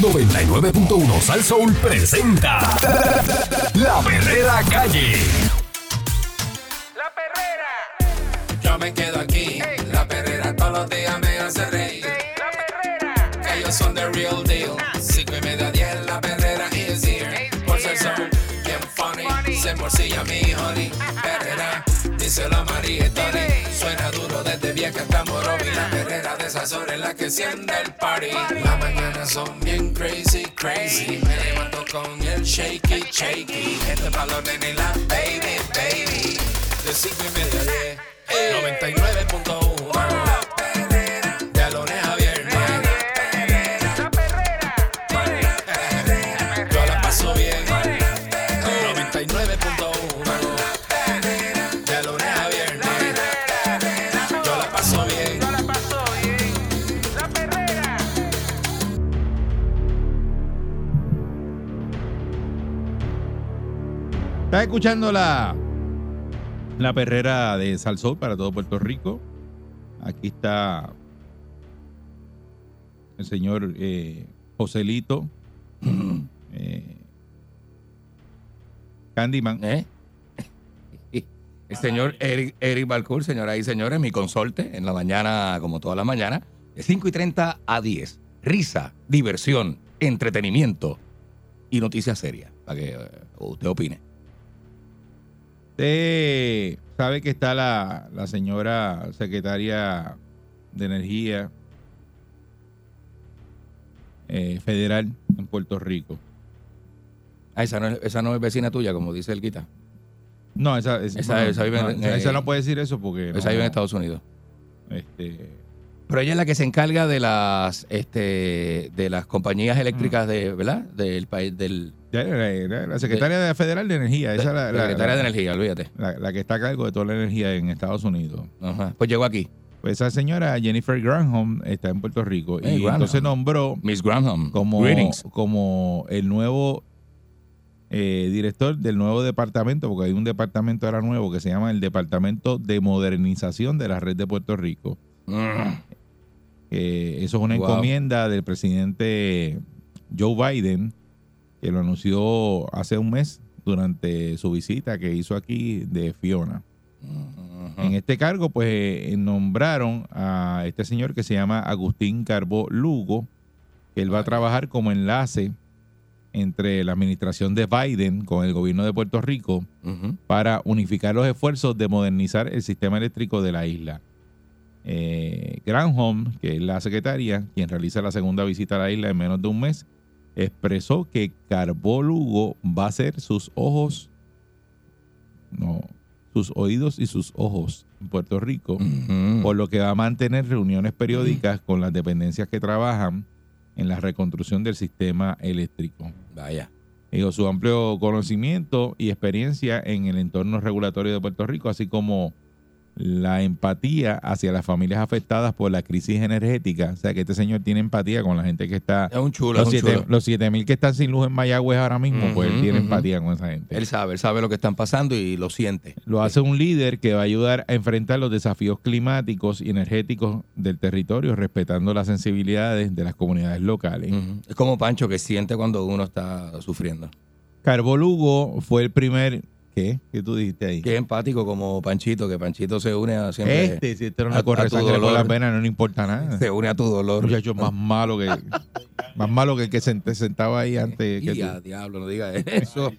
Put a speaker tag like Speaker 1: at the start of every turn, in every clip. Speaker 1: 99.1 Sal Soul presenta La Perrera Calle.
Speaker 2: La perrera,
Speaker 3: Yo me quedo aquí. La perrera todos los días me hace reír.
Speaker 2: la perrera,
Speaker 3: Que ellos son the real deal. Cinco y media diez, la perrera Ah. is here. Por ser son bien funny. Ah, Se morcilla mi honey. Perrera, díselo a María y ah. Tony. Suena duro desde vieja hasta morobi. La perrera de esas horas es la que enciende el party. Las mañanas son bien crazy, crazy. Me levanto con el shaky, shaky. Este es pa' los nenes y la baby, baby. De cinco y media a diez. 99.1 La perrera De Alones Javier
Speaker 2: la perrera,
Speaker 3: yo la paso bien. 99.1 De lunes a viernes. Yo la paso bien.
Speaker 2: no la pasó bien. La perrera,
Speaker 4: Estás escuchando la, la perrera de Salsol para todo Puerto Rico. Aquí está el señor eh, Joselito. eh, Candyman.
Speaker 5: ¿Eh? El señor Eric, Eric Balcour, señoras y señores, mi consorte, en la mañana, como toda la mañana, de 5 y 30 a 10. Risa, diversión, entretenimiento y noticias serias, para que eh, usted opine.
Speaker 4: Usted sabe que está la, la señora secretaria de Energía eh, Federal en Puerto Rico.
Speaker 5: Ah, esa no, es, esa no es vecina tuya, como dice el Quita.
Speaker 4: No, esa, esa,
Speaker 5: Esa-
Speaker 4: no,
Speaker 5: esa vive en-
Speaker 4: no, esa- esa
Speaker 5: eh,
Speaker 4: no puede decir eso porque.
Speaker 5: Esa
Speaker 4: no-
Speaker 5: vive en Estados Unidos.
Speaker 4: Este,
Speaker 5: Pero ella es la que se encarga de las este, de las compañías eléctricas de, ¿verdad? Del país del
Speaker 4: ya era- era la secretaria de- federal de energía, esa es la, la-
Speaker 5: Secretaria de
Speaker 4: la-
Speaker 5: Energía, olvídate.
Speaker 4: la- la que está a cargo de toda la energía en Estados Unidos.
Speaker 5: Ajá. Pues llegó aquí.
Speaker 4: Pues esa señora Jennifer Granholm está en Puerto Rico
Speaker 5: Hey,
Speaker 4: y entonces
Speaker 5: Granholm.
Speaker 4: nombró
Speaker 5: Miss Granham.
Speaker 4: como,
Speaker 5: Greetings.
Speaker 4: como el nuevo eh, director del nuevo departamento, porque hay un departamento ahora nuevo que se llama el Departamento de Modernización de la Red de Puerto Rico.
Speaker 5: Mm.
Speaker 4: Eh, eso es una
Speaker 5: Wow.
Speaker 4: encomienda del presidente Joe Biden, que lo anunció hace un mes durante su visita que hizo aquí de Fiona. En este cargo, pues eh, nombraron a este señor que se llama Agustín Carbó Lugo, que él va a trabajar como enlace entre la administración de Biden con el gobierno de Puerto Rico
Speaker 5: Ujú.
Speaker 4: para unificar los esfuerzos de modernizar el sistema eléctrico de la isla. Eh, Granholm, que es la secretaria, quien realiza la segunda visita a la isla en menos de un mes, expresó que Carbó Lugo va a ser sus ojos, no, sus oídos y sus ojos en Puerto Rico,
Speaker 5: Ujú. Mm.
Speaker 4: por lo que va a mantener reuniones periódicas con las dependencias que trabajan en la reconstrucción del sistema eléctrico.
Speaker 5: Vaya.
Speaker 4: Digo, su amplio conocimiento y experiencia en el entorno regulatorio de Puerto Rico, así como la empatía hacia las familias afectadas por la crisis energética. O sea, que este señor tiene empatía con la gente que está...
Speaker 5: Es un chulo, es
Speaker 4: Los
Speaker 5: un
Speaker 4: siete-
Speaker 5: chulo.
Speaker 4: los 7.000 que están sin luz en Mayagüez ahora mismo, pues él
Speaker 5: Ujú,
Speaker 4: tiene
Speaker 5: ujú.
Speaker 4: empatía con esa gente.
Speaker 5: Él sabe, él sabe lo que están pasando y lo siente.
Speaker 4: Lo hace un líder que va a ayudar a enfrentar los desafíos climáticos y energéticos del territorio, respetando las sensibilidades de las comunidades locales.
Speaker 5: Ujú. Es como Pancho que siente cuando uno está sufriendo.
Speaker 4: Carbó Lugo fue el primer... ¿Qué? ¿Qué tú dijiste ahí?
Speaker 5: Que es empático como Panchito, que Panchito se une a siempre.
Speaker 4: Este, si este no
Speaker 5: a-
Speaker 4: le
Speaker 5: a
Speaker 4: corre
Speaker 5: tu
Speaker 4: sangre por
Speaker 5: dolor.
Speaker 4: las venas, no le importa nada.
Speaker 5: Se une a tu dolor.
Speaker 4: Muchacho, es más malo que más malo que el que se sentaba ahí antes. Que
Speaker 5: Y a
Speaker 4: tú.
Speaker 5: diablo, no diga eso.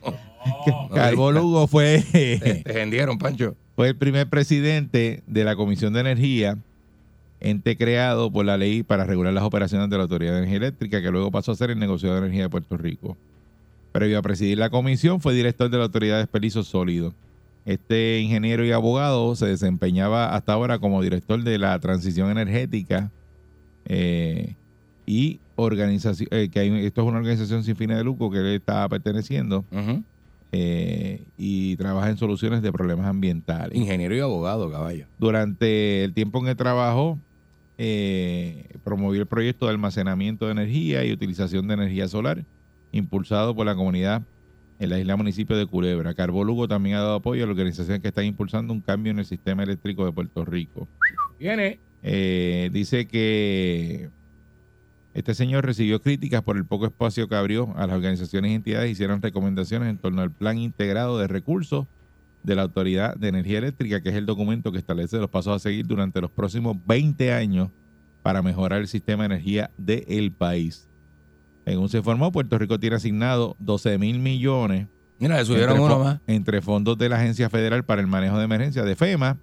Speaker 5: No
Speaker 4: Carbó
Speaker 5: diga-
Speaker 4: Lugo fue,
Speaker 5: Te, te hendieron, Pancho.
Speaker 4: fue el primer presidente de la Comisión de Energía, ente creado por la ley para regular las operaciones de la Autoridad de Energía Eléctrica, que luego pasó a ser el negocio de energía de Puerto Rico. Previo a presidir la comisión, fue director de la Autoridad de Desperdicios Sólidos. Este ingeniero y abogado se desempeñaba hasta ahora como director de la transición energética eh, y organización, eh, que hay- esto es una organización sin fines de lucro que él está perteneciendo
Speaker 5: Ujú.
Speaker 4: eh, y trabaja en soluciones de problemas ambientales
Speaker 5: Ingeniero y abogado, caballo.
Speaker 4: durante el tiempo en que trabajó, eh, promovió el proyecto de almacenamiento de energía y utilización de energía solar, impulsado por la comunidad en la isla municipio de Culebra. Carbó Lugo también ha dado apoyo a la organización que está impulsando un cambio en el sistema eléctrico de Puerto Rico.
Speaker 5: Viene.
Speaker 4: Eh, dice que Este señor recibió críticas por el poco espacio que abrió a las organizaciones y entidades que hicieron recomendaciones en torno al plan integrado de recursos de la Autoridad de Energía Eléctrica, que es el documento que establece los pasos a seguir durante los próximos 20 años para mejorar el sistema de energía del país. Según se informó, Puerto Rico tiene asignado 12 mil millones
Speaker 5: Mira, le subieron
Speaker 4: entre
Speaker 5: uno
Speaker 4: fo-
Speaker 5: más.
Speaker 4: Entre fondos de la Agencia Federal para el Manejo de Emergencia, de FEMA,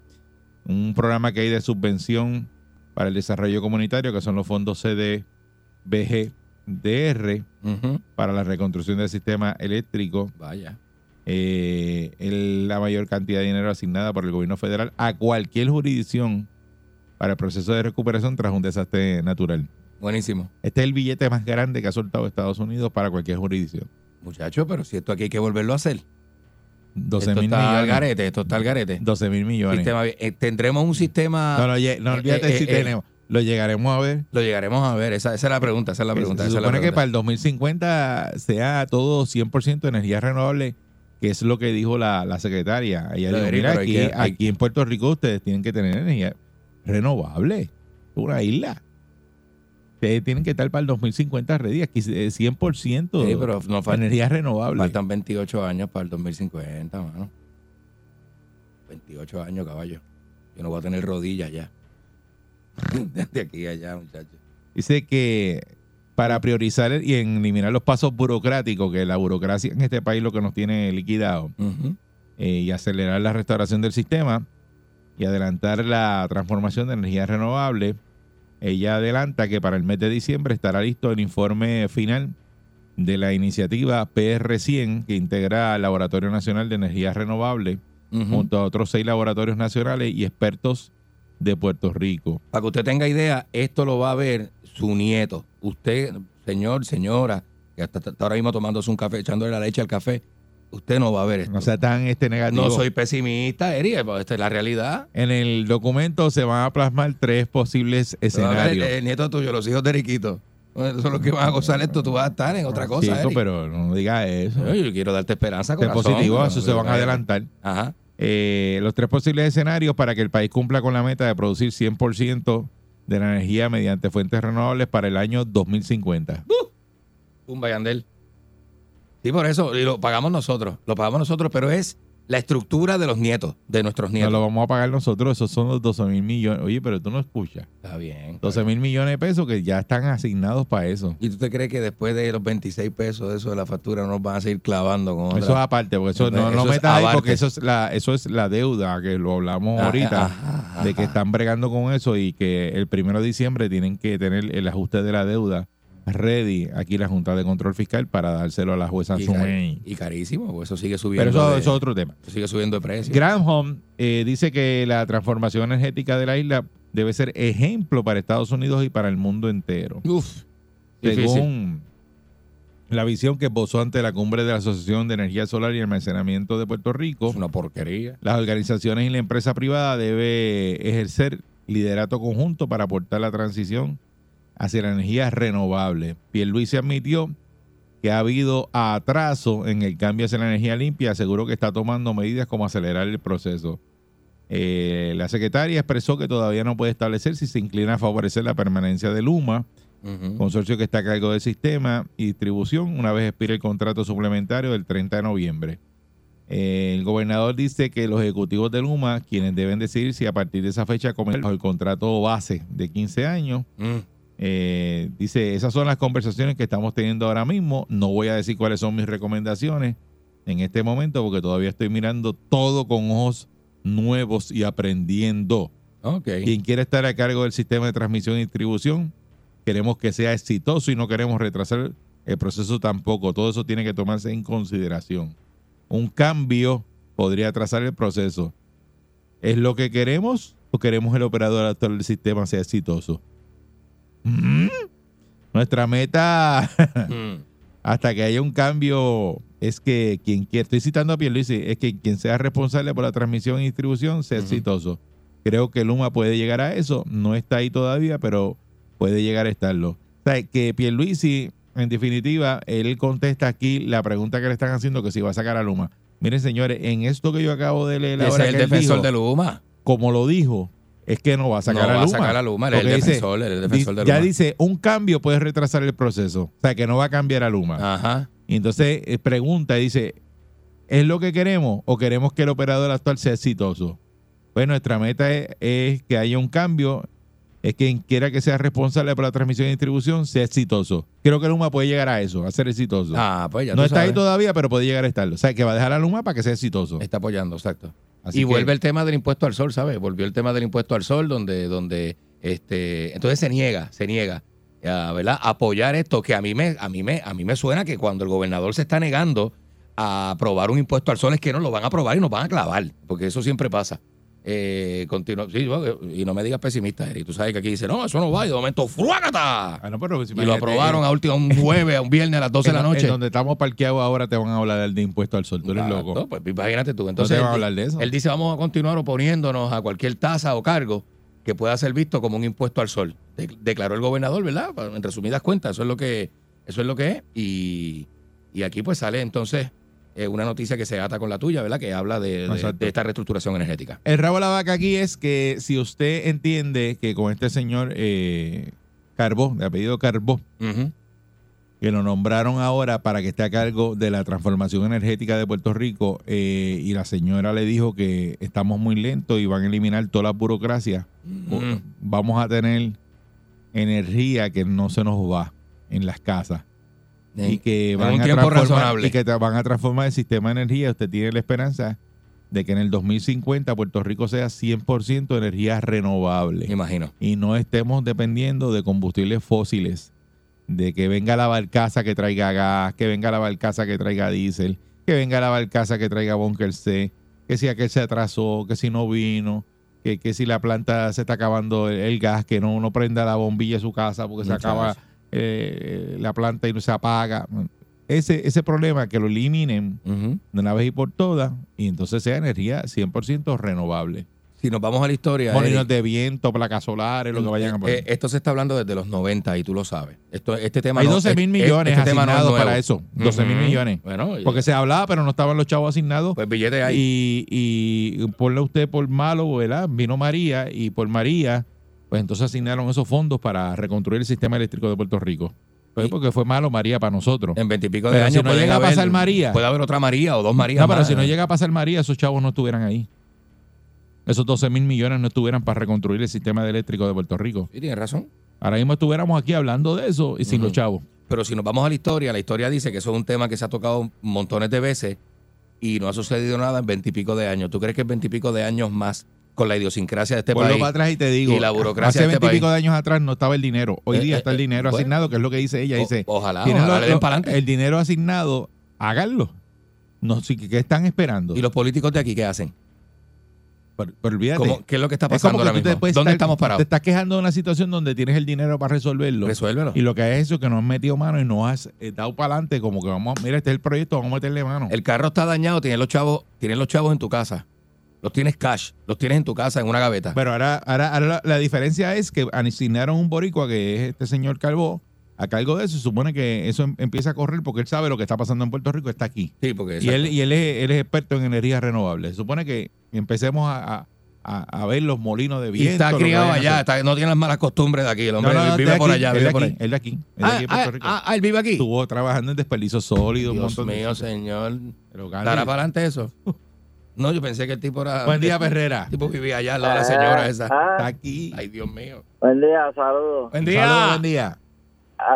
Speaker 4: un programa que hay de subvención para el desarrollo comunitario, que son los fondos CDBGDR,
Speaker 5: Ujú.
Speaker 4: para la reconstrucción del sistema eléctrico,
Speaker 5: Vaya.
Speaker 4: eh, el- la mayor cantidad de dinero asignada por el gobierno federal a cualquier jurisdicción para el proceso de recuperación tras un desastre natural.
Speaker 5: Buenísimo.
Speaker 4: Este es el billete más grande que ha soltado Estados Unidos para cualquier jurisdicción.
Speaker 5: Muchachos, pero si esto aquí hay que volverlo a hacer.
Speaker 4: 12
Speaker 5: esto
Speaker 4: mil
Speaker 5: está al
Speaker 4: millones.
Speaker 5: garete, esto está al garete.
Speaker 4: 12 mil millones.
Speaker 5: Sistema bien. Eh, tendremos un sistema.
Speaker 4: No, no, lle- no
Speaker 5: Eh,
Speaker 4: olvídate
Speaker 5: eh,
Speaker 4: si
Speaker 5: eh,
Speaker 4: tenemos. Lo llegaremos a ver.
Speaker 5: Lo llegaremos a ver. Esa, esa es la pregunta. Esa es la pregunta.
Speaker 4: se
Speaker 5: esa es la
Speaker 4: supone que
Speaker 5: pregunta.
Speaker 4: para el 2050 sea todo 100% energía renovable, que es lo que dijo la, la secretaria. Ella
Speaker 5: Lo
Speaker 4: dijo,
Speaker 5: de
Speaker 4: mira,
Speaker 5: Rico,
Speaker 4: aquí,
Speaker 5: hay que- hay-
Speaker 4: aquí en Puerto Rico ustedes tienen que tener energía renovable. Una isla. Ustedes tienen que estar para el 2050 ready. Aquí eh, 100%
Speaker 5: Sí, pero nos fal-
Speaker 4: energía renovable.
Speaker 5: faltan 28 años para el 2050, mano. 28 años, caballo. Yo no voy a tener rodillas ya. Desde aquí a allá, muchachos.
Speaker 4: Dice que para priorizar y eliminar los pasos burocráticos, que la burocracia en este país lo que nos tiene liquidado,
Speaker 5: Ujú.
Speaker 4: eh, y acelerar la restauración del sistema y adelantar la transformación de energías renovables. Ella adelanta que para el mes de diciembre estará listo el informe final de la iniciativa PR100 que integra al Laboratorio Nacional de Energías Renovables
Speaker 5: Ujú.
Speaker 4: junto a otros seis laboratorios nacionales y expertos de Puerto Rico.
Speaker 5: Para que usted tenga idea, esto lo va a ver su nieto. Usted, señor, señora, que hasta, hasta ahora mismo tomándose un café, echándole la leche al café, usted no va a ver esto.
Speaker 4: No sea tan este negativo.
Speaker 5: No soy pesimista, Eri, pero esta es la realidad.
Speaker 4: En el documento se van a plasmar tres posibles
Speaker 5: El,
Speaker 4: escenarios.
Speaker 5: el nieto tuyo, los hijos de Eriquito. Bueno, Son los que van a gozar esto, tú vas a estar en otra cosa.
Speaker 4: Chico,
Speaker 5: Eric.
Speaker 4: Ah, pero no diga eso.
Speaker 5: Yo, yo quiero darte esperanza,
Speaker 4: Sé
Speaker 5: corazón.
Speaker 4: positivo,
Speaker 5: pero-
Speaker 4: eso se van a adelantar.
Speaker 5: Ajá.
Speaker 4: Eh, los tres posibles escenarios para que el país cumpla con la meta de producir 100% de la energía mediante fuentes renovables para el año 2050.
Speaker 5: Un Bayandel. Sí, por eso, y lo pagamos nosotros. Lo pagamos nosotros, pero es la estructura de los nietos, de nuestros
Speaker 4: No
Speaker 5: nietos.
Speaker 4: lo vamos a pagar nosotros, esos son los 12 mil millones. Oye, pero tú no escuchas.
Speaker 5: Está bien. está
Speaker 4: 12 mil millones de pesos que ya están asignados para eso.
Speaker 5: ¿Y tú te crees que después de los 26 pesos de eso de la factura no nos van a seguir clavando con otra?
Speaker 4: Eso es aparte, porque eso no,
Speaker 5: Eso
Speaker 4: no
Speaker 5: es
Speaker 4: metas ahí,
Speaker 5: aparte. Ah,
Speaker 4: porque eso es, la, eso es la deuda que lo hablamos
Speaker 5: Ajá,
Speaker 4: ahorita,
Speaker 5: ajá, ajá.
Speaker 4: de que están bregando con eso y que el primero de diciembre tienen que tener el ajuste de la deuda ready aquí la Junta de Control Fiscal para dárselo a la jueza
Speaker 5: y,
Speaker 4: Sumey.
Speaker 5: cari- y carísimo, pues eso sigue
Speaker 4: Pero
Speaker 5: subiendo.
Speaker 4: eso,
Speaker 5: de-
Speaker 4: eso es otro tema.
Speaker 5: eso sigue subiendo de precio.
Speaker 4: Granholm eh, dice que la transformación energética de la isla debe ser ejemplo para Estados Unidos y para el mundo entero.
Speaker 5: Uf. Difícil.
Speaker 4: Según la visión que esbozó ante la cumbre de la Asociación de Energía Solar y Almacenamiento de Puerto Rico,
Speaker 5: Es una porquería.
Speaker 4: las organizaciones y la empresa privada debe ejercer liderato conjunto para aportar la transición hacia la energía renovable. Pierluisi admitió que ha habido atraso en el cambio hacia la energía limpia, aseguró que está tomando medidas como acelerar el proceso. Eh, la secretaria expresó que todavía no puede establecer si se inclina a favorecer la permanencia de Luma,
Speaker 5: Ujú.
Speaker 4: consorcio que está a cargo del sistema y distribución una vez expire el contrato suplementario del 30 de noviembre. Eh, el gobernador dice que los ejecutivos de Luma, quienes deben decidir si a partir de esa fecha comienza bajo el contrato base de 15 años,
Speaker 5: Mm.
Speaker 4: eh, dice, esas son las conversaciones que estamos teniendo ahora mismo. No voy a decir cuáles son mis recomendaciones en este momento porque todavía estoy mirando todo con ojos nuevos y aprendiendo.
Speaker 5: Ok.
Speaker 4: Quien quiera estar a cargo del sistema de transmisión y distribución, queremos que sea exitoso y no queremos retrasar el proceso tampoco. Todo eso tiene que tomarse en consideración. Un cambio podría atrasar el proceso. ¿Es lo que queremos o queremos el operador actual del sistema sea exitoso? Mm. Nuestra meta
Speaker 5: Mm.
Speaker 4: hasta que haya un cambio es que quien quiera, estoy citando a Pierluisi, es que quien sea responsable por la transmisión y distribución sea
Speaker 5: Ujú.
Speaker 4: exitoso. Creo que Luma puede llegar a eso, no está ahí todavía, pero puede llegar a estarlo. O sea, que Pierluisi, en definitiva, él contesta aquí la pregunta que le están haciendo que si va a sacar a Luma. Miren, señores, en esto que yo acabo de leer
Speaker 5: Ese
Speaker 4: ahora
Speaker 5: es el
Speaker 4: que él
Speaker 5: defensor
Speaker 4: dijo,
Speaker 5: de Luma.
Speaker 4: como lo dijo, es que no va a sacar
Speaker 5: no
Speaker 4: a
Speaker 5: va
Speaker 4: Luma.
Speaker 5: a sacar a Luma, él es el
Speaker 4: Porque dice-
Speaker 5: defensor, él es el defensor
Speaker 4: di-
Speaker 5: de Luma.
Speaker 4: ya dice, un cambio puede retrasar el proceso. O sea, que no va a cambiar a Luma.
Speaker 5: Ajá.
Speaker 4: Y entonces eh, pregunta y dice, ¿es lo que queremos o queremos que el operador actual sea exitoso? Pues nuestra meta es, es que haya un cambio, es que quien quiera que sea responsable por la transmisión y distribución sea exitoso. Creo que Luma puede llegar a eso, a ser exitoso.
Speaker 5: Ah, pues ya
Speaker 4: no
Speaker 5: tú
Speaker 4: está ahí
Speaker 5: sabes.
Speaker 4: todavía, pero puede llegar a estarlo. O sea, que va a dejar a Luma para que sea exitoso.
Speaker 5: Está apoyando, exacto.
Speaker 4: Así
Speaker 5: y
Speaker 4: que-
Speaker 5: vuelve el tema del impuesto al sol, ¿sabes? Volvió el tema del impuesto al sol, donde, donde este, entonces se niega, se niega, a, ¿verdad? a Apoyar esto, que a mí me, a mí me, a mí me suena que cuando el gobernador se está negando a aprobar un impuesto al sol es que no lo van a aprobar y nos van a clavar, porque eso siempre pasa. Eh, continúa- sí, yo- y no me digas pesimista, Eric. Tú sabes que aquí dice, no, eso no va, y de momento, ¡fuácata!
Speaker 4: Ah, no, pero pues
Speaker 5: Y lo
Speaker 4: imagínate,
Speaker 5: aprobaron
Speaker 4: en-
Speaker 5: a último, un jueves, a un viernes a las 12 de la
Speaker 4: en-
Speaker 5: noche.
Speaker 4: En donde estamos parqueados ahora te van a hablar de impuesto al sol. Tú eres
Speaker 5: Exacto,
Speaker 4: loco.
Speaker 5: Pues imagínate tú. Entonces,
Speaker 4: van a
Speaker 5: él di-
Speaker 4: hablar de eso.
Speaker 5: Él dice, vamos a continuar oponiéndonos a cualquier tasa o cargo que pueda ser visto como un impuesto al sol. De- declaró el gobernador, ¿verdad? Pa- En resumidas cuentas, eso es lo que, eso es lo que es. Y, y aquí pues sale entonces eh, una noticia que se ata con la tuya, ¿verdad? Que habla de, de-
Speaker 4: Exacto.
Speaker 5: de esta reestructuración energética.
Speaker 4: El rabo de la vaca aquí es que si usted entiende que con este señor eh, Carbó, de apellido Carbó, que lo nombraron ahora para que esté a cargo de la transformación energética de Puerto Rico, eh, y la señora le dijo que estamos muy lentos y van a eliminar toda la burocracia,
Speaker 5: Mm.
Speaker 4: vamos a tener energía que no se nos va en las casas
Speaker 5: En-
Speaker 4: y que
Speaker 5: en
Speaker 4: van
Speaker 5: un
Speaker 4: a
Speaker 5: tiempo
Speaker 4: transformar-
Speaker 5: razonable.
Speaker 4: y que te van a transformar el sistema de energía. Usted tiene la esperanza de que en el 2050 Puerto Rico sea 100% energía
Speaker 5: Me
Speaker 4: renovable
Speaker 5: imagino.
Speaker 4: y no estemos dependiendo de combustibles fósiles, de que venga la barcaza que traiga gas, que venga la barcaza que traiga diésel, que venga la barcaza que traiga bunker C, que si aquel se atrasó, que si no vino, que, que si la planta se está acabando el, el gas, que no, no prenda la bombilla de su casa porque se
Speaker 5: Muchas
Speaker 4: acaba
Speaker 5: gracias.
Speaker 4: eh, la planta y no se apaga. Ese, ese problema que lo eliminen
Speaker 5: Ujú.
Speaker 4: de una vez y por todas y entonces sea energía 100% renovable.
Speaker 5: Si nos vamos a la historia. Eric,
Speaker 4: Molinos de viento, placas solares, lo que vayan a poner.
Speaker 5: Eh, esto se está hablando desde los 90 y tú lo sabes. Esto, este tema
Speaker 4: Hay
Speaker 5: no-
Speaker 4: 12 mil
Speaker 5: es-
Speaker 4: millones
Speaker 5: este tema no es
Speaker 4: asignados
Speaker 5: nuevo.
Speaker 4: para eso. 12 mil
Speaker 5: Ujú.
Speaker 4: millones.
Speaker 5: Bueno, y-
Speaker 4: Porque se hablaba, pero no estaban los chavos asignados.
Speaker 5: pues billete ahí.
Speaker 4: y, y ponle usted por malo, ¿verdad? Vino María y por María, pues entonces asignaron esos fondos para reconstruir el sistema eléctrico de Puerto Rico. Pues
Speaker 5: Y-
Speaker 4: porque fue malo María para nosotros.
Speaker 5: en veintipico de
Speaker 4: Pero
Speaker 5: años
Speaker 4: si no
Speaker 5: pueden
Speaker 4: llega a
Speaker 5: haber-
Speaker 4: pasar María.
Speaker 5: Puede haber otra María o dos Marías.
Speaker 4: No, Ah, pero
Speaker 5: más.
Speaker 4: si no llega a pasar María, esos chavos no estuvieran ahí. Esos 12 mil millones no estuvieran para reconstruir el sistema eléctrico de Puerto Rico.
Speaker 5: Sí, tienes razón.
Speaker 4: Ahora mismo estuviéramos aquí hablando de eso y sin
Speaker 5: Ujú.
Speaker 4: los chavos.
Speaker 5: Pero si nos vamos a la historia, la historia dice que eso es un tema que se ha tocado montones de veces y no ha sucedido nada en veintipico de años. ¿Tú crees que en veintipico de años más, con la idiosincrasia de este
Speaker 4: Vuelvo
Speaker 5: país?
Speaker 4: para atrás y te digo.
Speaker 5: Y la burocracia
Speaker 4: Hace
Speaker 5: de este
Speaker 4: veintipico de años atrás no estaba el dinero. Hoy
Speaker 5: Eh,
Speaker 4: día
Speaker 5: eh,
Speaker 4: está el
Speaker 5: eh,
Speaker 4: dinero
Speaker 5: bueno.
Speaker 4: asignado, que es lo que dice ella.
Speaker 5: O-
Speaker 4: Dice,
Speaker 5: ojalá,
Speaker 4: tienen
Speaker 5: ojalá
Speaker 4: lo-
Speaker 5: le den
Speaker 4: lo-
Speaker 5: para adelante.
Speaker 4: el dinero asignado, háganlo. No, sí, ¿qué qué están esperando?
Speaker 5: ¿Y los políticos de aquí qué hacen?
Speaker 4: Pero- pero olvídate.
Speaker 5: ¿Cómo- ¿Qué es lo que está
Speaker 4: Es como
Speaker 5: pasando ahora
Speaker 4: que tú te
Speaker 5: mismo? ¿Dónde
Speaker 4: puedes estar-
Speaker 5: estamos
Speaker 4: Te
Speaker 5: parados?
Speaker 4: estás quejando de una situación donde tienes el dinero para resolverlo.
Speaker 5: Resuélvelo.
Speaker 4: Y lo que es eso, que no has metido mano y no has eh, dado para adelante, como que vamos, a- mira, este es el proyecto, vamos a meterle mano.
Speaker 5: El carro está dañado, tienes los chavos, tienes los chavos en tu casa. Los tienes cash, los tienes en tu casa, en una gaveta.
Speaker 4: Pero ahora, ahora, ahora la, la diferencia es que asignaron un boricua, que es este señor Calvo, a cargo de eso. Se supone que eso em- empieza a correr porque él sabe lo que está pasando en Puerto Rico, está aquí.
Speaker 5: sí, porque
Speaker 4: Y él, y él es, él es experto en energías renovables. Se supone que empecemos a, a- a- a ver los molinos de
Speaker 5: Y
Speaker 4: viento.
Speaker 5: está
Speaker 4: lo que
Speaker 5: criado
Speaker 4: vayan a
Speaker 5: allá,
Speaker 4: hacer.
Speaker 5: está- no tiene las malas costumbres de aquí. El hombre
Speaker 4: No, no, no,
Speaker 5: vive
Speaker 4: está
Speaker 5: por
Speaker 4: aquí,
Speaker 5: allá,
Speaker 4: él
Speaker 5: vive
Speaker 4: de
Speaker 5: por
Speaker 4: aquí,
Speaker 5: ahí.
Speaker 4: él de aquí, él de
Speaker 5: Ah,
Speaker 4: aquí en
Speaker 5: ah,
Speaker 4: Puerto Rico.
Speaker 5: ah, ah, él vive aquí.
Speaker 4: Estuvo trabajando en desperdicios sólidos, un
Speaker 5: Dios
Speaker 4: montón de
Speaker 5: mío,
Speaker 4: cosas.
Speaker 5: señor.
Speaker 4: Pero gana.
Speaker 5: ¿Dará para adelante eso? No, yo pensé que el tipo era.
Speaker 4: Buen día,
Speaker 5: el
Speaker 4: Perrera.
Speaker 5: tipo vivía allá al lado de la señora esa.
Speaker 4: Está
Speaker 6: Ah,
Speaker 4: aquí.
Speaker 5: Ay, Dios mío.
Speaker 6: buen día, saludos.
Speaker 4: Saludos,
Speaker 5: Buen día.
Speaker 4: buen día.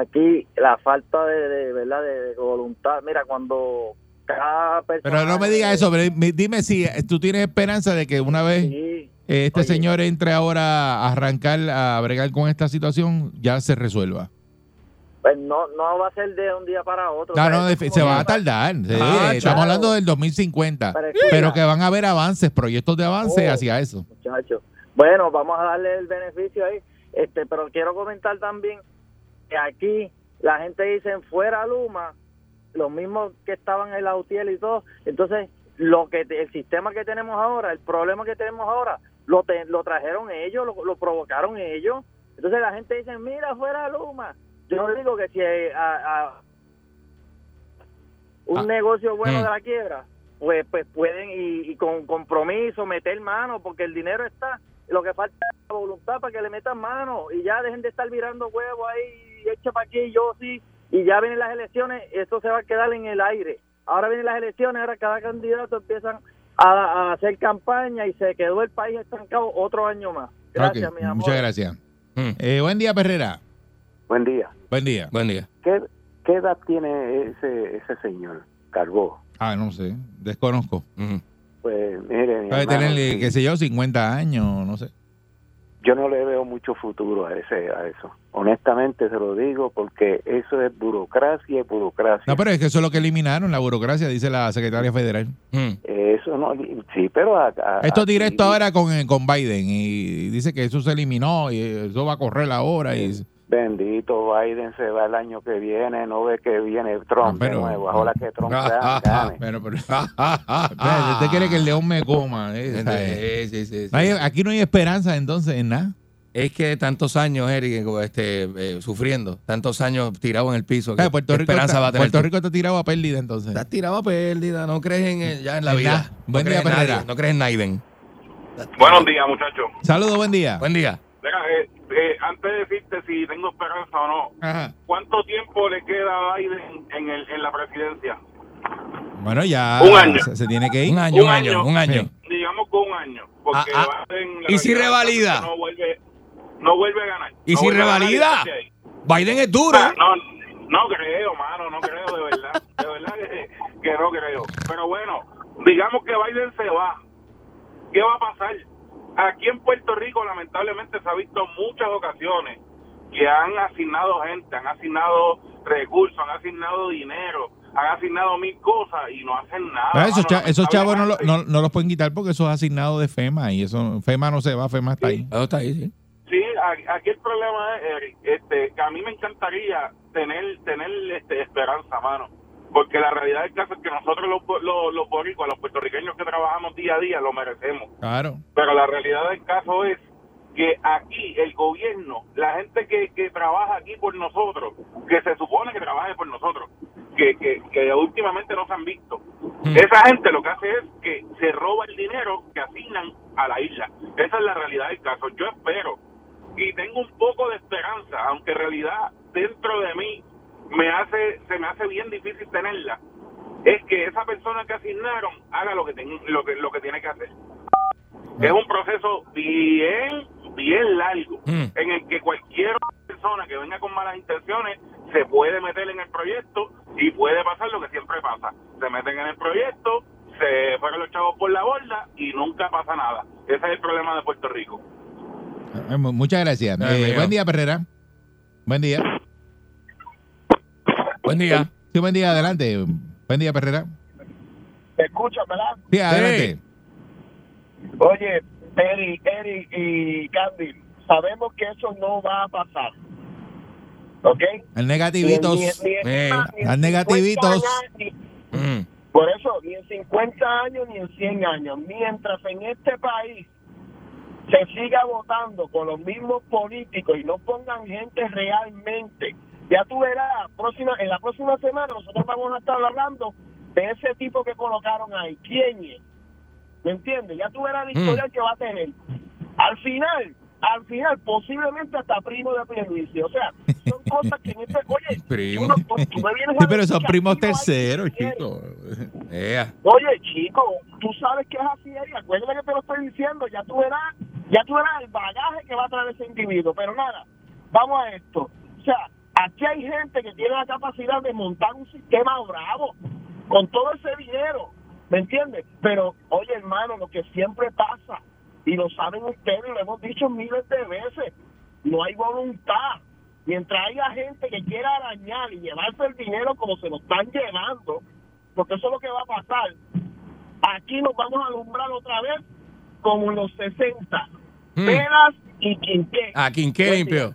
Speaker 6: Aquí la falta de, de- verdad de, de voluntad. Mira, cuando cada persona.
Speaker 4: Pero no me digas eso, pero me- dime si eh, tú tienes esperanza de que una vez
Speaker 6: Sí,
Speaker 4: eh, este
Speaker 6: Oye.
Speaker 4: señor entre ahora a arrancar, a bregar con esta situación, ya se resuelva.
Speaker 6: pues no, no va a ser de un día para otro.
Speaker 4: No,
Speaker 6: ¿sabes?
Speaker 4: no,
Speaker 6: Como
Speaker 4: de- se
Speaker 6: que
Speaker 4: va a tardar. Sí,
Speaker 5: Ah,
Speaker 4: estamos
Speaker 6: claro.
Speaker 4: hablando del 2050.
Speaker 6: Pero
Speaker 4: Pero,
Speaker 6: escucha.
Speaker 4: que van a haber avances, proyectos de avance
Speaker 6: Oh.
Speaker 4: hacia eso.
Speaker 6: muchacho. Bueno, vamos a darle el beneficio ahí. Este, pero quiero comentar también que aquí la gente dice fuera Luma, los mismos que estaban en la UTIEL y todo. Entonces, lo que te- el sistema que tenemos ahora, el problema que tenemos ahora, lo te- lo trajeron ellos, lo, lo provocaron ellos. Entonces la gente dice, mira, fuera Luma. Yo digo que si eh, a- a- un
Speaker 5: Ah,
Speaker 6: negocio bueno
Speaker 5: mm.
Speaker 6: de la quiebra, pues, pues pueden y, y con compromiso meter mano porque el dinero está Lo que falta es la voluntad para que le metan mano y ya dejen de estar mirando huevos ahí, y echa para aquí, y yo sí, y ya vienen las elecciones, eso se va a quedar en el aire. Ahora vienen las elecciones, ahora cada candidato empiezan a, a hacer campaña y se quedó el país estancado otro año más. Gracias,
Speaker 4: Ok,
Speaker 6: mi amor.
Speaker 4: Muchas gracias.
Speaker 5: Mm.
Speaker 4: Eh, buen día, Perrera.
Speaker 7: Buen día.
Speaker 4: Buen día.
Speaker 5: Buen día.
Speaker 7: ¿Qué, qué edad tiene ese, ese señor, Carbó?
Speaker 4: Ah, no sé. Desconozco.
Speaker 5: Ujú.
Speaker 7: Pues mire, mi
Speaker 4: Puede
Speaker 7: hermano,
Speaker 4: tener, eh,
Speaker 7: sí,
Speaker 4: qué sé yo, 50 años, no sé.
Speaker 7: yo no le veo mucho futuro a ese a eso. Honestamente se lo digo porque eso es burocracia y burocracia.
Speaker 4: No, pero es que eso es lo que eliminaron, la burocracia, dice la secretaria federal.
Speaker 5: Mm.
Speaker 7: Eh, Eso no, sí, pero a- a-
Speaker 4: Esto es
Speaker 7: aquí-
Speaker 4: directo ahora con, eh, con Biden y dice que eso se eliminó y eso va a correr ahora. Y,
Speaker 7: Bendito Biden se va el año que viene, no ve que viene
Speaker 4: Ah,
Speaker 7: Trump
Speaker 4: pero- Ah,
Speaker 7: de nuevo, ahora que Trump gane, gane.
Speaker 4: Pero, pero,
Speaker 5: Ah,
Speaker 4: espérate, usted quiere que el león me coma. eh, o sea, eh,
Speaker 5: Sí, sí, sí, sí.
Speaker 4: no hay- aquí no hay esperanza entonces en nada.
Speaker 5: Es que tantos años, Eric, este, eh, sufriendo, tantos años tirado en el piso.
Speaker 4: Ah,
Speaker 5: que
Speaker 4: Puerto, Rico
Speaker 5: esperanza
Speaker 4: está,
Speaker 5: va a tener.
Speaker 4: Puerto Rico está tirado a pérdida entonces.
Speaker 5: Estás tirado a pérdida, no crees en el- ya en la
Speaker 4: En
Speaker 5: vida.
Speaker 4: nada.
Speaker 5: No
Speaker 4: Buen
Speaker 5: crees
Speaker 4: día,
Speaker 5: en nadie,
Speaker 4: Pereira.
Speaker 5: No crees en Naiden.
Speaker 8: Buenos días, muchachos.
Speaker 4: Saludos, buen día.
Speaker 5: Buen día.
Speaker 8: Mira, eh, eh, antes de decirte si tengo esperanza o no,
Speaker 4: Ajá.
Speaker 8: ¿cuánto tiempo le queda a Biden en, el, en la presidencia?
Speaker 4: Bueno, ya
Speaker 8: Un año.
Speaker 4: Se, se tiene que ir.
Speaker 5: ¿Eh? Un año, un
Speaker 8: Un
Speaker 5: año,
Speaker 8: año.
Speaker 5: un año.
Speaker 4: Sí.
Speaker 8: Digamos que un año. Porque
Speaker 5: Ah, ah.
Speaker 8: Biden,
Speaker 5: ¿Y si
Speaker 8: realidad,
Speaker 5: revalida?
Speaker 8: No vuelve, no vuelve a ganar.
Speaker 5: ¿Y
Speaker 8: No
Speaker 5: si
Speaker 8: vuelve a ganar y
Speaker 5: revalida?
Speaker 8: está ahí.
Speaker 5: Biden es duro.
Speaker 8: Ah, No, no creo, mano, no creo, de verdad. De verdad que, que no creo. Pero bueno, digamos que Biden se va. ¿Qué va a pasar? Aquí en Puerto Rico, lamentablemente, se ha visto muchas ocasiones que han asignado gente, han asignado recursos, han asignado dinero, han asignado mil cosas y no hacen nada.
Speaker 4: Pero esos,
Speaker 8: mano,
Speaker 4: cha- esos chavos Ah, no, lo-
Speaker 8: lamentablemente.
Speaker 4: no- no los pueden quitar porque eso es asignado de FEMA y eso FEMA no se va, FEMA está ahí.
Speaker 5: Eso está ahí, sí.
Speaker 8: Sí, a- aquí el problema es, Eric, este, que a mí me encantaría tener tener este, esperanza, mano. Porque la realidad del caso es que nosotros los, bo- los, los boricuas, los puertorriqueños que trabajamos día a día, lo merecemos.
Speaker 4: Claro.
Speaker 8: Pero la realidad del caso es que aquí el gobierno, la gente que, que trabaja aquí por nosotros, que se supone que trabaje por nosotros, que, que, que últimamente no se han visto, esa gente lo que hace es que se roba el dinero que asignan a la isla. Esa es la realidad del caso. Yo espero y tengo un poco de esperanza, aunque en realidad dentro de mí me hace, se me hace bien difícil tenerla, es que esa persona que asignaron haga lo que, ten- lo que, lo que tiene que hacer. Es un proceso bien, bien largo,
Speaker 5: Mm.
Speaker 8: en el que cualquier persona que venga con malas intenciones se puede meter en el proyecto y puede pasar lo que siempre pasa. Se meten en el proyecto, se fueron los chavos por la borda y nunca pasa nada. Ese es el problema de Puerto Rico.
Speaker 4: Eh, mu- Muchas gracias.
Speaker 5: Ay,
Speaker 4: Eh,
Speaker 5: mío.
Speaker 4: buen día, Perrera. Buen día.
Speaker 5: Buen día.
Speaker 4: Sí, buen día, adelante. Buen día, Perrera.
Speaker 9: ¿Me escuchas, verdad?
Speaker 4: Sí, adelante.
Speaker 9: Oye, Eric, Eric y Candy, sabemos que eso no va a pasar. ¿Ok?
Speaker 4: El
Speaker 9: Ni en-
Speaker 4: negativitos.
Speaker 9: ni en- ni en-
Speaker 5: Eh,
Speaker 9: ni en
Speaker 4: al
Speaker 9: 50
Speaker 4: negativitos.
Speaker 9: años, ni-
Speaker 5: Mm.
Speaker 9: por eso, ni en 50 años ni en 100 años. Mientras en este país se siga votando con los mismos políticos y no pongan gente realmente, ya tú verás, próxima, en la próxima semana nosotros vamos a estar hablando de ese tipo que colocaron ahí. ¿Quién es? ¿Me entiendes? Ya tú verás la historia que va a tener. Al final, al final, posiblemente hasta primo de prejuicio. O sea, son cosas que en este... Oye,
Speaker 5: Primo.
Speaker 9: uno- tú me vienes a
Speaker 4: Sí, pero
Speaker 9: decir
Speaker 4: son
Speaker 9: que
Speaker 4: primos
Speaker 9: aquí no hay
Speaker 4: terceros,
Speaker 9: dinero.
Speaker 4: chicos.
Speaker 5: Ea.
Speaker 9: Oye, chico, tú sabes que es así, Eric. Acuérdate que te lo estoy diciendo. Ya tú verás, ya tú verás el bagaje que va a traer ese individuo. Pero nada, vamos a esto. O sea, aquí hay gente que tiene la capacidad de montar un sistema bravo con todo ese dinero. ¿Me entiendes? Pero, oye, hermano, lo que siempre pasa, y lo saben ustedes, y lo hemos dicho miles de veces, no hay voluntad. Mientras haya gente que quiera arañar y llevarse el dinero como se lo están llevando, porque eso es lo que va a pasar. Aquí nos vamos a alumbrar otra vez como en los 60.
Speaker 5: Mm.
Speaker 9: Pelas y quinqué.
Speaker 5: ¿A quién qué
Speaker 9: Buen
Speaker 5: limpio?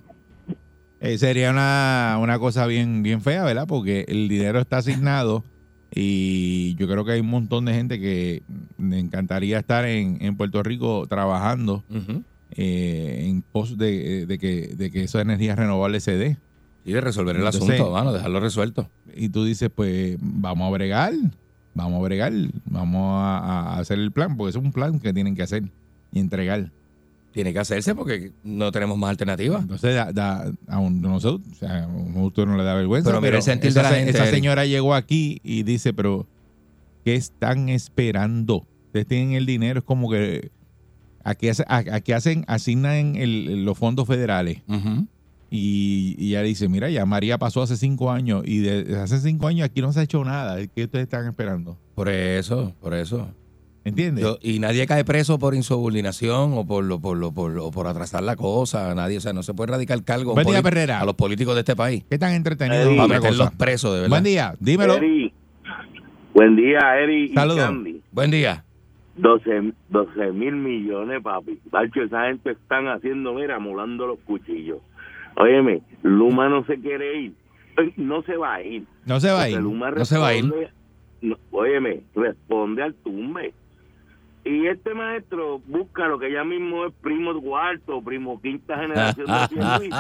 Speaker 4: Eh, sería una, una cosa bien, bien fea, ¿verdad? Porque el dinero está asignado y yo creo que hay un montón de gente que le encantaría estar en, en Puerto Rico trabajando
Speaker 5: Ujú.
Speaker 4: eh, en pos de, eh, de que, de que esa energía renovable se dé.
Speaker 5: Y de resolver el
Speaker 4: Entonces-
Speaker 5: asunto, mano, dejarlo resuelto.
Speaker 4: y tú dices, pues vamos a bregar, vamos a bregar, vamos a, a hacer el plan, porque ese es un plan que tienen que hacer y entregar.
Speaker 5: Tiene que hacerse porque no tenemos más alternativa.
Speaker 4: Entonces, da, da- a un, no sé, o sea, a un usted no le da vergüenza.
Speaker 5: Pero mira el sentir
Speaker 4: esa,
Speaker 5: de la
Speaker 4: se-
Speaker 5: gente,
Speaker 4: esa
Speaker 5: Eric.
Speaker 4: señora llegó aquí y dice, pero, ¿qué están esperando? Ustedes tienen el dinero, es como que aquí, hace- a- aquí hacen, asignan el- los fondos federales.
Speaker 5: Ujú.
Speaker 4: Y, y ella dice, mira, ya María pasó hace cinco años y de- desde hace cinco años aquí no se ha hecho nada. ¿Qué ustedes están esperando?
Speaker 5: Por eso, por eso.
Speaker 4: ¿Entiendes?
Speaker 5: Yo- y nadie cae preso por insubordinación o por lo, por lo, por lo- por atrasar la cosa, nadie, o sea, no se puede erradicar cargo a un
Speaker 4: Buen día,
Speaker 5: polit-
Speaker 4: Perrera.
Speaker 5: a los políticos de este país
Speaker 4: ¿Qué tan entretenido?
Speaker 7: Eddie.
Speaker 4: es
Speaker 5: para
Speaker 4: otra
Speaker 5: meterlos
Speaker 4: cosa?
Speaker 5: presos, de verdad.
Speaker 4: Buen día, dímelo.
Speaker 7: Eri, buen día, Eri
Speaker 4: Saludos.
Speaker 7: y Candy.
Speaker 5: Buen día.
Speaker 7: 12, 12 mil millones, papi. Bacho, esa gente están haciendo, mira, molando los cuchillos. Óyeme, Luma no se quiere ir. Ey, No se va a ir.
Speaker 4: No se va a
Speaker 7: Porque
Speaker 4: ir.
Speaker 7: Luma
Speaker 5: no se va a ir.
Speaker 7: responde- no, óyeme, responde al tumbe. Y este maestro busca lo que ya mismo es primo cuarto, primo quinta generación de Pierluisi.
Speaker 4: Tan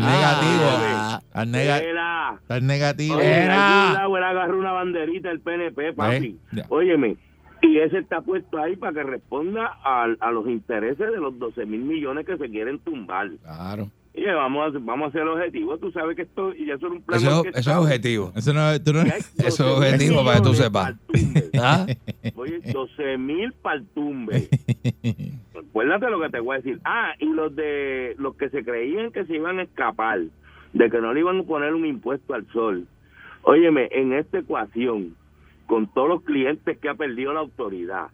Speaker 4: negativo.
Speaker 7: Ah.
Speaker 4: Tan, nega-
Speaker 7: Era.
Speaker 4: tan negativo.
Speaker 7: Oye, en algún
Speaker 4: Era.
Speaker 7: lado él agarró una banderita del PNP, papi.
Speaker 4: Ya.
Speaker 7: Óyeme, y ese está puesto ahí para que responda al- a, los intereses de los 12 mil millones que se quieren tumbar.
Speaker 5: Claro.
Speaker 7: Y vamos a, vamos a ser objetivos. Tú sabes que esto, y eso es un plan.
Speaker 5: Eso, eso es
Speaker 7: orquestado.
Speaker 5: objetivo.
Speaker 4: Eso no, tú no-
Speaker 7: Que hay
Speaker 5: Eso es
Speaker 7: 12.000
Speaker 5: objetivo para que tú
Speaker 7: millones
Speaker 5: sepas.
Speaker 7: pa'l tumbe.
Speaker 5: ¿Ah?
Speaker 7: Oye, 12 mil pa'l tumbe. Acuérdate lo que te voy a decir. Ah, y los de los que se creían que se iban a escapar, de que no le iban a poner un impuesto al sol. Óyeme, en esta ecuación, con todos los clientes que ha perdido la autoridad,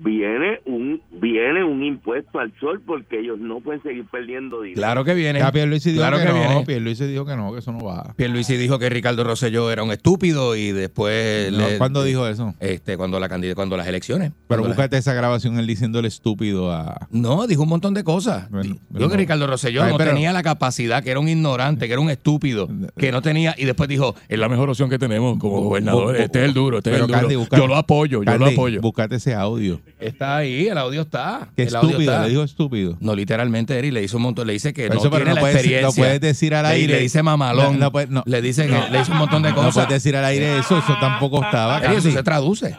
Speaker 7: viene un viene un impuesto al sol porque ellos no pueden seguir perdiendo dinero.
Speaker 5: Claro que viene.
Speaker 4: Ya Pierluisi dijo
Speaker 5: claro
Speaker 4: que,
Speaker 5: que,
Speaker 4: no.
Speaker 5: viene.
Speaker 4: Pierluisi dijo que no, que eso no va.
Speaker 5: Pierluisi dijo que Ricardo Rosselló era un estúpido y después...
Speaker 4: No,
Speaker 5: le-
Speaker 4: ¿Cuándo dijo eso?
Speaker 5: Este, cuando, la candid- cuando las elecciones.
Speaker 4: Pero
Speaker 5: Cuando las-
Speaker 4: búscate esa grabación él diciéndole estúpido a...
Speaker 5: No, dijo un montón de cosas.
Speaker 4: Bueno,
Speaker 5: Dijo
Speaker 4: bueno.
Speaker 5: que Ricardo Rosselló
Speaker 4: Ay,
Speaker 5: no
Speaker 4: pero-
Speaker 5: tenía la capacidad, que era un ignorante, que era un estúpido, que no tenía. Y después dijo, es la mejor opción que tenemos como gobernador.
Speaker 4: Bu- bu-
Speaker 5: Este es el duro, este es
Speaker 4: Pero,
Speaker 5: el duro.
Speaker 4: Candy, busca-
Speaker 5: yo lo apoyo, yo lo
Speaker 4: Candy,
Speaker 5: apoyo.
Speaker 4: Búscate ese audio.
Speaker 5: Está ahí, el audio está.
Speaker 4: Que
Speaker 5: el audio
Speaker 4: estúpido,
Speaker 5: está.
Speaker 4: le dijo estúpido.
Speaker 5: No, literalmente, Eri le hizo un montón, le dice que
Speaker 4: Eso,
Speaker 5: no
Speaker 4: pero
Speaker 5: tiene
Speaker 4: no
Speaker 5: la
Speaker 4: puedes-
Speaker 5: experiencia.
Speaker 4: lo puedes decir al
Speaker 5: Le-
Speaker 4: aire.
Speaker 5: Le dice mamalón.
Speaker 4: No, no puedes- no.
Speaker 5: Le dice, le hizo un montón de
Speaker 4: No
Speaker 5: cosas.
Speaker 4: puedes decir al aire eso, eso tampoco estaba.
Speaker 5: Eri, eso
Speaker 4: Candy.
Speaker 5: se traduce.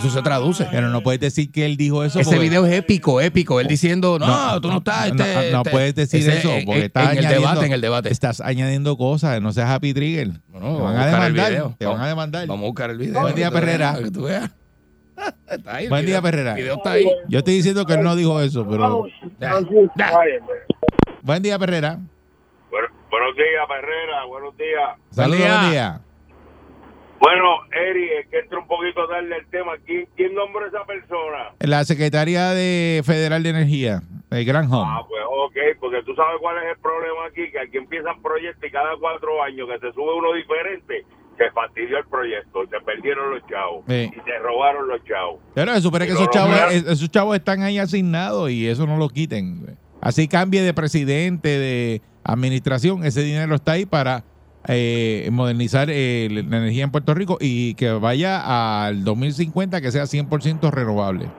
Speaker 5: Eso se traduce.
Speaker 4: Pero no puedes decir que él dijo eso.
Speaker 5: Ese
Speaker 4: porque-
Speaker 5: video es épico, épico. Él diciendo, no, tú no estás.
Speaker 4: no,
Speaker 5: este-
Speaker 4: no
Speaker 5: este-
Speaker 4: puedes decir
Speaker 5: ese-
Speaker 4: eso
Speaker 5: en-
Speaker 4: porque
Speaker 5: en-
Speaker 4: estás
Speaker 5: en el
Speaker 4: añadiendo-
Speaker 5: debate, en el debate.
Speaker 4: Estás añadiendo cosas, no seas happy trigger. te
Speaker 5: No, no,
Speaker 4: van
Speaker 5: vamos
Speaker 4: a
Speaker 5: buscar el
Speaker 4: demandar.
Speaker 5: video.
Speaker 4: Te van a demandar.
Speaker 5: Vamos a buscar el video.
Speaker 4: Buen día,
Speaker 5: para que tú
Speaker 4: Perrera.
Speaker 5: veas, para que tú veas. Está ahí el
Speaker 4: Buen día,
Speaker 5: video.
Speaker 4: Perrera.
Speaker 5: El video está ahí.
Speaker 4: Yo estoy diciendo que él no dijo eso, pero. Buen día, Perrera.
Speaker 8: Bueno, buenos días, Herrera. Buenos días.
Speaker 4: Saludos,
Speaker 5: día.
Speaker 4: buen día.
Speaker 8: Bueno, Eri, es que entra un poquito tarde el tema. ¿Quién, quién nombró esa persona?
Speaker 4: La Secretaría de Federal de Energía, el Gran
Speaker 8: Ah,
Speaker 4: Home.
Speaker 8: pues ok, porque tú sabes cuál es el problema aquí, que aquí empiezan proyectos y cada cuatro años que se sube uno diferente, se fastidió el proyecto, se perdieron los chavos
Speaker 4: Sí.
Speaker 8: y se robaron los chavos.
Speaker 4: Pero se supone que esos
Speaker 8: Pero
Speaker 4: chavos,
Speaker 8: no,
Speaker 4: es- esos chavos están ahí asignados y eso no lo quiten. Así cambie de presidente, de administración, ese dinero está ahí para eh, modernizar eh, la energía en Puerto Rico y que vaya al 2050 que sea 100% renovable.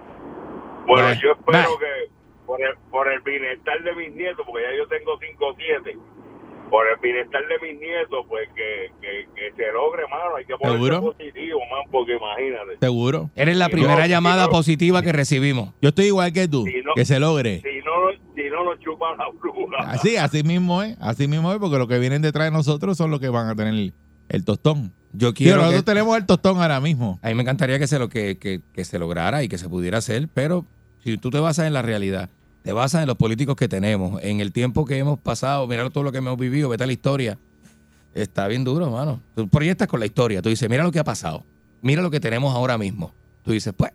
Speaker 8: Bueno,
Speaker 4: Nah,
Speaker 8: yo espero
Speaker 4: nah.
Speaker 8: que por el, por el bienestar de mis nietos, porque ya yo tengo cinco o siete, por el bienestar de mis nietos, pues que, que, que se logre, mano, hay que ponerse
Speaker 4: ¿Seguro?
Speaker 8: positivo, man, porque imagínate.
Speaker 4: Seguro.
Speaker 5: Eres la
Speaker 8: Sí,
Speaker 5: primera
Speaker 8: no, sí,
Speaker 5: llamada
Speaker 8: no.
Speaker 5: positiva que recibimos.
Speaker 4: Yo estoy igual que tú,
Speaker 8: Sí, no.
Speaker 4: que se logre.
Speaker 8: Si no, si no nos chupan la bruna.
Speaker 4: Así, así mismo es, así mismo es, porque los que vienen detrás de nosotros son los que van a tener el, el tostón.
Speaker 5: Yo
Speaker 4: Tío,
Speaker 5: quiero.
Speaker 4: nosotros
Speaker 5: que-
Speaker 4: tenemos el tostón ahora mismo.
Speaker 5: A mí me encantaría que se, lo, que, que- que se lograra y que se pudiera hacer, pero si tú te basas en la realidad, te basas en los políticos que tenemos, en el tiempo que hemos pasado, mirar todo lo que hemos vivido, vete a la historia. Está bien duro, hermano. Tú proyectas con la historia, tú dices, mira lo que ha pasado, mira lo que tenemos ahora mismo. Tú dices, pues,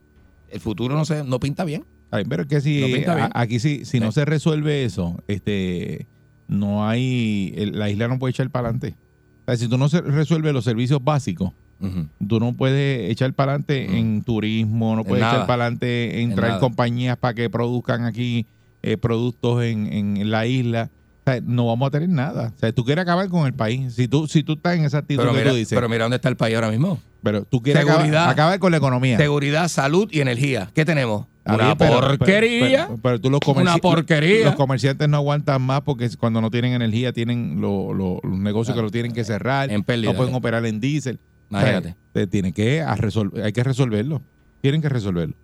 Speaker 5: el futuro no, se, no pinta bien.
Speaker 4: Ay, pero es que si
Speaker 5: No pinta bien.
Speaker 4: a- aquí si, si no
Speaker 5: Sí.
Speaker 4: se resuelve eso, este no hay el- la isla no puede echar para adelante. O sea, si tú no se resuelves los servicios básicos,
Speaker 5: Ujú.
Speaker 4: tú no puedes echar para adelante
Speaker 5: Mm.
Speaker 4: en turismo, no
Speaker 5: En
Speaker 4: puedes echar
Speaker 5: nada.
Speaker 4: para adelante en,
Speaker 5: En
Speaker 4: traer
Speaker 5: nada.
Speaker 4: compañías para que produzcan aquí eh, productos en, en la isla. O sea, no vamos a tener nada. O sea, tú quieres acabar con el país. Si tú, si tú estás en esa actitud
Speaker 5: Pero,
Speaker 4: que
Speaker 5: mira,
Speaker 4: tú dices,
Speaker 5: pero
Speaker 4: pero,
Speaker 5: mira dónde está el país ahora mismo.
Speaker 4: tú quieres acabar,
Speaker 5: Seguridad.
Speaker 4: acabar con la economía.
Speaker 5: Seguridad, salud y energía. ¿Qué tenemos?
Speaker 4: Está
Speaker 5: Una
Speaker 4: bien, pero- pero-
Speaker 5: porquería.
Speaker 4: Pero, pero tú los comerci-
Speaker 5: Una porquería.
Speaker 4: Los comerciantes no aguantan más porque cuando no tienen energía tienen lo- lo- los negocios que lo tienen que cerrar.
Speaker 5: En pérdida.
Speaker 4: No pueden operar en diésel. O sea,
Speaker 5: Imagínate.
Speaker 4: te tienen que a resol- hay que resolverlo. Tienen que resolverlo.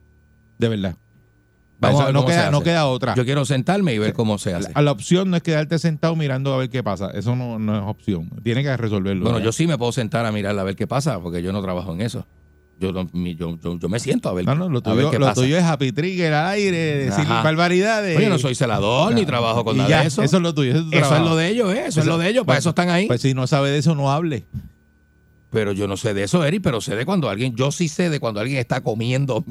Speaker 4: De verdad. Vamos
Speaker 5: Vamos
Speaker 4: a ver no,
Speaker 5: cómo se
Speaker 4: queda, no
Speaker 5: hace.
Speaker 4: queda otra.
Speaker 5: Yo quiero sentarme y ver cómo se hace.
Speaker 4: A la opción no es quedarte sentado mirando a ver qué pasa. Eso no, no es opción. Tiene que resolverlo. ¿eh?
Speaker 5: Bueno,
Speaker 4: ya.
Speaker 5: yo sí me puedo sentar a mirarla a ver qué pasa, porque yo no trabajo en eso. Yo, no- mi- yo, yo, yo me siento a ver,
Speaker 4: No, no, lo
Speaker 5: a ver
Speaker 4: tuyo,
Speaker 5: qué
Speaker 4: lo
Speaker 5: pasa.
Speaker 4: tuyo es happy trigger al aire, decir
Speaker 5: Ajá.
Speaker 4: barbaridades.
Speaker 5: Oye, no soy celador ni
Speaker 4: Ya.
Speaker 5: trabajo con
Speaker 4: Y
Speaker 5: nada
Speaker 4: ya,
Speaker 5: de eso.
Speaker 4: es lo tuyo. Eso es, tu
Speaker 5: Eso es
Speaker 4: trabajo.
Speaker 5: lo de ellos, ¿eh? Eso es
Speaker 4: Eso-
Speaker 5: lo de ellos. Para
Speaker 4: pues-
Speaker 5: eso están ahí.
Speaker 4: Pues si no sabe de eso, no hable.
Speaker 5: Pero yo no sé de eso, Eric, pero sé de cuando alguien, yo sí sé de cuando alguien está comiendo.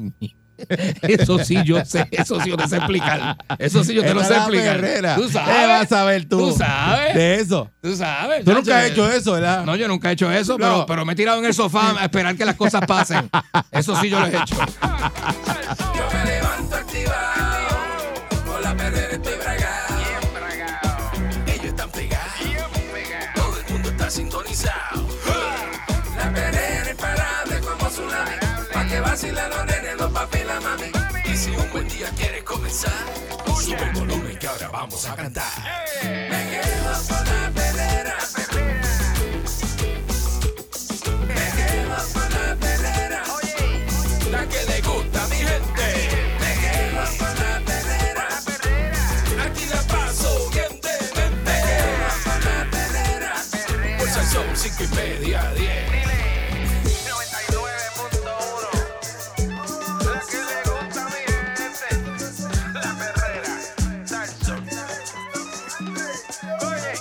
Speaker 5: Eso sí yo sé, eso sí yo te sé explicar. Eso sí yo te lo sé
Speaker 4: Esta es la
Speaker 5: explicar.
Speaker 4: perrera.
Speaker 5: Tú
Speaker 4: ¿Qué vas a
Speaker 5: sabes,
Speaker 4: saber tú?
Speaker 5: Tú sabes.
Speaker 4: De eso.
Speaker 5: tú sabes.
Speaker 4: Tú
Speaker 5: chacho,
Speaker 4: nunca has
Speaker 5: eh,
Speaker 4: hecho eso, ¿verdad?
Speaker 5: No, yo nunca he hecho
Speaker 4: No.
Speaker 5: eso, pero, pero me he tirado en el sofá a esperar que las cosas pasen. Eso sí yo lo he hecho.
Speaker 3: Yo me levanto activado. Con la perrera estoy bragado. Ellos están pegados. Todo el mundo está sintonizado. La perrera es imparable como tsunami. Pa' que vacilan los nenes, los papi y la mami. Y si un buen día quieres comenzar, sube el volumen que ahora vamos a cantar. Me quedo con la perrera. Me quedo con la perrera. La que le gusta a mi gente. Me quedo con la perrera. Aquí la paso bien demente. Me quedo con la perrera. Pues el son cinco y media a diez.
Speaker 2: 99.1 La que le gusta a mi gente La perrera Salsón Oye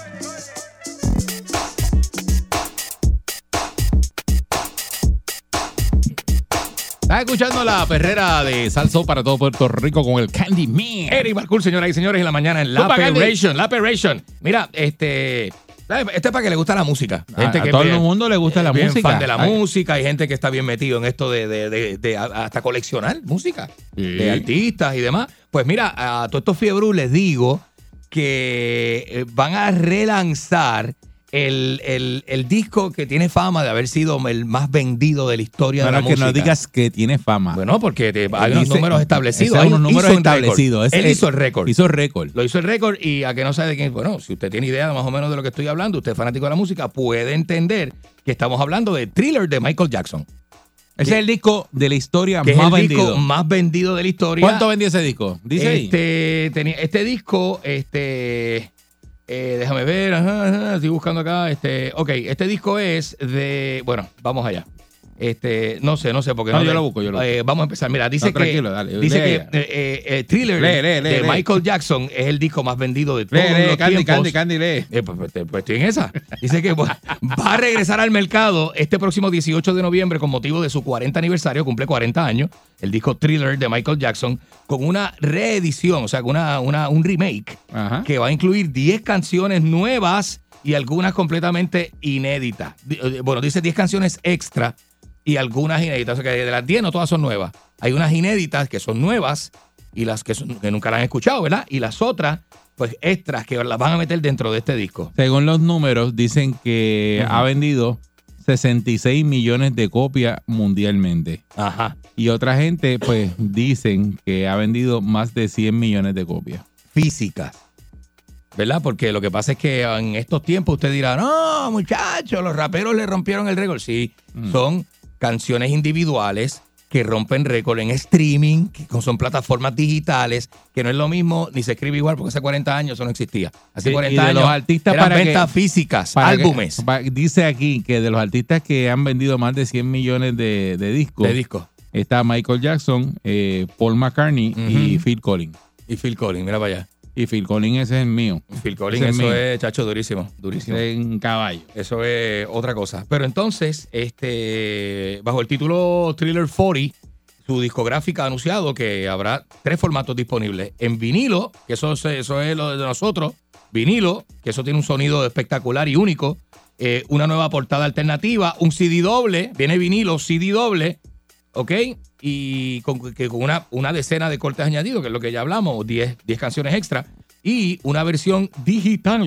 Speaker 4: Estás escuchando la perrera de Salso para todo Puerto Rico con el Candy Man.
Speaker 5: Eric Barcool, señoras y señores, en la mañana en La
Speaker 4: Zumba, Candy.
Speaker 5: Operation, La Operation. Mira, este. ¿sabes? Este es para que le gusta la música.
Speaker 4: Gente que Ah, todo el mundo le gusta la
Speaker 5: Este bien
Speaker 4: música.
Speaker 5: fan de la
Speaker 4: Ay,
Speaker 5: música, hay gente que está bien metido en esto de, de- de- de a- hasta coleccionar música,
Speaker 4: Sí.
Speaker 5: de artistas y demás. Pues mira, a todos estos fiebrus les digo que eh, van a relanzar el, el- el disco que tiene fama de haber sido el más vendido de la historia
Speaker 4: Pero
Speaker 5: de la
Speaker 4: que
Speaker 5: música.
Speaker 4: no digas que tiene fama.
Speaker 5: Bueno, porque te- hay unos
Speaker 4: Dice- eh,
Speaker 5: números establecidos.
Speaker 4: Ese es
Speaker 5: Hay
Speaker 4: unos números establecidos. Ese-
Speaker 5: Él hizo el récord.
Speaker 4: Hizo el récord.
Speaker 5: Lo hizo el récord y a que no sabe de quién. Bueno, si usted tiene idea de más o menos de lo que estoy hablando, usted es fanático de la música, puede entender que estamos hablando de thriller de Michael Jackson.
Speaker 4: Ese
Speaker 5: que-
Speaker 4: es el disco de la historia
Speaker 5: Que
Speaker 4: más
Speaker 5: es el
Speaker 4: vendido.
Speaker 5: disco más vendido de la historia.
Speaker 4: ¿Cuánto vendió ese disco? Dice ahí.
Speaker 5: este, tenía, este disco, este. eh, déjame ver, ajá, ajá, estoy buscando acá. Este, ok, este disco es de. Bueno, vamos allá. Este, no sé, no sé, porque
Speaker 4: No,
Speaker 5: no
Speaker 4: yo
Speaker 5: le-
Speaker 4: lo busco, yo lo busco.
Speaker 5: eh, Vamos a empezar. Mira, dice
Speaker 4: No,
Speaker 5: que.
Speaker 4: tranquilo, dale,
Speaker 5: Dice
Speaker 4: lee.
Speaker 5: que eh, eh, Thriller
Speaker 4: Lee, lee, lee,
Speaker 5: de
Speaker 4: lee.
Speaker 5: Michael Jackson es el disco más vendido de todos
Speaker 4: Lee, lee,
Speaker 5: los
Speaker 4: Candy,
Speaker 5: tiempos.
Speaker 4: Candy, Candy, lee.
Speaker 5: Eh, pues, pues, pues estoy en esa. Dice que va va a regresar al mercado este próximo 18 de noviembre con motivo de su 40 aniversario, cumple 40 años, el disco Thriller de Michael Jackson, con una reedición, o sea, con una, una- un remake
Speaker 4: Ajá.
Speaker 5: que va a incluir 10 canciones nuevas y algunas completamente inéditas. Di- eh, Bueno, dice 10 canciones extra y algunas inéditas. O sea, que de las 10 no todas son nuevas. Hay unas inéditas que son nuevas y las que, son- que nunca las han escuchado, ¿verdad? Y las otras, pues extras que las van a meter dentro de este disco.
Speaker 4: Según los números, dicen que
Speaker 5: Ujú.
Speaker 4: ha vendido 66 millones de copias mundialmente.
Speaker 5: Ajá.
Speaker 4: Y otra gente, pues, dicen que ha vendido más de 100 millones de copias.
Speaker 5: Físicas. ¿Verdad? Porque lo que pasa es que en estos tiempos usted dirá, no, muchachos, los raperos le rompieron el récord. Sí,
Speaker 4: Mm.
Speaker 5: son canciones individuales que rompen récord en streaming, que son plataformas digitales, que no es lo mismo ni se escribe igual, porque hace 40 años eso no existía. Hace
Speaker 4: Y- y
Speaker 5: 40
Speaker 4: de
Speaker 5: años
Speaker 4: los artistas
Speaker 5: eran
Speaker 4: para que-
Speaker 5: ventas físicas,
Speaker 4: Para que-
Speaker 5: álbumes
Speaker 4: pa- dice aquí que de los artistas que han vendido más de 100 millones de, de discos,
Speaker 5: de discos.
Speaker 4: está Michael Jackson, eh, Paul McCartney y
Speaker 5: Ujú.
Speaker 4: Phil Collins.
Speaker 5: Y Phil Collins, mira para allá.
Speaker 4: Y Phil Collins ese es el mío.
Speaker 5: Phil Collins,
Speaker 4: Ese es
Speaker 5: eso
Speaker 4: mío.
Speaker 5: es, chacho, durísimo, durísimo.
Speaker 4: Ese es un caballo.
Speaker 5: Eso es otra cosa. Pero entonces, este, bajo el título Thriller 40, su discográfica ha anunciado que habrá tres formatos disponibles. En vinilo, que eso, es- eso es lo de nosotros. Vinilo, que eso tiene un sonido espectacular y único. Eh, una nueva portada alternativa, un CD doble, viene vinilo, CD doble, ¿ok? Y con, que con una, una decena de cortes añadidos, que es lo que ya hablamos, 10 10 canciones extra. Y una versión digital,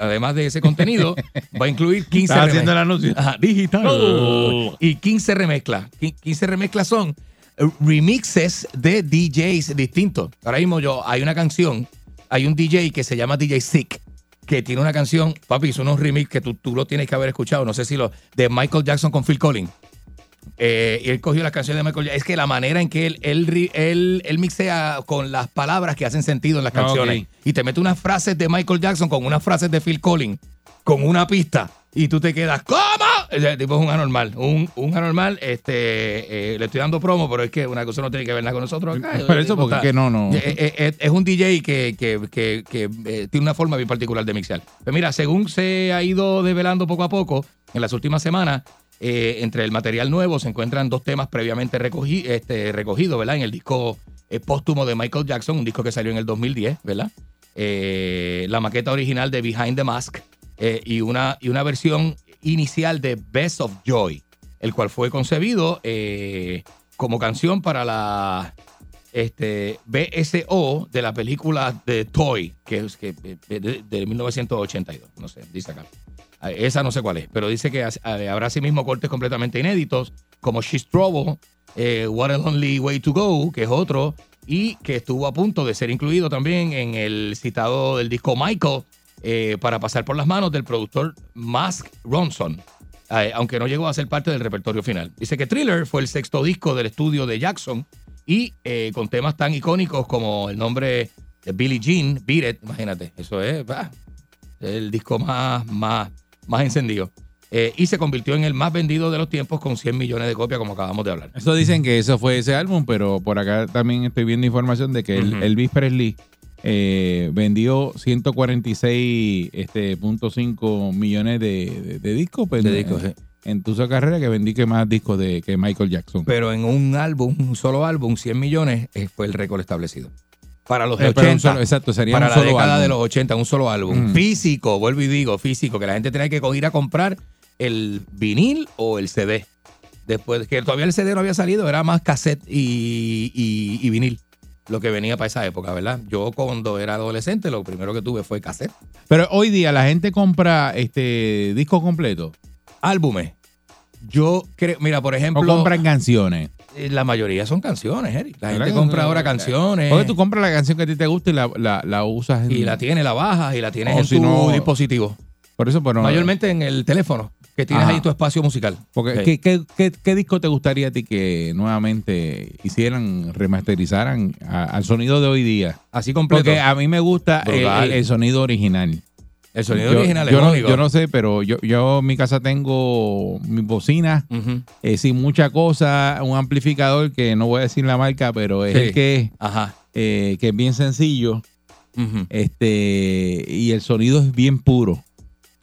Speaker 5: además de ese contenido, va a incluir 15
Speaker 4: Estaba haciendo
Speaker 5: remezclas.
Speaker 4: el anuncio.
Speaker 5: Ajá, digital.
Speaker 4: Oh.
Speaker 5: Y 15 remezclas. Qui- 15 remezclas son eh, remixes de DJs distintos. Ahora mismo yo, hay una canción, hay un DJ que se llama DJ Sick, que tiene una canción, papi, son unos remix que tú, tú lo tienes que haber escuchado, no sé si lo, de Michael Jackson con Phil Collins. Eh, y él cogió las canciones de Michael Jackson. Es que la manera en que él, él, ri- él, él mixea con las palabras que hacen sentido en las
Speaker 4: Ah, ok.
Speaker 5: canciones. Y te mete unas frases de Michael Jackson con unas frases de Phil Collins, con una pista. Y tú te quedas, ¿cómo? O sea, El tipo es un anormal. Un, un anormal, este, eh, le estoy dando promo, pero es que una cosa no tiene que ver nada con nosotros acá.
Speaker 4: Pero eso
Speaker 5: El tipo
Speaker 4: porque
Speaker 5: está-
Speaker 4: es que no, no.
Speaker 5: Eh, eh, eh, es un DJ que, que- que- que, eh, tiene una forma bien particular de mixear. Pues mira, según se ha ido develando poco a poco, en las últimas semanas, eh, entre el material nuevo se encuentran dos temas previamente recogi- este, recogidos, ¿verdad? En el disco eh, póstumo de Michael Jackson, un disco que salió en el 2010, ¿verdad? Eh, la maqueta original de Behind the Mask eh, y, una, y una versión inicial de Best of Joy, el cual fue concebido eh, como canción para la este, BSO de la película de Toy, que es que, eh, de, de- de 1982. No sé, dice acá. Ah, Esa no sé cuál es, pero dice que as- ah, habrá asimismo cortes completamente inéditos, como She's Trouble, eh, What a Lonely Way to Go, que es otro, y que estuvo a punto de ser incluido también en el citado del disco Michael, eh, para pasar por las manos del productor Mask Ronson. eh, aunque no llegó a ser parte del repertorio final. Dice que Thriller fue el sexto disco del estudio de Jackson, y eh, con temas tan icónicos como el nombre de Billie Jean, Beat It, imagínate, eso es bah, el disco más, más, más encendido. Eh, y se convirtió en el más vendido de los tiempos con 100 millones de copias, como acabamos de hablar.
Speaker 4: Eso dicen que eso fue ese álbum, pero por acá también estoy viendo información de que el
Speaker 5: Ujú.
Speaker 4: Elvis Presley eh, vendió 146.5 este, millones de, de- de discos. pues, en- En tu carrera que vendí que más discos de que Michael Jackson.
Speaker 5: Pero en un álbum, un solo álbum, 100 millones eh, fue el récord establecido. Para los de
Speaker 4: Eh, pero un
Speaker 5: 80,
Speaker 4: solo- exacto, sería
Speaker 5: para
Speaker 4: un
Speaker 5: la
Speaker 4: solo
Speaker 5: década
Speaker 4: álbum. Mm.
Speaker 5: de los 80, un solo álbum.
Speaker 4: Ujú.
Speaker 5: Físico, vuelvo y digo, físico, que la gente tenía que co- ir a comprar el vinil o el CD. Después que todavía el CD no había salido, era más cassette y, y- y vinil. Lo que venía para esa época, ¿verdad? Yo cuando era adolescente, lo primero que tuve fue cassette.
Speaker 4: Pero hoy día la gente compra este disco completo
Speaker 5: Álbumes. Yo creo, mira, por ejemplo,
Speaker 4: o compran canciones.
Speaker 5: eh, la mayoría son canciones, Eric. La
Speaker 4: ¿Verdad
Speaker 5: gente
Speaker 4: que
Speaker 5: compra
Speaker 4: no?
Speaker 5: ahora canciones.
Speaker 4: Porque tú compras la canción que a ti te gusta y la, la- la usas. en-
Speaker 5: y la tienes, la bajas y la tienes
Speaker 4: O
Speaker 5: en
Speaker 4: si
Speaker 5: tu
Speaker 4: no-
Speaker 5: dispositivo.
Speaker 4: Por eso, pero no-
Speaker 5: Mayormente en el teléfono, que tienes
Speaker 4: Ajá.
Speaker 5: ahí tu espacio musical.
Speaker 4: Porque,
Speaker 5: Sí.
Speaker 4: ¿qué, qué, qué, qué disco te gustaría a ti que nuevamente hicieran, remasterizaran a- al sonido de hoy día?
Speaker 5: Así completo.
Speaker 4: Porque a mí me gusta el,
Speaker 5: Brutal.
Speaker 4: el- el sonido original.
Speaker 5: el sonido
Speaker 4: Yo-
Speaker 5: original
Speaker 4: yo
Speaker 5: es
Speaker 4: no,
Speaker 5: único.
Speaker 4: yo no sé, pero yo, yo en mi casa tengo mis bocinas,
Speaker 5: Ujú.
Speaker 4: eh, sin mucha cosa, un amplificador que no voy a decir la marca, pero es
Speaker 5: Sí.
Speaker 4: el que,
Speaker 5: Ajá.
Speaker 4: eh, que es bien sencillo
Speaker 5: Ujú.
Speaker 4: este y el sonido es bien puro.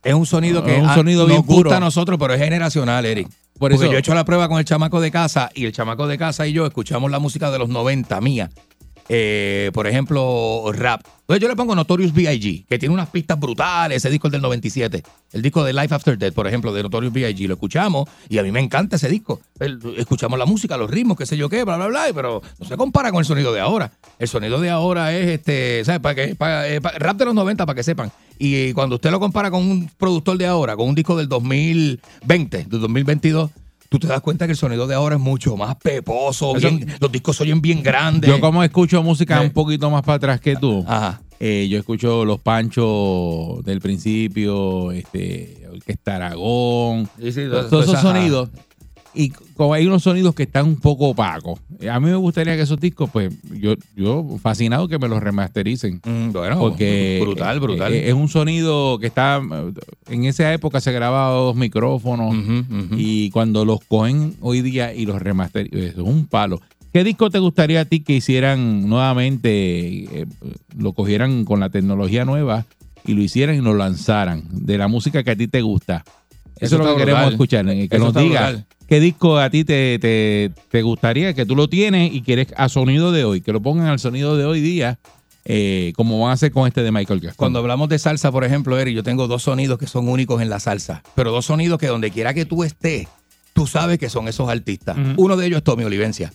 Speaker 5: Es un sonido que
Speaker 4: Es un
Speaker 5: ah,
Speaker 4: sonido
Speaker 5: nos
Speaker 4: bien
Speaker 5: gusta
Speaker 4: puro.
Speaker 5: a nosotros, pero es generacional, Eric.
Speaker 4: Por eso,
Speaker 5: Porque yo he hecho la prueba con el chamaco de casa y el chamaco de casa y yo escuchamos la música de los 90 mía. Eh, por ejemplo, rap. Entonces yo le pongo Notorious B.I.G., que tiene unas pistas brutales. Ese disco es del 97. El disco de Life After Death, por ejemplo, de Notorious B.I.G. Lo escuchamos y a mí me encanta ese disco. El- escuchamos la música, los ritmos, qué sé yo qué, bla, bla, bla, pero no se compara con el sonido de ahora. El sonido de ahora es, este, ¿sabes? Para que, para- eh, para- rap de los 90, para que sepan. Y cuando usted lo compara con un productor de ahora, con un disco del 2020, del 2022, tú te das cuenta que el sonido de ahora es mucho más peposo.
Speaker 4: Eso-
Speaker 5: bien- los discos se oyen bien grandes.
Speaker 4: yo como escucho música
Speaker 5: Sí.
Speaker 4: un poquito más para atrás que tú.
Speaker 5: Ajá.
Speaker 4: Eh, yo escucho los panchos del principio, este, Orquesta Aragón, todos
Speaker 5: Todos
Speaker 4: esos sonidos. Y como hay unos sonidos que están un poco opacos. Eh, A mí me gustaría que esos discos, pues, yo, yo fascinado que me los remastericen.
Speaker 5: Mm, bueno,
Speaker 4: Porque
Speaker 5: brutal, brutal.
Speaker 4: eh, Es un sonido que está. En esa época se grababa dos micrófonos.
Speaker 5: Ujú, ujú.
Speaker 4: Y cuando los cogen hoy día y los remasterizan, es un palo. ¿Qué disco te gustaría a ti que hicieran nuevamente, eh, lo cogieran con la tecnología nueva y lo hicieran y lo lanzaran de la música que a ti te gusta? Eso,
Speaker 5: Eso
Speaker 4: es lo
Speaker 5: está
Speaker 4: que queremos
Speaker 5: brutal.
Speaker 4: escuchar, eh, que
Speaker 5: Eso
Speaker 4: nos
Speaker 5: está
Speaker 4: digas
Speaker 5: brutal.
Speaker 4: qué disco a ti te, te- te gustaría, que tú lo tienes y quieres a sonido de hoy, que lo pongan al sonido de hoy día, eh, como van a hacer con este de Michael Jackson.
Speaker 5: Cuando hablamos de salsa, por ejemplo, Eri, yo tengo dos sonidos que son únicos en la salsa, pero dos sonidos que donde quiera que tú estés, tú sabes que son esos artistas.
Speaker 4: Ujú.
Speaker 5: Uno de ellos es Tommy Olivencia.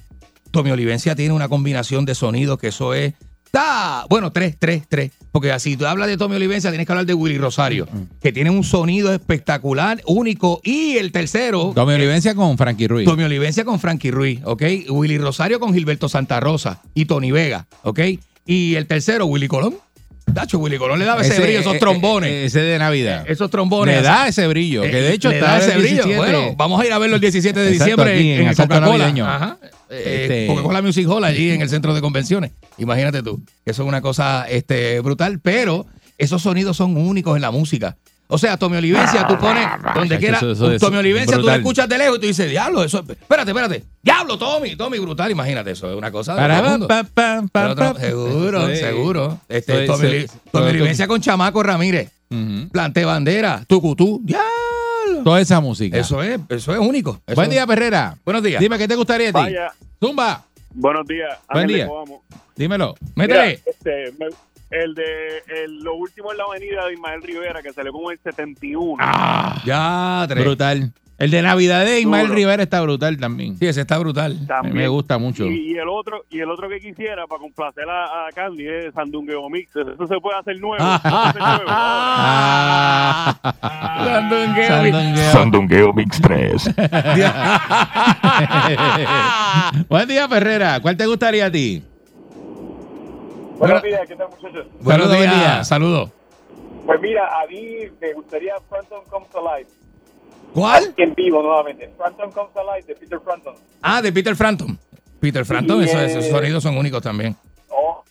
Speaker 5: Tommy Olivencia tiene una combinación de sonidos que eso es. ¡Ta! Bueno, tres, tres, tres. Porque si tú hablas de Tommy Olivencia, tienes que hablar de Willy Rosario, que tiene un sonido espectacular, único. Y el tercero,
Speaker 4: Tommy Olivencia con Frankie Ruiz.
Speaker 5: Tommy Olivencia Eh, con Frankie Ruiz, ¿ok? Willy Rosario con Gilberto Santa Rosa y Tony Vega, ¿ok? Y el tercero, Willy Colón. Dacho, Willy Colón le daba ese, brillo, esos
Speaker 4: eh,
Speaker 5: trombones.
Speaker 4: eh, Ese de Navidad.
Speaker 5: esos trombones.
Speaker 4: le
Speaker 5: así.
Speaker 4: da ese brillo. Que de hecho
Speaker 5: Eh, le
Speaker 4: está
Speaker 5: da
Speaker 4: ahora
Speaker 5: ese
Speaker 4: el
Speaker 5: brillo.
Speaker 4: 17.
Speaker 5: Bueno, vamos a ir a verlo el 17 de
Speaker 4: Exacto,
Speaker 5: diciembre
Speaker 4: aquí en
Speaker 5: en,
Speaker 4: Asalto
Speaker 5: Coca-Cola.
Speaker 4: Navideño.
Speaker 5: Ajá. Eh,
Speaker 4: Este-
Speaker 5: Coca-Cola Music Hall allí en el centro de convenciones. Imagínate tú, eso es una cosa este, brutal, pero esos sonidos son únicos en la música. O sea, Tommy Olivencia, tú pones donde
Speaker 4: Chacho,
Speaker 5: quiera,
Speaker 4: eso- eso es
Speaker 5: Tommy Olivencia, tú lo
Speaker 4: brutal.
Speaker 5: escuchas de lejos y tú dices, diablo, eso, espérate, espérate, diablo, Tommy, Tommy, brutal, imagínate eso, es una cosa de
Speaker 4: Para,
Speaker 5: otro
Speaker 4: pam,
Speaker 5: mundo.
Speaker 4: pam, pam,
Speaker 5: Pero
Speaker 4: pam,
Speaker 5: otro-
Speaker 4: pam.
Speaker 5: seguro,
Speaker 4: Eso es.
Speaker 5: seguro. Este,
Speaker 4: Eso es-
Speaker 5: Tommy, Oli-
Speaker 4: eso-
Speaker 5: Tommy
Speaker 4: todo-
Speaker 5: Olivencia con Chamaco Ramírez,
Speaker 4: Ujú.
Speaker 5: Plante Bandera, Tucutú, diablo.
Speaker 4: Toda esa música.
Speaker 5: Eso es, eso es único. Eso
Speaker 4: Buen
Speaker 5: es-
Speaker 4: día, Perrera.
Speaker 5: Buenos días.
Speaker 4: Dime, ¿qué te gustaría a ti?
Speaker 10: Vaya,
Speaker 4: Zumba,
Speaker 10: buenos días.
Speaker 4: Buen
Speaker 10: Ángel de
Speaker 4: día.
Speaker 10: Coamo.
Speaker 4: dímelo.
Speaker 10: Mira,
Speaker 5: Métele.
Speaker 10: este, me- el de el- lo último en la avenida de Ismael Rivera, que salió como el 71.
Speaker 4: Ah,
Speaker 5: Ah, Ya, tres.
Speaker 4: Brutal. El de Navidad de Ismael
Speaker 10: Duro.
Speaker 4: Rivera está brutal también.
Speaker 5: Sí, ese está brutal.
Speaker 4: A mí me gusta mucho.
Speaker 10: Y, y el otro y el otro que quisiera para complacer a, a Candy es Sandungueo Mix. Eso se puede hacer nuevo. eso se puede hacer nuevo.
Speaker 4: Ah.
Speaker 5: Sandungueo.
Speaker 4: Sandungueo.
Speaker 1: Sandungueo Mix 3.
Speaker 4: Buen día, Perrera. ¿Cuál te gustaría a ti?
Speaker 9: Buenos días, ¿qué tal, muchachos?
Speaker 5: Buenos
Speaker 4: Saludos, buen día.
Speaker 5: días. Saludos.
Speaker 9: Pues mira, a mí me gustaría Phantom Comes Alive,
Speaker 5: ¿Cuál?
Speaker 9: en vivo nuevamente. Phantom Comes Alive de Peter Frampton.
Speaker 5: Ah, de Peter Frampton. Peter Frampton,
Speaker 9: Sí,
Speaker 5: esos,
Speaker 9: eh.
Speaker 5: esos sonidos son únicos también.
Speaker 9: Oh,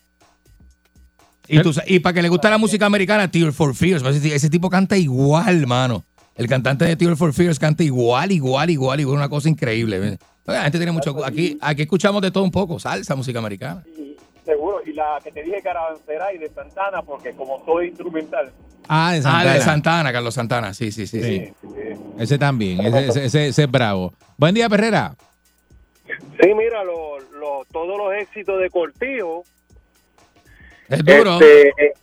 Speaker 5: Y, tú sa- y para que le gusta la música americana, Tear for Fears. pues, Ese, ese tipo canta igual, mano. El cantante de Tear for Fears canta igual, igual, igual, igual. Una cosa increíble. ¿ves? La gente tiene mucho. gu- Aquí, aquí escuchamos de todo un poco. Salsa, música americana.
Speaker 9: y seguro, y la que te dije Caravanserai de Santana, porque como soy instrumental,
Speaker 4: Ah, de
Speaker 5: Ah, la de
Speaker 4: Santana.
Speaker 5: Santana, Carlos Santana. Sí, sí, sí. sí.
Speaker 4: Sí. Ese también. Ese, ese- ese- ese es bravo. Buen día, Perrera.
Speaker 10: Sí, mira, lo- lo- todos los éxitos de Cortijo.
Speaker 5: Es duro.
Speaker 10: Este, eh,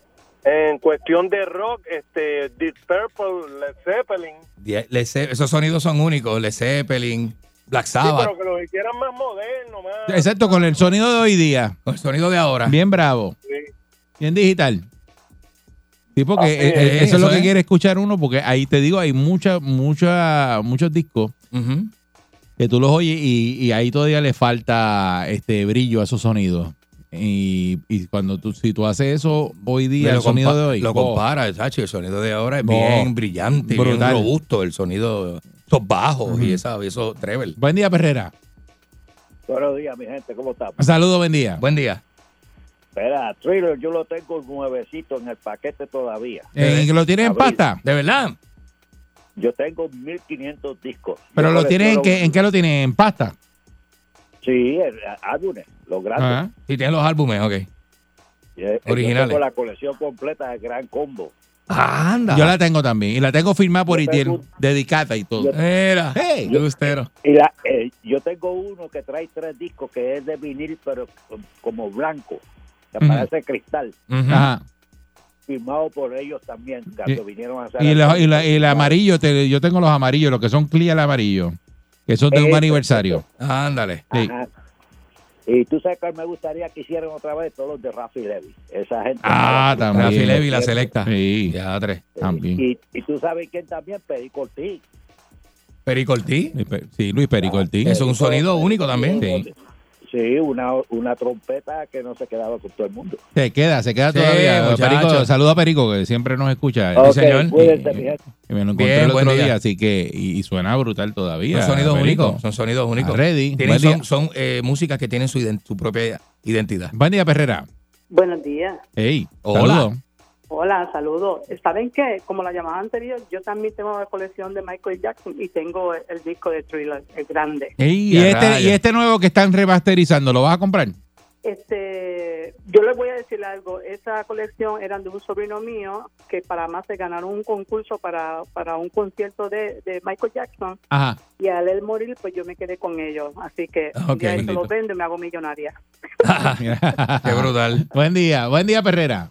Speaker 10: en cuestión de rock, este, Deep Purple, Led Zeppelin.
Speaker 5: Die- Led Ze- esos sonidos son únicos. Led Zeppelin, Black
Speaker 10: Sí,
Speaker 5: Sabbath.
Speaker 10: pero que los hicieran más modernos, más.
Speaker 4: Exacto, con el sonido de hoy día.
Speaker 5: Con el sonido de ahora.
Speaker 4: Bien bravo. Bien digital. Sí, porque
Speaker 9: Así
Speaker 4: eh, eh,
Speaker 5: es,
Speaker 4: eso, es lo
Speaker 5: eso
Speaker 4: que
Speaker 5: es.
Speaker 4: quiere escuchar uno, porque ahí te digo, hay mucha, mucha, muchos discos
Speaker 5: Ujú.
Speaker 4: que tú los oyes y, y ahí todavía le falta este brillo a esos sonidos. Y, y cuando tú, si tú haces eso hoy día,
Speaker 5: Lo
Speaker 4: el sonido
Speaker 5: compa-
Speaker 4: de hoy.
Speaker 5: Lo
Speaker 4: oh,
Speaker 5: compara, chacho, el sonido de ahora es
Speaker 4: Oh,
Speaker 5: bien brillante, bien
Speaker 4: brutal.
Speaker 5: robusto, el sonido, esos bajos y esa, esos treble.
Speaker 4: Buen día, Perrera.
Speaker 6: Buenos días, mi gente, ¿cómo estamos?
Speaker 4: Saludos, buen día.
Speaker 5: Buen día.
Speaker 6: Espera, Thriller, yo lo tengo nuevecito en el paquete todavía.
Speaker 4: Eh, ¿Lo tienes en
Speaker 6: Abril.
Speaker 4: pasta?
Speaker 5: ¿De verdad?
Speaker 6: Yo tengo 1500 discos.
Speaker 4: ¿Pero
Speaker 6: Yo
Speaker 4: lo
Speaker 6: colecciono
Speaker 4: tienes en qué, en qué lo tienes? ¿En pasta?
Speaker 6: Sí, el- álbumes, los grandes.
Speaker 4: Ajá.
Speaker 5: Si tienen los álbumes, ok.
Speaker 6: Ah, Eh,
Speaker 4: Ah,
Speaker 5: Originales.
Speaker 6: Yo tengo la colección completa de Gran Combo.
Speaker 5: anda.
Speaker 4: Yo la tengo también. Y la tengo firmada por
Speaker 6: Yo
Speaker 4: Itiel,
Speaker 6: tengo-
Speaker 4: dedicada y todo.
Speaker 5: Era.
Speaker 4: Hey.
Speaker 5: Justero.
Speaker 6: Y la, eh, yo tengo uno que trae tres discos que es de vinil, pero como blanco, que
Speaker 4: Ujú.
Speaker 6: parece cristal,
Speaker 5: Ujú.
Speaker 4: Ajá.
Speaker 6: firmado por ellos también, cuando pues, vinieron a hacer
Speaker 4: Y,
Speaker 6: el-
Speaker 4: la- y la- y el amarillo, te- yo tengo los amarillos, los que son clear amarillo, que son de un
Speaker 6: Eso,
Speaker 4: aniversario.
Speaker 5: Ándale.
Speaker 4: Sí.
Speaker 6: Ajá. Y tú sabes que me gustaría que hicieran otra vez todos los de Rafi Levy. Esa gente.
Speaker 4: Ah, también.
Speaker 5: Rafi Levy, la selecta.
Speaker 4: Sí, Ah,
Speaker 5: Ya, tres.
Speaker 4: también.
Speaker 6: Y, y tú sabes quién también, Perico Ortiz.
Speaker 5: Perico Ortiz.
Speaker 4: Sí, Luis Perico Ortiz.
Speaker 5: Es un sonido único también.
Speaker 4: Sí.
Speaker 6: Sí, una, una trompeta que no se quedaba con todo el mundo.
Speaker 4: Se queda, se queda
Speaker 5: Sí,
Speaker 4: todavía.
Speaker 5: muchacho.
Speaker 4: Perico, saludo a Perico, que siempre nos escucha.
Speaker 5: Ok, señor.
Speaker 6: cuídense, mi gente.
Speaker 4: Y Me lo encontré
Speaker 5: Bien,
Speaker 4: el
Speaker 5: buen
Speaker 4: otro día,
Speaker 5: día.
Speaker 4: así que. Y, y suena brutal todavía.
Speaker 5: Son sonidos
Speaker 4: Perico.
Speaker 5: únicos. Son sonidos únicos.
Speaker 4: Ready.
Speaker 5: Tienen-
Speaker 4: Buen día.
Speaker 5: son son eh, músicas que tienen su, ident- su propia identidad.
Speaker 4: Buen día, Perrera.
Speaker 11: Buenos días.
Speaker 4: Hey,
Speaker 5: Hola.
Speaker 4: saludo.
Speaker 11: Hola, saludos. ¿Saben qué? Como la llamada anterior, yo también tengo la colección de Michael Jackson y tengo el, el disco de Thriller, el grande.
Speaker 5: Eh.
Speaker 4: Y,
Speaker 5: a
Speaker 4: este,
Speaker 5: rayos.
Speaker 4: y este nuevo que están remasterizando, ¿lo vas a comprar?
Speaker 11: Este, yo les voy a decir algo. Esa colección era de un sobrino mío que para más se ganaron un concurso para, para un concierto de, de Michael Jackson
Speaker 4: Ajá.
Speaker 11: y al él morir, pues yo me quedé con ellos. Así que
Speaker 5: Ah, ok,
Speaker 11: ya eso
Speaker 5: bendito.
Speaker 11: lo vendo y me hago millonaria.
Speaker 5: Qué brutal.
Speaker 4: Buen día, buen día, Perrera.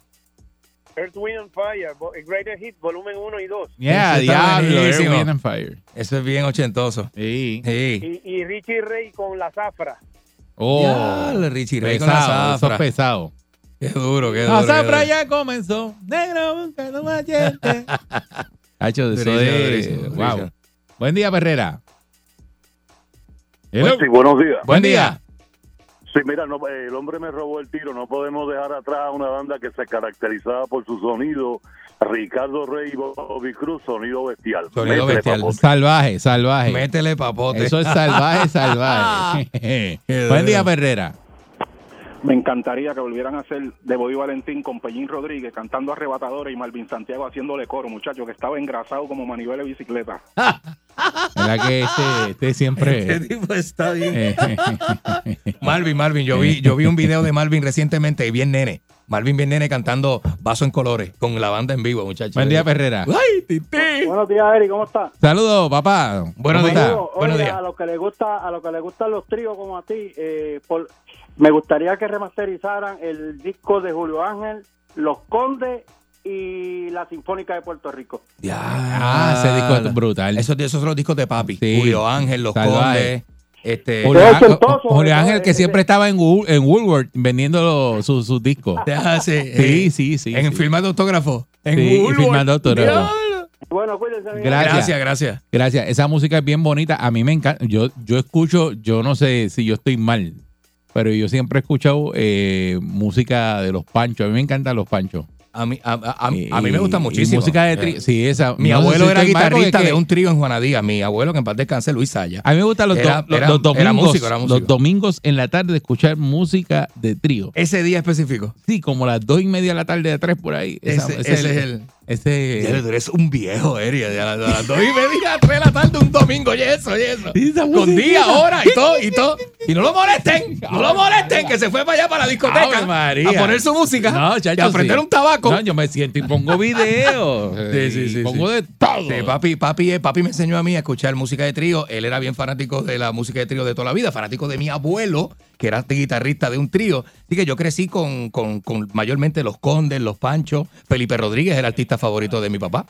Speaker 10: Earth, Wind and Fire, Bo- Greater Hit, volumen 1 y 2.
Speaker 4: Yeah,
Speaker 5: Eso está
Speaker 4: diablo, eh, Air,
Speaker 5: buenísimo.
Speaker 4: Wind and Fire.
Speaker 5: Eso es bien ochentoso.
Speaker 4: Sí.
Speaker 5: Sí.
Speaker 10: Y, y Richie Rey con la zafra.
Speaker 4: Oh,
Speaker 5: Diablo, Richie Ray con la
Speaker 4: pesado, eso
Speaker 5: zafra.
Speaker 4: es pesado.
Speaker 5: Qué duro, qué duro.
Speaker 4: La
Speaker 5: qué
Speaker 4: zafra
Speaker 5: duro.
Speaker 4: ya comenzó. Negro, nunca no machete. Hacho, eso
Speaker 5: Durísimo,
Speaker 4: es-
Speaker 5: durísimo,
Speaker 4: wow.
Speaker 5: durísimo.
Speaker 4: Buen día, Perrera. Hello.
Speaker 10: buenos días.
Speaker 4: Buen día.
Speaker 12: Sí, mira, no, eh, el hombre me robó el tiro. No podemos dejar atrás a una banda que se caracterizaba por su sonido. Ricardo Rey y Bobby Cruz, sonido bestial.
Speaker 5: Sonido
Speaker 12: Métele,
Speaker 5: bestial.
Speaker 12: papote.
Speaker 4: Salvaje, salvaje.
Speaker 5: Métele papote.
Speaker 4: Eso es salvaje, salvaje. Buen día, Perrera.
Speaker 13: Me encantaría que volvieran a hacer de Bobby Valentín con Pellín Rodríguez cantando Arrebatadores y Malvin Santiago haciéndole coro, muchacho, que estaba engrasado como manivela de bicicleta.
Speaker 4: ¿Verdad que este, este siempre...
Speaker 5: Este tipo está bien. Malvin, Malvin, yo vi, yo vi un video de Malvin recientemente, y bien nene. Malvin bien nene cantando Vaso en Colores con la banda en vivo, muchachos.
Speaker 4: Buen día, Perrera.
Speaker 5: Ay,
Speaker 14: Buenos días, Eri, ¿cómo está?
Speaker 4: Saludos, papá. Buenos días.
Speaker 14: Saludos. Oiga, A los que les gusta, a los que les gustan los tríos como a ti, eh, por- me gustaría que remasterizaran el disco de Julio Ángel, Los Condes y la Sinfónica de Puerto Rico.
Speaker 4: Ah, ese disco es brutal.
Speaker 5: Esos, esos son los discos de papi. Julio Ángel, Los
Speaker 4: Salvaje.
Speaker 5: Condes. Este,
Speaker 4: Julio, Ángel- Julio Ángel, que siempre estaba en, Wool- en Woolworth vendiendo lo- su- sus discos.
Speaker 5: Ah, sí,
Speaker 4: sí,
Speaker 5: eh,
Speaker 4: sí, sí.
Speaker 5: En
Speaker 4: sí.
Speaker 5: firma de autógrafo. En
Speaker 4: Sí, y
Speaker 5: Woolworth.
Speaker 4: firma de autógrafo.
Speaker 5: Diablo.
Speaker 14: Bueno, cuídense. mi
Speaker 4: Gracias.
Speaker 5: Gracias, gracias.
Speaker 4: Gracias. Esa música es bien bonita. A mí me encanta. Yo, yo escucho, yo no sé si yo estoy mal, pero yo siempre he escuchado eh, música de los panchos. A mí me encantan los panchos.
Speaker 5: A mí, a, a- a- a mí me gusta
Speaker 4: Y- y
Speaker 5: muchísimo.
Speaker 4: música de tri-
Speaker 5: Eh,
Speaker 4: sí, esa-
Speaker 5: Mi
Speaker 4: no sé
Speaker 5: abuelo
Speaker 4: si
Speaker 5: era
Speaker 4: estoy mal,
Speaker 5: guitarrista
Speaker 4: porque es
Speaker 5: de
Speaker 4: que-
Speaker 5: un trío en Juanadía. Mi abuelo, que en paz descanse, Luis Saya.
Speaker 4: A mí me gustan los,
Speaker 5: Era-
Speaker 4: do- los-
Speaker 5: era-
Speaker 4: los domingos,
Speaker 5: era músico, era músico.
Speaker 4: los domingos en la tarde escuchar música de trío.
Speaker 5: Ese día específico.
Speaker 4: Sí, como las dos y media de la tarde, de tres por ahí. Esa-
Speaker 5: Ese, ese es el.
Speaker 4: Ese.
Speaker 5: Ya, tú eres un viejo, Eri. A las- a las dos y media, a las tres de la tarde, un domingo, y eso, y eso. Con día, hora y todo, y todo. Y no lo molesten, no lo molesten, que se fue para allá para la discoteca.
Speaker 4: Ave María.
Speaker 5: A poner su música.
Speaker 4: No, chacho,
Speaker 5: y a prender
Speaker 4: sí.
Speaker 5: un tabaco.
Speaker 4: No, yo me siento y pongo videos.
Speaker 5: Sí, sí, sí,
Speaker 4: Pongo
Speaker 5: sí.
Speaker 4: de todo.
Speaker 5: Sí, papi, papi, eh, papi me enseñó a mí a escuchar música de trío. Él era bien fanático de la música de trío de toda la vida, fanático de mi abuelo, que era guitarrista de un trío. Así que yo crecí con, con- con mayormente los Condes, los Panchos. Felipe Rodríguez era el artista favorito de mi papá.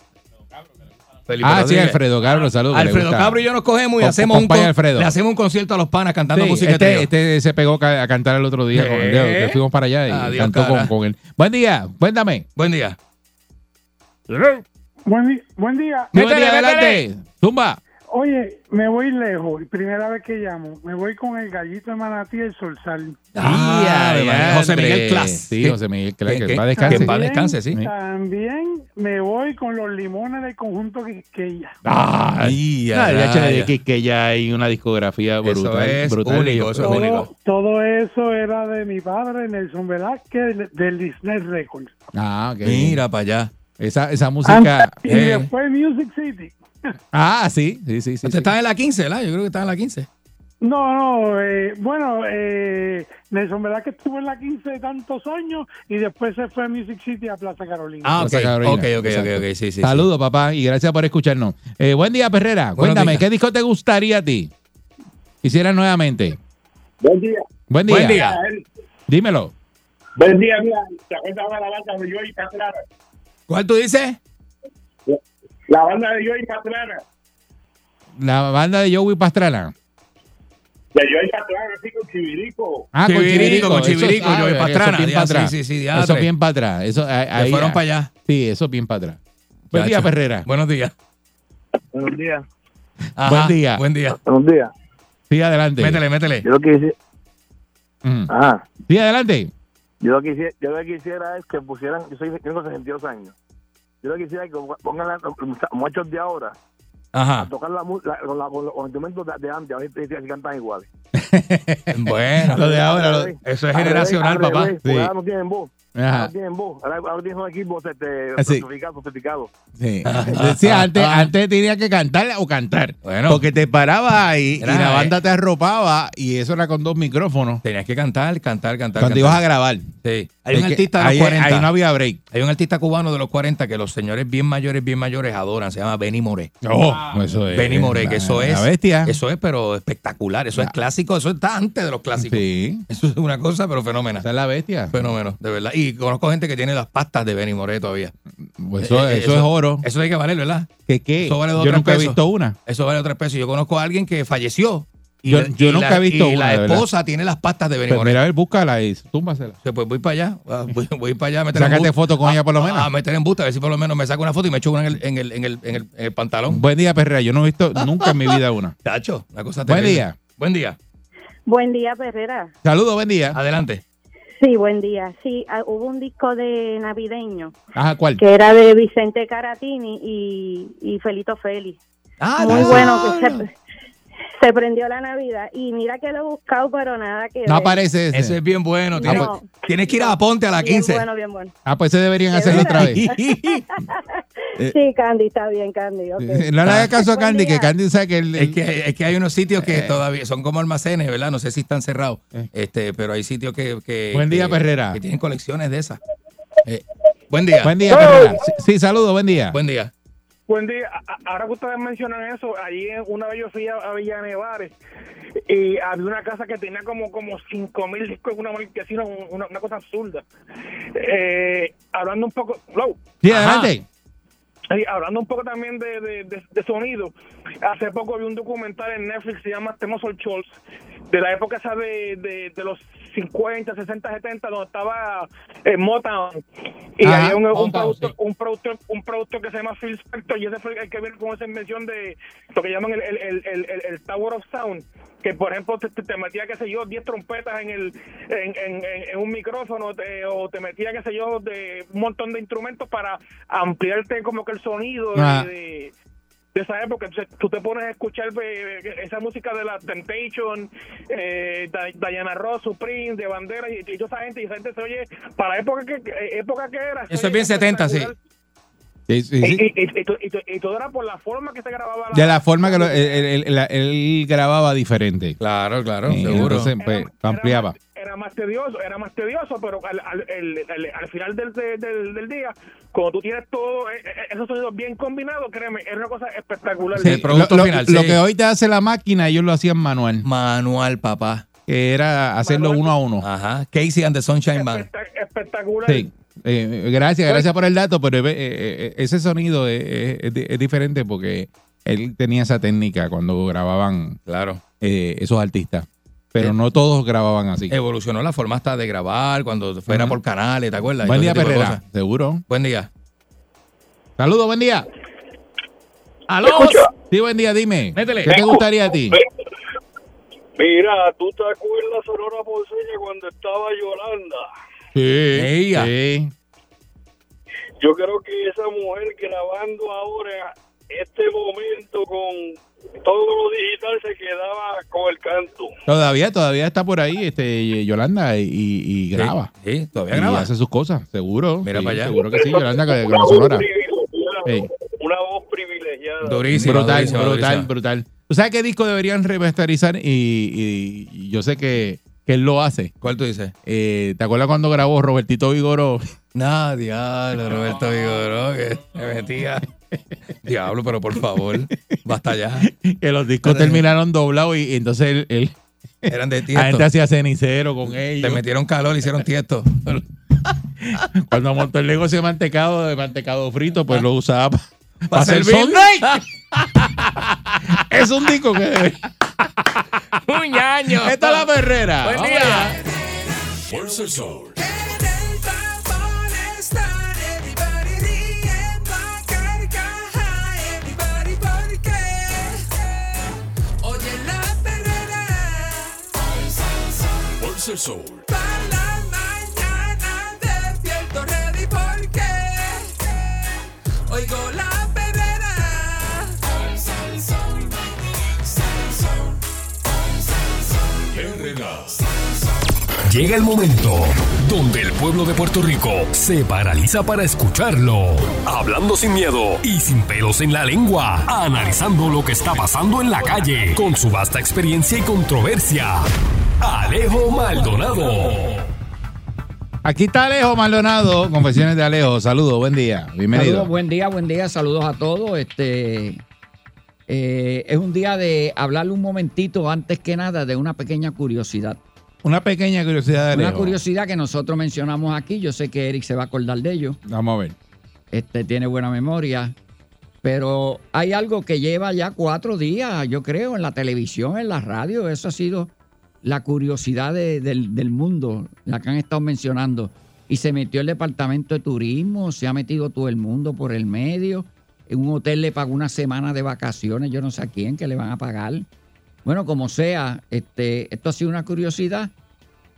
Speaker 5: Felipe
Speaker 4: ah, sí,
Speaker 5: Rodríguez.
Speaker 4: Alfredo Cabro, saludos. que le
Speaker 5: Alfredo
Speaker 4: gusta.
Speaker 5: Cabro y yo nos cogemos y
Speaker 4: Com-
Speaker 5: hacemos un,
Speaker 4: compañía
Speaker 5: con-
Speaker 4: Alfredo.
Speaker 5: le hacemos un concierto a los panas cantando
Speaker 4: Sí,
Speaker 5: música de
Speaker 4: este,
Speaker 5: trío. ¿Eh?
Speaker 4: este se pegó ca- a cantar el otro día con el dedo, que fuimos para allá y
Speaker 5: Adiós,
Speaker 4: cantó con,
Speaker 5: cara.
Speaker 4: con él. Buen día, cuéntame.
Speaker 5: Buen día.
Speaker 15: Buen, di- buen día.
Speaker 4: Muy buen día, adelante. Zumba.
Speaker 15: Oye, me voy lejos. Primera vez que llamo. Me voy con el gallito de manatí y el solsal.
Speaker 4: Ah,
Speaker 5: Ave María, José Miguel Clas.
Speaker 4: Sí, José Miguel Clas, que
Speaker 5: que-
Speaker 4: en paz
Speaker 5: que
Speaker 4: descanse.
Speaker 5: en paz descanse, sí.
Speaker 15: También me voy con los limones del conjunto Quisqueya.
Speaker 4: Ay,
Speaker 5: a
Speaker 4: ah, ya,
Speaker 5: raya.
Speaker 4: che, que, que ya hay una discografía brutal.
Speaker 5: es
Speaker 4: brutal,
Speaker 5: único,
Speaker 4: y yo-
Speaker 5: eso es único.
Speaker 15: Todo eso era de mi padre, Nelson Velázquez, del- del Disney Records.
Speaker 4: Ah, ok.
Speaker 5: Mira para allá.
Speaker 4: Esa, esa música.
Speaker 15: Y
Speaker 4: eh,
Speaker 15: después Music City.
Speaker 4: Ah, sí, sí, sí. sí,
Speaker 5: Usted
Speaker 4: sí.
Speaker 5: está en la 15, ¿verdad? Yo creo que está en la 15.
Speaker 15: No, no, eh, bueno, eh, Nelson Velázquez estuvo en la 15 de tantos años y después se fue a Music City a Plaza Carolina.
Speaker 5: Ah, ok,
Speaker 4: Rosa Carolina.
Speaker 5: ok, ok,
Speaker 4: Exacto.
Speaker 5: ok, ok, sí, sí,
Speaker 4: Saludos, papá, y gracias por escucharnos. Eh, buen día, Perrera.
Speaker 5: Buenos
Speaker 4: Cuéntame,
Speaker 5: días.
Speaker 4: ¿qué disco te gustaría a ti? Quisiera nuevamente.
Speaker 16: Buen día.
Speaker 4: Buen día. Dímelo.
Speaker 16: Buen día, mira. ¿Te acuerdas de la banda de Joey Pastrana?
Speaker 5: ¿Cuál tú dices?
Speaker 16: La banda de Joey Pastrana.
Speaker 4: La banda de Joey Pastrana.
Speaker 16: De Joey Pastrana, así con Chivirico.
Speaker 4: Ah, con
Speaker 5: Chivirico,
Speaker 4: Chivirico,
Speaker 5: con
Speaker 4: eso-
Speaker 5: Chivirico,
Speaker 4: ah,
Speaker 5: Joey
Speaker 4: eso
Speaker 5: Pastrana,
Speaker 4: bien
Speaker 5: ya,
Speaker 4: para
Speaker 5: sí,
Speaker 4: atrás.
Speaker 5: sí, sí,
Speaker 4: Eso
Speaker 5: diatre.
Speaker 4: bien para atrás. Eso, ahí-
Speaker 5: Se
Speaker 4: ahí-
Speaker 5: fueron para allá.
Speaker 4: Sí, eso bien para atrás. Buen
Speaker 5: Ya,
Speaker 4: día,
Speaker 5: ya.
Speaker 4: Perrera.
Speaker 5: Buenos días.
Speaker 16: Buenos días.
Speaker 5: Ajá,
Speaker 4: Buen día.
Speaker 5: Buen día.
Speaker 16: Buenos días.
Speaker 4: Sí, adelante.
Speaker 5: Métele, métele.
Speaker 16: Yo lo que hice-
Speaker 4: Ujú.
Speaker 16: Ah.
Speaker 4: Mm. Sí, adelante.
Speaker 16: Yo lo que quisiera, yo lo que quisiera es que pusieran, yo soy, tengo 62 años. Yo lo que quisiera es que pongan a los muchachos de ahora a
Speaker 5: Ajá.
Speaker 16: tocar la, mu- la, con la- con los instrumentos de, de antes, a ver si si cantan iguales.
Speaker 5: Bueno, lo de ahora, lo- eso es
Speaker 16: Al revés,
Speaker 5: generacional,
Speaker 16: al
Speaker 5: papá.
Speaker 16: revés, porque
Speaker 5: Sí.
Speaker 16: Ahora no tienen voz.
Speaker 4: Ajá.
Speaker 16: Ahora no tienen voz. Ahora, ahora tienen son equipos este,
Speaker 4: Ah, sí.
Speaker 16: sofisticados, sofisticados.
Speaker 4: Sí, Sí, antes,
Speaker 10: Ah,
Speaker 16: Ah,
Speaker 4: antes tenía que cantar o cantar. Porque te parabas ahí
Speaker 5: Era,
Speaker 4: y la
Speaker 5: eh.
Speaker 4: banda te arropaba y eso era con dos micrófonos.
Speaker 5: Tenías que cantar, cantar, cantar.
Speaker 4: Cuando
Speaker 5: cantar.
Speaker 4: ibas a grabar.
Speaker 5: Sí. Hay
Speaker 4: Es
Speaker 5: un
Speaker 4: que
Speaker 5: artista de los
Speaker 4: ahí-
Speaker 5: 40.
Speaker 4: ahí no había break.
Speaker 5: Hay un artista cubano de los 40 que los señores bien mayores, bien mayores adoran. Se llama Benny Moré.
Speaker 4: Oh, eso es.
Speaker 5: Benny Moré, que eso
Speaker 4: La- la
Speaker 5: es.
Speaker 4: bestia.
Speaker 5: Eso es, pero espectacular. Eso es clásico. Eso está antes de los clásicos.
Speaker 4: Sí.
Speaker 5: Eso es una cosa, pero fenómena.
Speaker 4: Esa es la bestia.
Speaker 5: Fenómeno, de verdad. Y conozco gente que tiene las pastas de Benny Moré todavía.
Speaker 4: Pues eso,
Speaker 5: Eh, eh,
Speaker 4: eso es oro.
Speaker 5: Eso hay que valer, ¿verdad?
Speaker 4: ¿Qué, qué?
Speaker 5: Eso vale dos,
Speaker 4: Yo
Speaker 5: tres
Speaker 4: nunca he
Speaker 5: pesos.
Speaker 4: visto una.
Speaker 5: Eso vale tres pesos. Yo conozco a alguien que falleció.
Speaker 4: Yo-
Speaker 5: la-
Speaker 4: yo nunca
Speaker 5: la-
Speaker 4: he visto
Speaker 5: Y
Speaker 4: una,
Speaker 5: la
Speaker 4: de verdad.
Speaker 5: esposa tiene las pastas de Benny
Speaker 4: Pero
Speaker 5: Moré.
Speaker 4: Pues mira, a ver, búscala y túmbasela.
Speaker 5: O sea, pues voy para allá. ah, Voy, voy para allá a meter
Speaker 4: Sácate
Speaker 5: embuste.
Speaker 4: foto con ella por lo
Speaker 5: Ah,
Speaker 4: menos.
Speaker 5: A meter en busta, a ver si por lo menos me saca una foto y me echo una en el, en el, en el, en el- en el pantalón.
Speaker 4: Buen día, Perrea. Yo no he visto nunca en mi vida una.
Speaker 5: Tacho, una cosa
Speaker 4: Buen
Speaker 5: terrible.
Speaker 4: día.
Speaker 5: Buen día.
Speaker 17: Buen día, Herrera.
Speaker 5: Saludos, buen día. Adelante.
Speaker 17: Sí, buen día. Sí, ah, hubo un disco de navideño
Speaker 5: Ajá, ¿cuál?
Speaker 17: que era de Vicente Caratini y, y Felito Félix.
Speaker 5: Ah,
Speaker 17: Muy
Speaker 5: no.
Speaker 17: bueno, que se, se prendió la Navidad. Y mira que lo he buscado, pero nada que
Speaker 4: No
Speaker 17: ver.
Speaker 4: aparece ese.
Speaker 5: Ese es bien bueno. Tienes,
Speaker 17: No.
Speaker 5: tienes que ir a Ponte a la
Speaker 17: Bien
Speaker 5: 15.
Speaker 17: bueno, bien bueno.
Speaker 4: Ah, pues se deberían hacerlo otra vez.
Speaker 5: Eh.
Speaker 17: Sí, Candy, está bien, Candy. ok.
Speaker 4: Eh, No le hagas caso a Candy, que Candy sabe que el,
Speaker 5: Ah. Es que, es que hay unos sitios que todavía son como almacenes, ¿verdad? No sé si están cerrados, este, pero hay sitios que, que-
Speaker 4: Buen día,
Speaker 5: que-
Speaker 4: Perrera.
Speaker 5: que tienen colecciones de esas. Eh, buen día.
Speaker 4: Buen día, Perrera. Sí, sí, saludos, buen día.
Speaker 5: Buen día.
Speaker 18: Buen día. A- a- Ahora que ustedes mencionan eso, allí una vez yo fui a, a Villanevares y había una casa que tenía como como cinco mil discos, una marquesina, un- una, una cosa absurda. Eh, hablando un poco, Lau,
Speaker 4: Sí, adelante.
Speaker 18: eh, hablando un poco también de, de- de- de sonido, hace poco vi un documental en Netflix se llama Temosol Scholz, de la época esa de, de- de los 50, 60, 70, donde estaba eh, Motown. Y
Speaker 19: Ajá,
Speaker 18: había un, un
Speaker 19: Motown,
Speaker 18: productor, un, productor, un productor que se llama Phil Spector, y ese fue el que vino con esa invención de lo que llaman el, el, el, el- el- el Tower of Sound, que por ejemplo te, te- te metía, qué sé yo, 10 trompetas en, el, en, en- en- en un micrófono, te- o te metía, qué sé yo, de un montón de instrumentos para ampliarte como que el sonido de-
Speaker 4: Ajá.
Speaker 18: de de esa época. Entonces, tú te pones a escuchar eh, esa música de la Temptation, eh, Di- Diana Ross, Supreme, de Bandera y, y toda esa gente. Y esa gente se oye, para época que, eh, época que era.
Speaker 5: Eso
Speaker 18: se
Speaker 5: es
Speaker 18: oye
Speaker 5: bien 70, sí.
Speaker 4: Sí, sí, sí.
Speaker 18: Y, y- y to- y to- y todo era por la forma que se grababa.
Speaker 4: De la forma que lo- él, él- él- él grababa diferente.
Speaker 5: Claro, claro,
Speaker 18: seguro.
Speaker 4: Entonces pues, ampliaba.
Speaker 18: Era más tedioso, era más tedioso, pero al, al, el- el- al final del, del, del día, cuando tú tienes todo eh, eh, esos sonidos bien combinados, créeme, es una cosa espectacular.
Speaker 4: Sí, lo, lo- lo que hoy te hace la máquina, ellos lo hacían manual.
Speaker 5: Manual, papá.
Speaker 4: Que era hacerlo uno a uno.
Speaker 5: Ajá. Casey and the Sunshine Band.
Speaker 18: espectacular.
Speaker 4: Sí. Eh, gracias, gracias por el dato, pero eh, eh, ese sonido es, es- es diferente porque él tenía esa técnica cuando grababan eh,
Speaker 5: claro.
Speaker 4: esos artistas. Pero no todos grababan así.
Speaker 5: Evolucionó la forma hasta de grabar cuando fuera por canales, ¿te acuerdas?
Speaker 4: Buen
Speaker 5: Y todo
Speaker 4: día,
Speaker 5: ese tipo de
Speaker 4: Perrera.
Speaker 5: cosas.
Speaker 4: Seguro.
Speaker 5: Buen día.
Speaker 4: Saludos, buen día. ¿Aló? Sí, buen día, dime.
Speaker 20: Métele.
Speaker 4: ¿Qué te gustaría a ti?
Speaker 20: Mira, ¿tú te acuerdas, Sonora Ponceña, cuando estaba Yolanda?
Speaker 4: Sí.
Speaker 5: Ella.
Speaker 4: Sí.
Speaker 20: Yo creo que esa mujer grabando ahora este momento con todo lo digital se quedaba con el canto.
Speaker 4: Todavía, todavía está por ahí este Yolanda y, y graba.
Speaker 5: Sí, todavía
Speaker 4: y
Speaker 5: graba.
Speaker 4: hace sus cosas, seguro.
Speaker 5: Mira
Speaker 4: Sí,
Speaker 5: para allá.
Speaker 4: Seguro que sí, Yolanda que- con la sonora. Sí.
Speaker 20: Una voz privilegiada.
Speaker 5: Durísimo,
Speaker 4: brutal,
Speaker 5: durísimo,
Speaker 4: brutal,
Speaker 5: durísimo.
Speaker 4: brutal. ¿Tú sabes qué disco deberían remasterizar? Y, y- y yo sé que, que él lo hace. Eh,
Speaker 5: ¿Cuál tú dices?
Speaker 4: ¿Te acuerdas cuando grabó Robertito Vigoro?
Speaker 5: No, diablo, Roberto Vigoró, que me metía. Diablo, pero por favor, basta ya.
Speaker 4: Que los discos terminaron doblados y, y entonces él, él-
Speaker 5: Eran de
Speaker 4: la gente
Speaker 5: tiesto.
Speaker 4: hacía cenicero con ellos.
Speaker 5: Te metieron calor, hicieron tiesto.
Speaker 4: Cuando montó el negocio de mantecado, de mantecado frito, pues lo usaba para
Speaker 5: Pa'
Speaker 4: hacer
Speaker 5: servir.
Speaker 4: Sunday. es un disco que debe.
Speaker 5: Un año.
Speaker 4: Esta es la perrera.
Speaker 5: Buen
Speaker 4: Vamos
Speaker 5: día.
Speaker 4: allá.
Speaker 1: Fuerza el sol.
Speaker 3: Everybody, porque Oye la perrera
Speaker 1: Fuerza el sol.
Speaker 3: Para la mañana despierto ready porque Oigo la perrera
Speaker 1: Perrera. Llega el momento donde el pueblo de Puerto Rico se paraliza para escucharlo. Hablando sin miedo y sin pelos en la lengua, analizando lo que está pasando en la calle con su vasta experiencia y controversia. Alejo Maldonado.
Speaker 4: Aquí está Alejo Maldonado, Confesiones de Alejo. Saludos, buen día. Bienvenido.
Speaker 21: Saludos, buen día, buen día, saludos a todos. Este eh, es un día de hablarle un momentito antes que nada de una pequeña curiosidad.
Speaker 4: Una pequeña curiosidad de
Speaker 21: Una
Speaker 4: Alejo.
Speaker 21: curiosidad que nosotros mencionamos aquí, yo sé que Eric se va a acordar de ello.
Speaker 4: Vamos a ver.
Speaker 21: Este tiene buena memoria, pero hay algo que lleva ya cuatro días, yo creo, en la televisión, en la radio. Eso ha sido la curiosidad de- del, del mundo, la que han estado mencionando. Y se metió el departamento de turismo, se ha metido todo el mundo por el medio. En un hotel le pagó una semana de vacaciones, yo no sé a quién que le van a pagar. Bueno, como sea, este, esto ha sido una curiosidad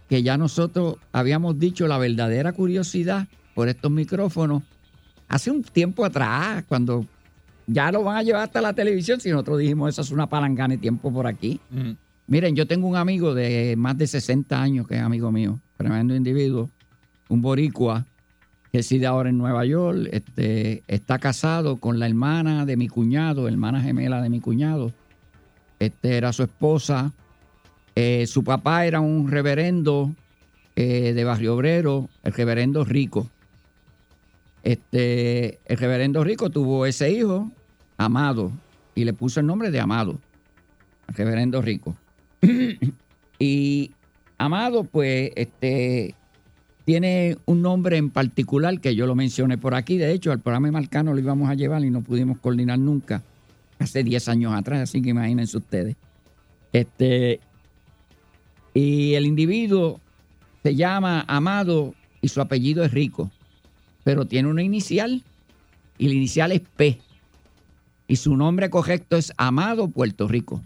Speaker 21: que ya nosotros habíamos dicho la verdadera curiosidad por estos micrófonos hace un tiempo atrás, cuando ya lo van a llevar hasta la televisión, si nosotros dijimos eso es una palangana de tiempo por aquí. Miren, yo tengo un amigo de más de 60 años que es amigo mío, tremendo individuo, un boricua, que reside ahora en Nueva York, este, está casado con la hermana de mi cuñado, hermana gemela de mi cuñado, este, era su esposa, Eh, su papá era un reverendo eh, de Barrio Obrero, el reverendo Rico. Este, el reverendo Rico tuvo ese hijo, Amado, y le puso el nombre de Amado, el reverendo Rico. y Amado, pues, este, tiene un nombre en particular que yo lo mencioné por aquí. De hecho, al programa de Marcano lo íbamos a llevar y no pudimos coordinar nunca, hace 10 años atrás, así que imagínense ustedes. Este, y el individuo se llama Amado y su apellido es Rico, pero tiene una inicial y la inicial es P. Y su nombre correcto es Amado Puerto Rico.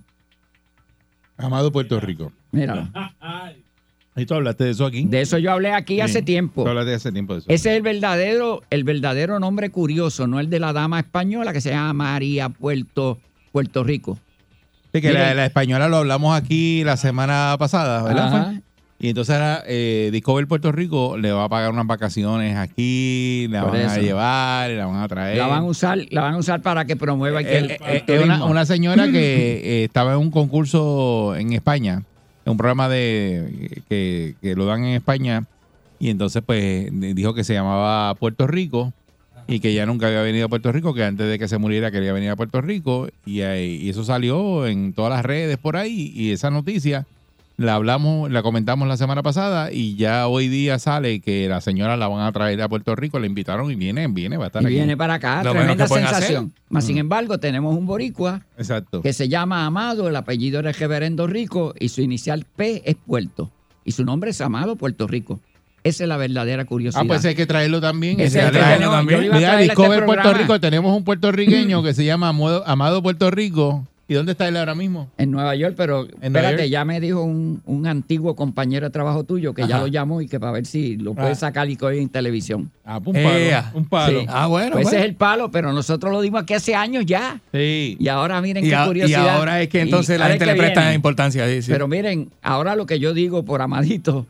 Speaker 4: Amado Puerto Rico.
Speaker 21: Míralo.
Speaker 4: ¿Y tú hablaste de eso aquí?
Speaker 21: De eso yo hablé aquí hace tiempo.
Speaker 4: Tú hablaste hace tiempo de eso.
Speaker 21: Ese es el verdadero, el verdadero nombre curioso, no el de la dama española que se llama María Puerto, Puerto Rico.
Speaker 4: Sí, que la,
Speaker 21: Mira.
Speaker 4: la española lo hablamos aquí la semana pasada, ¿verdad?
Speaker 21: Ajá.
Speaker 4: fue? Y entonces ahora eh, Discover Puerto Rico le va a pagar unas vacaciones aquí, la
Speaker 21: Por
Speaker 4: van a
Speaker 21: eso.
Speaker 4: llevar, la van a traer.
Speaker 21: La van a usar, la van a usar para que promueva que el-
Speaker 4: Eh,
Speaker 21: el
Speaker 4: eh, eh, una,
Speaker 21: turismo.
Speaker 4: una señora que eh, estaba en un concurso en España, en un programa de que, que lo dan en España, y entonces pues dijo que se llamaba Puerto Rico y que ya nunca había venido a Puerto Rico, que antes de que se muriera quería venir a Puerto Rico, y, ahí- y eso salió en todas las redes por ahí, y esa noticia la hablamos, la comentamos la semana pasada, y ya hoy día sale que la señora la van a traer a Puerto Rico, la invitaron y viene, viene, va a estar
Speaker 21: Y
Speaker 4: aquí.
Speaker 21: viene para acá,
Speaker 4: Lo menos
Speaker 21: tremenda
Speaker 4: que pueden
Speaker 21: sensación.
Speaker 4: hacer.
Speaker 21: Mas, sin embargo, tenemos un boricua
Speaker 4: Exacto.
Speaker 21: que se llama Amado, el apellido era Reverendo Rico y su inicial P es Puerto. Y su nombre es Amado Puerto Rico. Esa es la verdadera curiosidad.
Speaker 4: Ah, pues hay que traerlo también.
Speaker 21: Ese
Speaker 4: hay
Speaker 21: hay que
Speaker 4: que traerlo
Speaker 21: traerlo, yo
Speaker 4: también.
Speaker 21: lo iba a
Speaker 4: Mira,
Speaker 21: traer a este
Speaker 4: Discover Puerto
Speaker 21: programa.
Speaker 4: Rico, tenemos un puertorriqueño que se llama Amado, Amado Puerto Rico. ¿Y dónde está él ahora mismo?
Speaker 21: En Nueva York, pero
Speaker 4: Nueva
Speaker 21: espérate,
Speaker 4: York?
Speaker 21: ya me dijo un, un antiguo compañero de trabajo tuyo que ya
Speaker 4: Ajá.
Speaker 21: lo llamó y que para ver si lo puede
Speaker 4: Ah.
Speaker 21: sacar y coger en televisión.
Speaker 4: Ah, pues un palo, Ea. un palo. Ah, bueno,
Speaker 21: Pues Ese
Speaker 4: bueno.
Speaker 21: es el palo, pero nosotros lo dimos aquí hace años ya.
Speaker 4: Sí.
Speaker 21: Y ahora miren
Speaker 5: Y
Speaker 21: qué
Speaker 5: a- y
Speaker 21: curiosidad.
Speaker 5: ahora es que entonces la
Speaker 21: ahora
Speaker 5: gente
Speaker 21: es que
Speaker 5: le presta
Speaker 21: viene.
Speaker 5: importancia, sí, sí.
Speaker 21: Pero miren, ahora lo que yo digo por Amadito,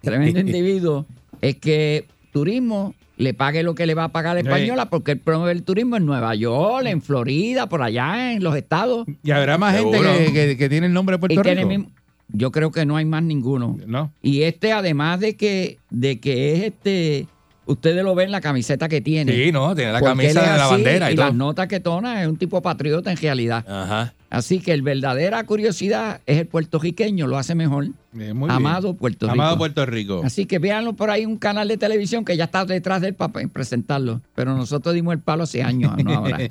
Speaker 21: tremendo individuo, es que turismo le pague lo que le va a pagar la
Speaker 4: Sí.
Speaker 21: española porque él promueve el turismo en Nueva York, en Florida, por allá, en los estados.
Speaker 4: Y habrá más
Speaker 21: Seguro.
Speaker 4: gente que, que- que tiene el nombre de
Speaker 21: Y
Speaker 4: Puerto
Speaker 21: tiene
Speaker 4: Rico.
Speaker 21: mismo- yo creo que no hay más ninguno.
Speaker 4: No.
Speaker 21: Y este, además de que, de que es este, ustedes lo ven la camiseta que tiene.
Speaker 5: Sí, no, tiene la
Speaker 21: Porque
Speaker 5: camisa
Speaker 21: él es
Speaker 5: de la
Speaker 21: así,
Speaker 5: bandera y
Speaker 21: y
Speaker 5: todo.
Speaker 21: las notas que tona es un tipo patriota en realidad.
Speaker 5: Ajá.
Speaker 21: Así que el verdadera curiosidad es el puertorriqueño, lo hace mejor.
Speaker 4: Eh, muy bien.
Speaker 21: Amado Puerto Rico.
Speaker 4: Amado Puerto Rico.
Speaker 21: Así que véanlo por ahí un canal de televisión que ya está detrás del papel presentarlo. Pero nosotros dimos el palo hace años, no ahora.
Speaker 5: Para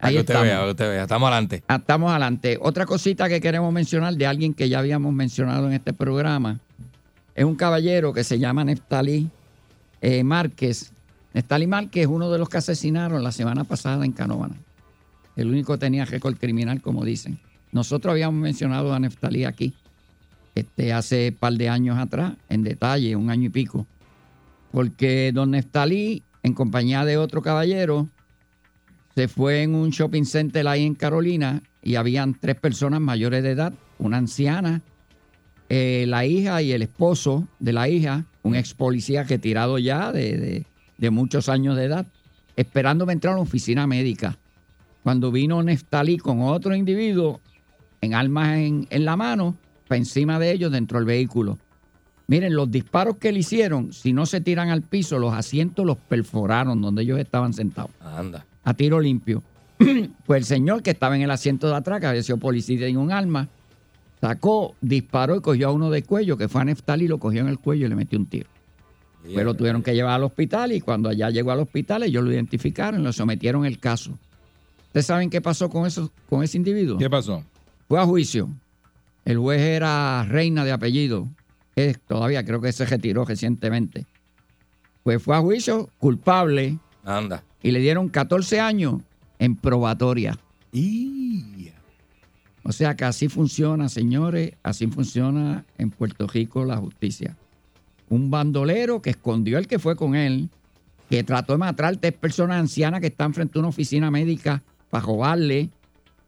Speaker 21: Ahí
Speaker 5: que usted
Speaker 21: estamos.
Speaker 5: vea, para que usted vea. Estamos adelante.
Speaker 21: Ah, Estamos adelante. Otra cosita que queremos mencionar de alguien que ya habíamos mencionado en este programa es un caballero que se llama Neftalí eh, Márquez. Neftalí Márquez es uno de los que asesinaron la semana pasada en Canóvana. El único que tenía récord criminal, como dicen. Nosotros habíamos mencionado a Neftalí aquí este, hace un par de años atrás, en detalle, un año y pico. Porque don Neftalí, en compañía de otro caballero, se fue en un shopping center ahí en Carolina y habían tres personas mayores de edad, una anciana, eh, la hija y el esposo de la hija, un ex policía retirado ya de, de- de muchos años de edad, esperándome entrar a una oficina médica. Cuando vino Neftalí con otro individuo, en armas en, en la mano, para encima de ellos dentro del vehículo. Miren, los disparos que le hicieron, si no se tiran al piso, los asientos los perforaron donde ellos estaban sentados
Speaker 5: Anda.
Speaker 21: a tiro limpio. pues el señor que estaba en el asiento de atrás, que había sido policía y tenía un arma, sacó, disparó y cogió a uno de cuello, que fue a Neftalí, lo cogió en el cuello y le metió un tiro. Pues lo tuvieron que llevar al hospital y cuando allá llegó al hospital ellos lo identificaron, lo sometieron el caso. ¿Ustedes saben qué pasó con, eso, con ese individuo?
Speaker 4: ¿Qué pasó?
Speaker 21: Fue a juicio. El juez era reina de apellido. Es, todavía creo que se retiró recientemente. Pues fue a juicio culpable
Speaker 5: Anda.
Speaker 21: y le dieron 14 años en probatoria. O sea que así funciona, señores, así funciona en Puerto Rico la justicia. Un bandolero que escondió el que fue con él, que trató de matar tres personas ancianas que están frente a una oficina médica para robarle,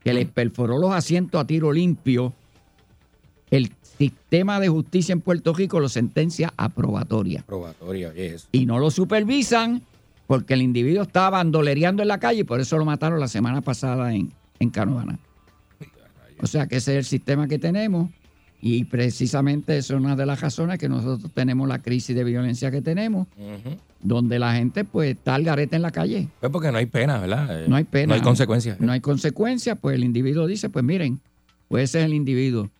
Speaker 21: que les perforó los asientos a tiro limpio. El sistema de justicia en Puerto Rico lo sentencia a probatoria.
Speaker 5: Probatoria, oye, eso.
Speaker 21: Y no lo supervisan porque el individuo estaba bandolereando en la calle y por eso lo mataron la semana pasada en, en Canoana. O sea que ese es el sistema que tenemos y precisamente eso es una de las razones que nosotros tenemos la crisis de violencia que tenemos,
Speaker 5: Ujú.
Speaker 21: donde la gente pues está al garete en la calle.
Speaker 5: Pues porque no hay pena, ¿verdad? Eh,
Speaker 21: No hay pena.
Speaker 5: No hay consecuencias.
Speaker 21: No hay consecuencias, pues el individuo dice, pues miren, pues ese es el individuo.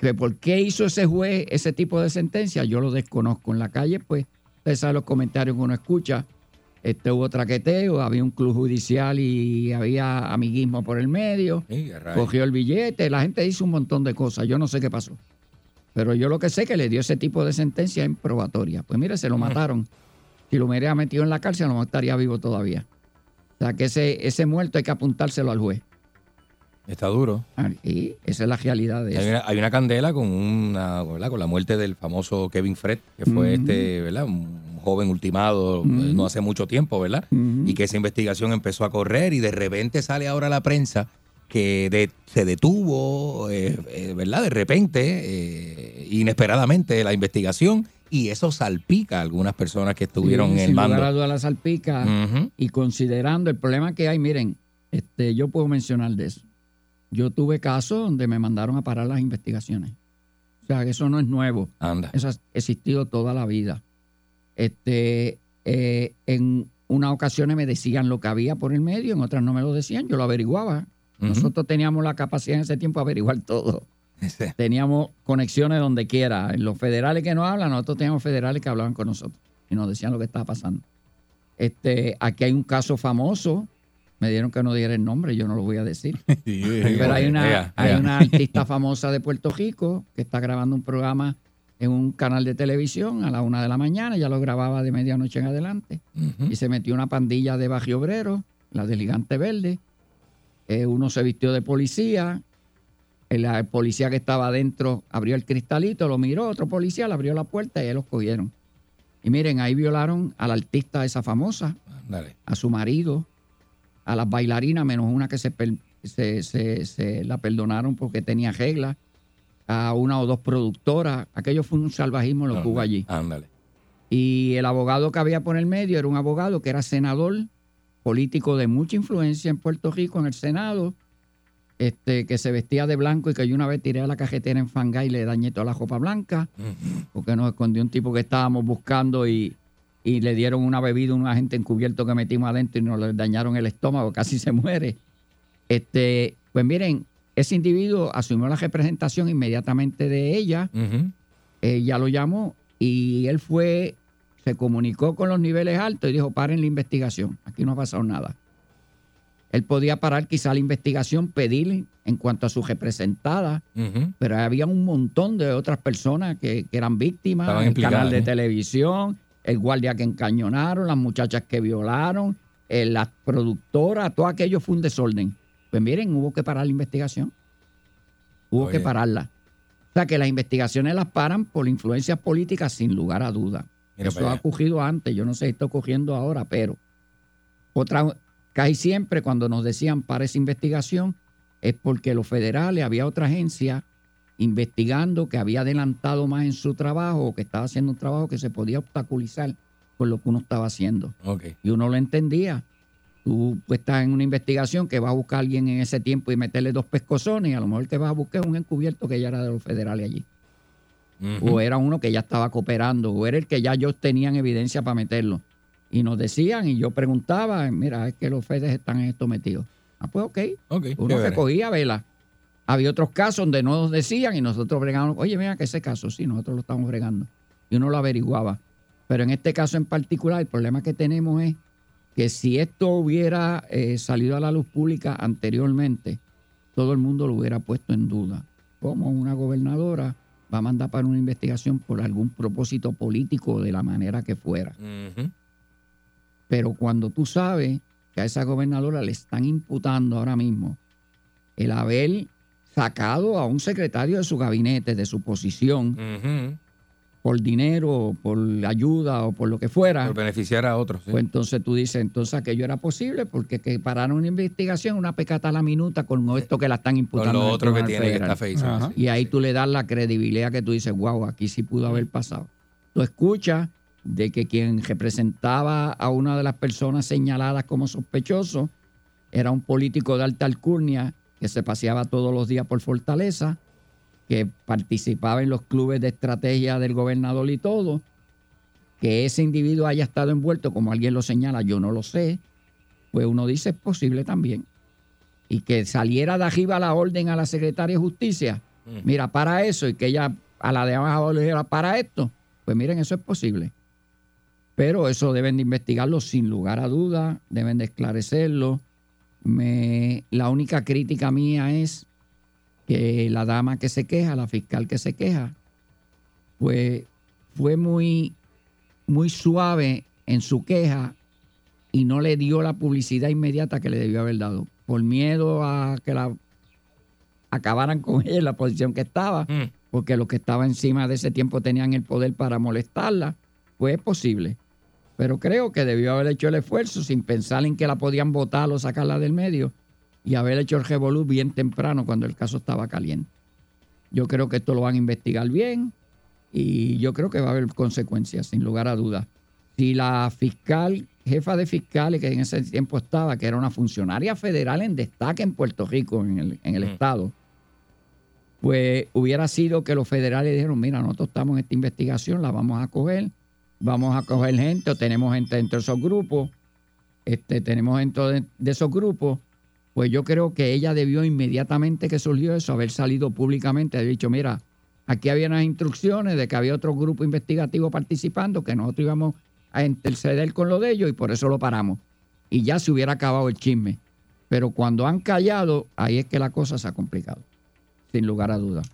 Speaker 21: Que ¿Por qué hizo ese juez ese tipo de sentencia? Yo lo desconozco. En la calle, pues, ustedes saben los comentarios que uno escucha. Este, hubo traqueteo, había un club judicial y había amiguismo por el medio.
Speaker 5: Sí, a rayos.
Speaker 21: Cogió el billete, la gente hizo un montón de cosas. Yo no sé qué pasó. Pero yo lo que sé es que le dio ese tipo de sentencia en probatoria. Pues mire, se lo mataron. Si lo hubiera metido en la cárcel, no estaría vivo todavía. O sea, que ese, ese muerto hay que apuntárselo al juez.
Speaker 5: Está duro.
Speaker 21: Ah, Y esa es la realidad de
Speaker 5: Hay
Speaker 21: eso.
Speaker 5: una, hay una candela con una ¿verdad? con la muerte del famoso Kevin Fred, que fue
Speaker 21: Ujú.
Speaker 5: este, ¿verdad? Un joven ultimado eh,
Speaker 21: Ujú.
Speaker 5: no hace mucho tiempo, ¿verdad?
Speaker 21: Ujú.
Speaker 5: Y que esa investigación empezó a correr y de repente sale ahora la prensa que de- se detuvo, eh, eh, ¿verdad? De repente, eh, inesperadamente, la investigación y eso salpica a algunas personas que
Speaker 21: Sí,
Speaker 5: estuvieron en el
Speaker 21: sin lugar a
Speaker 5: mando.
Speaker 21: dudas la salpica.
Speaker 5: Ujú.
Speaker 21: Y considerando el problema que hay, miren, este, yo puedo mencionar de eso. Yo tuve casos donde me mandaron a parar las investigaciones. O sea, que eso no es nuevo.
Speaker 5: Anda.
Speaker 21: Eso ha existido toda la vida. Este, eh, en unas ocasiones me decían lo que había por el medio, en otras no me lo decían, yo lo averiguaba. Nosotros teníamos la capacidad en ese tiempo de averiguar todo. Teníamos conexiones donde quiera. En Los federales que no hablan, nosotros teníamos federales que hablaban con nosotros y nos decían lo que estaba pasando. Este, aquí hay un caso famoso. Me dieron que no diera el nombre, yo no lo voy a decir. Pero hay una,
Speaker 5: Ea,
Speaker 21: hay
Speaker 5: ea.
Speaker 21: una artista famosa de Puerto Rico que está grabando un programa en un canal de televisión a la una de la mañana, ya lo grababa de medianoche en adelante, y se metió una pandilla de Bajo Obrero, la del Gigante Verde. Eh, uno se vistió de policía, el, el policía que estaba adentro abrió el cristalito, lo miró, otro policía le abrió la puerta y ellos los cogieron. Y miren, ahí violaron a la artista esa famosa,
Speaker 5: Dale.
Speaker 21: a su marido, a las bailarinas, menos una que se, per- se- se- se la perdonaron porque tenía reglas, a una o dos productoras. Aquello fue un salvajismo lo que hubo allí.
Speaker 5: Ándale.
Speaker 21: Y el abogado que había por el medio era un abogado que era senador, político de mucha influencia en Puerto Rico, en el Senado, este, que se vestía de blanco y que yo una vez tiré a la cajetera en Fangá y le dañé toda la ropa blanca, porque nos escondió un tipo que estábamos buscando y, y le dieron una bebida a un agente encubierto que metimos adentro y nos le dañaron el estómago, casi se muere. Este, pues miren, ese individuo asumió la representación inmediatamente de ella ella lo llamó y él fue, se comunicó con los niveles altos y dijo, paren la investigación, aquí no ha pasado nada. Él podía parar quizá la investigación, pedirle en cuanto a su representada,
Speaker 5: Ujú.
Speaker 21: pero había un montón de otras personas que, que eran víctimas,
Speaker 5: Estaban
Speaker 21: el canal
Speaker 5: implicadas,
Speaker 21: de
Speaker 5: ¿eh?
Speaker 21: televisión, el guardia que encañonaron, las muchachas que violaron, eh, las productoras, todo aquello fue un desorden. Pues miren, hubo que parar la investigación. Hubo
Speaker 5: Oye.
Speaker 21: que pararla. O sea que las investigaciones las paran por influencias políticas sin lugar a duda.
Speaker 5: Mira
Speaker 21: Eso
Speaker 5: para
Speaker 21: ha
Speaker 5: allá.
Speaker 21: ocurrido antes, yo no sé si está ocurriendo ahora, pero otra casi siempre cuando nos decían para esa investigación es porque los federales había otra agencia investigando que había adelantado más en su trabajo o que estaba haciendo un trabajo que se podía obstaculizar con lo que uno estaba haciendo.
Speaker 5: Ok.
Speaker 21: Y uno lo entendía. Tú pues, estás en una investigación que vas a buscar a alguien en ese tiempo y meterle dos pescozones y a lo mejor el que vas a buscar es un encubierto que ya era de los federales allí. O era uno que ya estaba cooperando, o era el que ya ellos tenían evidencia para meterlo. Y nos decían, y yo preguntaba, mira, es que los FEDES están en esto metidos. Ah, pues ok. Uno
Speaker 5: chévere.
Speaker 21: se cogía vela. Había otros casos donde no nos decían y nosotros bregábamos, oye, mira que ese caso, sí, nosotros lo estamos bregando. Y uno lo averiguaba. Pero en este caso en particular, el problema que tenemos es que si esto hubiera eh, salido a la luz pública anteriormente, todo el mundo lo hubiera puesto en duda. ¿Cómo una gobernadora va a mandar para una investigación por algún propósito político de la manera que fuera?
Speaker 5: Ujú.
Speaker 21: Pero cuando tú sabes que a esa gobernadora le están imputando ahora mismo el haber sacado a un secretario de su gabinete, de su posición,
Speaker 5: Mm.
Speaker 21: por dinero, por ayuda o por lo que fuera.
Speaker 5: Por beneficiar a otros. sí.
Speaker 21: Pues entonces tú dices, entonces aquello era posible porque que pararon una investigación, una pecata a la minuta con esto que la están imputando.
Speaker 5: lo
Speaker 21: en el
Speaker 5: otro que
Speaker 21: Tribunal
Speaker 5: tiene que
Speaker 21: Federal.
Speaker 5: está feísimo,
Speaker 21: Ajá.
Speaker 5: sí,
Speaker 21: Y ahí tú le das la credibilidad que tú dices, wow, aquí sí pudo haber pasado. Tú escuchas de que quien representaba a una de las personas señaladas como sospechoso era un político de alta alcurnia que se paseaba todos los días por Fortaleza que participaba en los clubes de estrategia del gobernador y todo, que ese individuo haya estado envuelto, como alguien lo señala, yo no lo sé, pues uno dice es posible también. Y que saliera de arriba la orden a la secretaria de justicia,
Speaker 2: Mm.
Speaker 21: mira, para eso, y que ella a la de abajo le dijera, para esto, pues miren, eso es posible. Pero eso deben de investigarlo sin lugar a duda, deben de esclarecerlo. Me- la única crítica mía es que la dama que se queja, la fiscal que se queja, pues fue muy, muy suave en su queja y no le dio la publicidad inmediata que le debió haber dado. Por miedo a que la acabaran con ella en la posición que estaba, porque los que estaban encima de ese tiempo tenían el poder para molestarla, pues es posible. Pero creo que debió haber hecho el esfuerzo sin pensar en que la podían votar o sacarla del medio y haber hecho el revolú bien temprano cuando el caso estaba caliente. Yo creo que esto lo van a investigar bien y yo creo que va a haber consecuencias, sin lugar a dudas. Si la fiscal, jefa de fiscales que en ese tiempo estaba, que era una funcionaria federal en destaque en Puerto Rico, en el, en el estado, pues hubiera sido que los federales dijeron, mira, nosotros estamos en esta investigación, la vamos a coger, vamos a coger gente, o tenemos gente dentro de esos grupos, este, tenemos dentro de, de esos grupos, pues yo creo que ella debió inmediatamente que surgió eso, haber salido públicamente, haber dicho, mira, aquí había unas instrucciones de que había otro grupo investigativo participando, que nosotros íbamos a interceder con lo de ellos y por eso lo paramos. Y ya se hubiera acabado el chisme. Pero cuando han callado, ahí es que la cosa se ha complicado, sin lugar a dudas.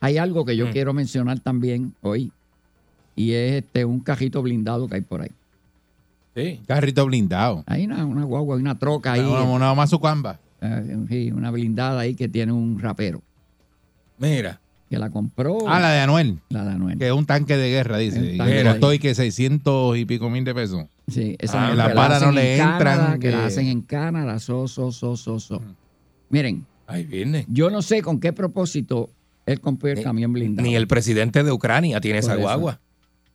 Speaker 21: Hay algo
Speaker 4: Mm.
Speaker 21: que yo quiero mencionar también hoy, y es este un cajito blindado que hay por ahí.
Speaker 5: Sí.
Speaker 4: Carrito blindado.
Speaker 21: Hay una, una guagua, hay una troca ahí.
Speaker 4: Una- una- una mazucamba.
Speaker 21: Eh, sí, una blindada ahí que tiene un rapero.
Speaker 5: Mira.
Speaker 21: Que la compró.
Speaker 4: Ah, la de Anuel.
Speaker 21: La de Anuel.
Speaker 4: Que es un tanque de guerra, dice.
Speaker 21: Un
Speaker 4: Y
Speaker 21: tanque
Speaker 4: que
Speaker 21: de-
Speaker 4: costó y que 600 y pico mil de pesos.
Speaker 21: Sí,
Speaker 4: Ah,
Speaker 21: esa es
Speaker 4: la
Speaker 21: que
Speaker 4: bala
Speaker 21: hacen
Speaker 4: no
Speaker 21: en
Speaker 4: le
Speaker 21: Canadá,
Speaker 4: entran.
Speaker 21: Que la
Speaker 4: eh. Mm.
Speaker 21: hacen en Canadá, so, so, so, so, so. Miren,
Speaker 5: Ahí viene.
Speaker 21: yo no sé con qué propósito él compró
Speaker 4: Eh,
Speaker 21: el camión blindado.
Speaker 5: Ni el presidente de Ucrania tiene
Speaker 21: Por
Speaker 5: esa
Speaker 21: eso.
Speaker 5: guagua.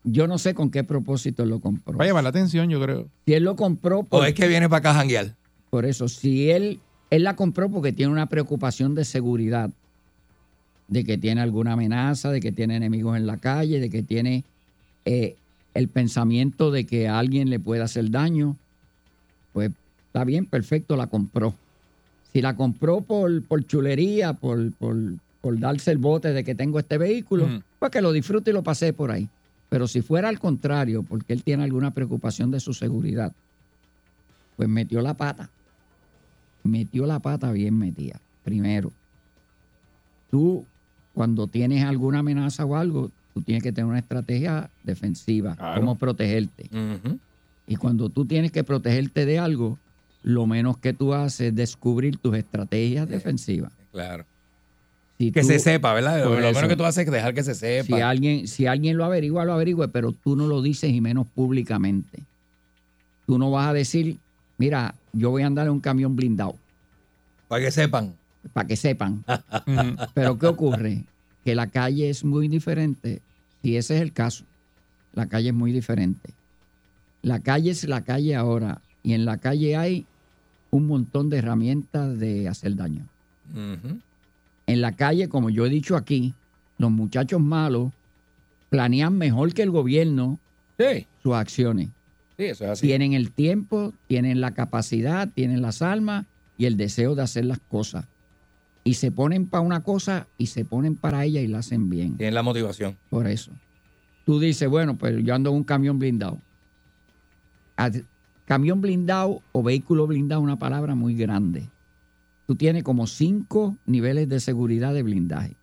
Speaker 21: Yo no sé con qué propósito él lo compró.
Speaker 4: Va a llamar la atención, yo creo.
Speaker 21: Si él lo compró...
Speaker 5: O es que viene para acá a janguear.
Speaker 21: Por eso, si él, él la compró porque tiene una preocupación de seguridad, de que tiene alguna amenaza, de que tiene enemigos en la calle, de que tiene eh, el pensamiento de que a alguien le puede hacer daño, pues está bien, perfecto, la compró. Si la compró por, por chulería, por, por, por darse el bote de que tengo este vehículo, pues que lo disfrute y lo pase por ahí. Pero si fuera al contrario, porque él tiene alguna preocupación de su seguridad, pues metió la pata. Metió la pata bien metida. Primero, tú cuando tienes alguna amenaza o algo, tú tienes que tener una estrategia defensiva, cómo protegerte. Y cuando tú tienes que protegerte de algo, lo menos que tú haces es descubrir tus estrategias defensivas.
Speaker 5: Claro.
Speaker 21: Si
Speaker 5: Que
Speaker 21: tú-
Speaker 5: se sepa, ¿verdad? Lo
Speaker 21: Por
Speaker 5: menos
Speaker 21: eso.
Speaker 5: que tú haces es dejar que se sepa.
Speaker 21: Si alguien, si alguien lo averigua, lo averigüe, pero tú no lo dices y menos públicamente. Tú no vas a decir, mira, yo voy a andar en un camión blindado.
Speaker 5: Para que sepan.
Speaker 21: Para que sepan. Pero ¿qué ocurre? Que la calle es muy diferente. Si ese es el caso, la calle es muy diferente. La calle es la calle ahora. Y en la calle hay un montón de herramientas de hacer daño.
Speaker 5: Ujú.
Speaker 21: En la calle, como yo he dicho aquí, los muchachos malos planean mejor que el gobierno sus acciones.
Speaker 5: Sí, eso es así.
Speaker 21: Tienen el tiempo, tienen la capacidad, tienen las almas y el deseo de hacer las cosas. Y se ponen para una cosa y se ponen para ella y la hacen bien.
Speaker 5: Tienen la motivación.
Speaker 21: Por eso. Tú dices, bueno, pues yo ando en un camión blindado. A- Camión blindado o vehículo blindado es una palabra muy grande. Tú tienes como cinco niveles de seguridad de blindaje.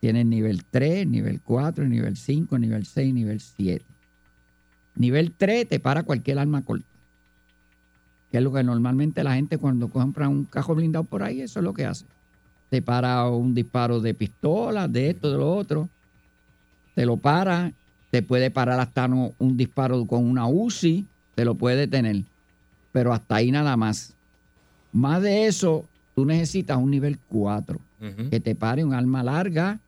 Speaker 21: Tienes nivel 3, nivel 4, nivel 5, nivel 6, nivel 7. Nivel 3 te para cualquier arma corta. que es lo que normalmente la gente cuando compra un cajo blindado por ahí, eso es lo que hace. Te para un disparo de pistola, de esto, de lo otro, te lo para, te puede parar hasta no- un disparo con una UCI, te lo puede tener, pero hasta ahí nada más. Más de eso, tú necesitas un nivel 4
Speaker 2: Ujú.
Speaker 21: que te pare un arma larga,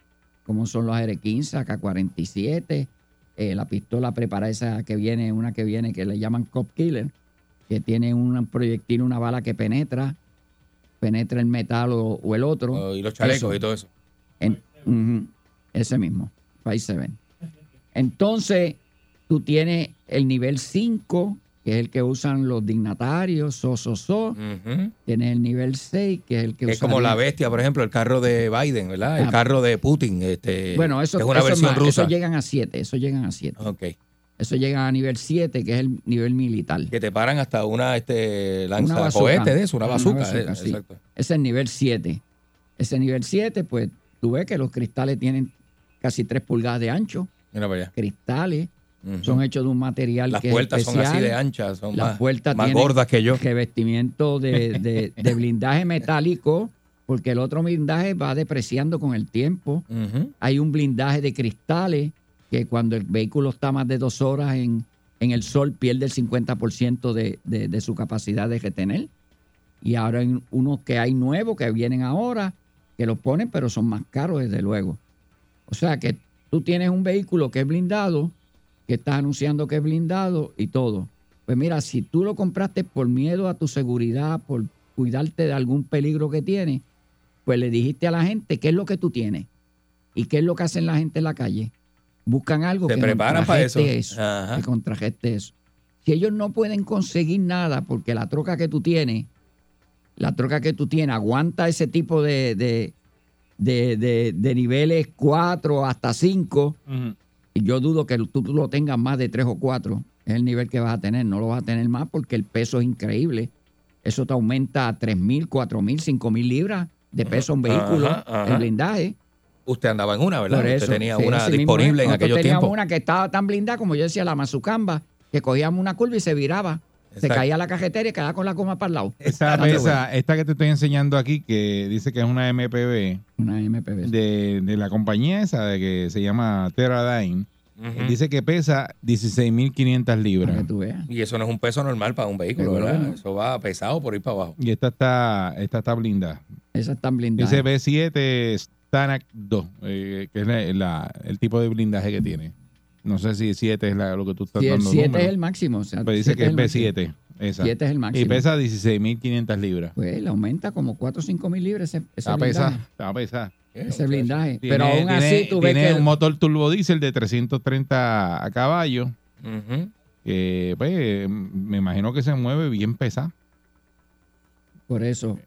Speaker 21: como son los R-15, AK-47, eh, la pistola prepara esa que viene, una que viene que le llaman Cop Killer, que tiene un proyectil, una bala que penetra, penetra el metal o, o el otro.
Speaker 5: Oh, y los chalecos y todo eso.
Speaker 21: En- ujú, ese mismo, Five Seven. Entonces, tú tienes el nivel 5, que es el que usan los dignatarios, so, so, so. Tienes el nivel 6, que es el que
Speaker 5: Mm. Es como la
Speaker 21: usaría-
Speaker 5: bestia, por ejemplo, el carro de Biden, ¿verdad? El
Speaker 21: Ah.
Speaker 5: carro de Putin. Este,
Speaker 21: Bueno, eso
Speaker 5: que es una
Speaker 21: eso es
Speaker 5: versión
Speaker 21: más,
Speaker 5: rusa.
Speaker 21: Eso llegan a 7, eso llegan a 7.
Speaker 5: Ok.
Speaker 21: Eso llega a nivel 7, que es el nivel militar.
Speaker 5: Que te paran hasta una este,
Speaker 21: Una
Speaker 5: lanza
Speaker 21: bazooka.
Speaker 5: cohete de eso, una bazooka. eh,
Speaker 21: sí.
Speaker 5: exacto.
Speaker 21: Ese es el nivel 7. Ese nivel 7, pues tú ves que los cristales tienen casi 3 pulgadas de ancho.
Speaker 5: Mira para allá.
Speaker 21: Cristales
Speaker 5: Ujú.
Speaker 21: son hechos de un material
Speaker 5: Las
Speaker 21: que es
Speaker 5: puertas son así
Speaker 21: especial.
Speaker 5: de anchas, son
Speaker 21: Las
Speaker 5: más-
Speaker 21: puertas
Speaker 5: más
Speaker 21: tienen
Speaker 5: gordas que yo.
Speaker 21: revestimiento de, de- de blindaje metálico, porque el otro blindaje va depreciando con el tiempo.
Speaker 5: Ujú.
Speaker 21: Hay un blindaje de cristales que cuando el vehículo está más de dos horas en, en el sol pierde el 50% de, de- de su capacidad de retener. Y ahora hay unos que hay nuevos que vienen ahora, que los ponen, pero son más caros desde luego. O sea que tú tienes un vehículo que es blindado, que estás anunciando que es blindado y todo. Pues mira, si tú lo compraste por miedo a tu seguridad, por cuidarte de algún peligro que tienes, pues le dijiste a la gente qué es lo que tú tienes y qué es lo que hacen la gente en la calle. Buscan algo
Speaker 5: Se
Speaker 21: que
Speaker 5: preparan para eso.
Speaker 21: contrarreste eso, que contrarreste eso. Si ellos no pueden conseguir nada porque la troca que tú tienes, la troca que tú tienes aguanta ese tipo de, de, de- de- de niveles 4 hasta 5, y yo dudo que tú lo tengas más de 3 o 4, es el nivel que vas a tener, no lo vas a tener más porque el peso es increíble. Eso te aumenta a 3.000, 4.000, 5.000 libras de peso a un vehículo,
Speaker 5: Ajá, ajá.
Speaker 21: el blindaje.
Speaker 5: Usted andaba en una, ¿verdad?
Speaker 21: Por
Speaker 5: Usted
Speaker 21: eso,
Speaker 5: tenía
Speaker 21: sí,
Speaker 5: una
Speaker 21: así mismo es.
Speaker 5: disponible en
Speaker 21: Nosotros
Speaker 5: aquellos
Speaker 21: teníamos
Speaker 5: tiempos.
Speaker 21: una que estaba tan blindada, como yo decía, la mazucamba, que cogíamos una curva y se viraba. Se
Speaker 4: Exacto.
Speaker 21: caía la cajetera y quedaba con la goma para el lado.
Speaker 4: Esa
Speaker 21: Date vuelta.
Speaker 4: pesa, esta que te estoy enseñando aquí, que dice que es una MPB.
Speaker 21: Una MPB.
Speaker 4: De, de la compañía esa de que se llama Teradyne. Dice que pesa 16.500 libras.
Speaker 5: Y eso no es un peso normal para un vehículo,
Speaker 4: Seguro
Speaker 5: ¿verdad?
Speaker 4: que no.
Speaker 5: Eso va pesado por ir para abajo.
Speaker 4: Y esta está, esta está blindada.
Speaker 21: Esa está blindada.
Speaker 4: Dice B7 Stanak 2, eh, que es la- la- el tipo de blindaje que tiene. No sé si 7 es la- lo que tú estás
Speaker 21: Si el
Speaker 4: dando
Speaker 21: 7
Speaker 4: número.
Speaker 21: es el máximo. o sea,
Speaker 4: Pero dice
Speaker 21: siete
Speaker 4: que es
Speaker 21: el máximo.
Speaker 4: B7. Esa.
Speaker 21: 7 es el máximo.
Speaker 4: Y pesa 16.500 libras.
Speaker 21: Pues le aumenta como 4 o 5 mil libras ese, ese
Speaker 4: Está pesada,
Speaker 21: blindaje.
Speaker 4: está pesada.
Speaker 21: Ese blindaje.
Speaker 4: Tiene-
Speaker 21: Pero aún
Speaker 4: tiene-
Speaker 21: así tú ves
Speaker 4: tiene
Speaker 21: que...
Speaker 4: un motor turbodiesel de 330 a caballo.
Speaker 5: Ujú.
Speaker 4: que, pues, me imagino que se mueve bien pesado.
Speaker 21: Por eso.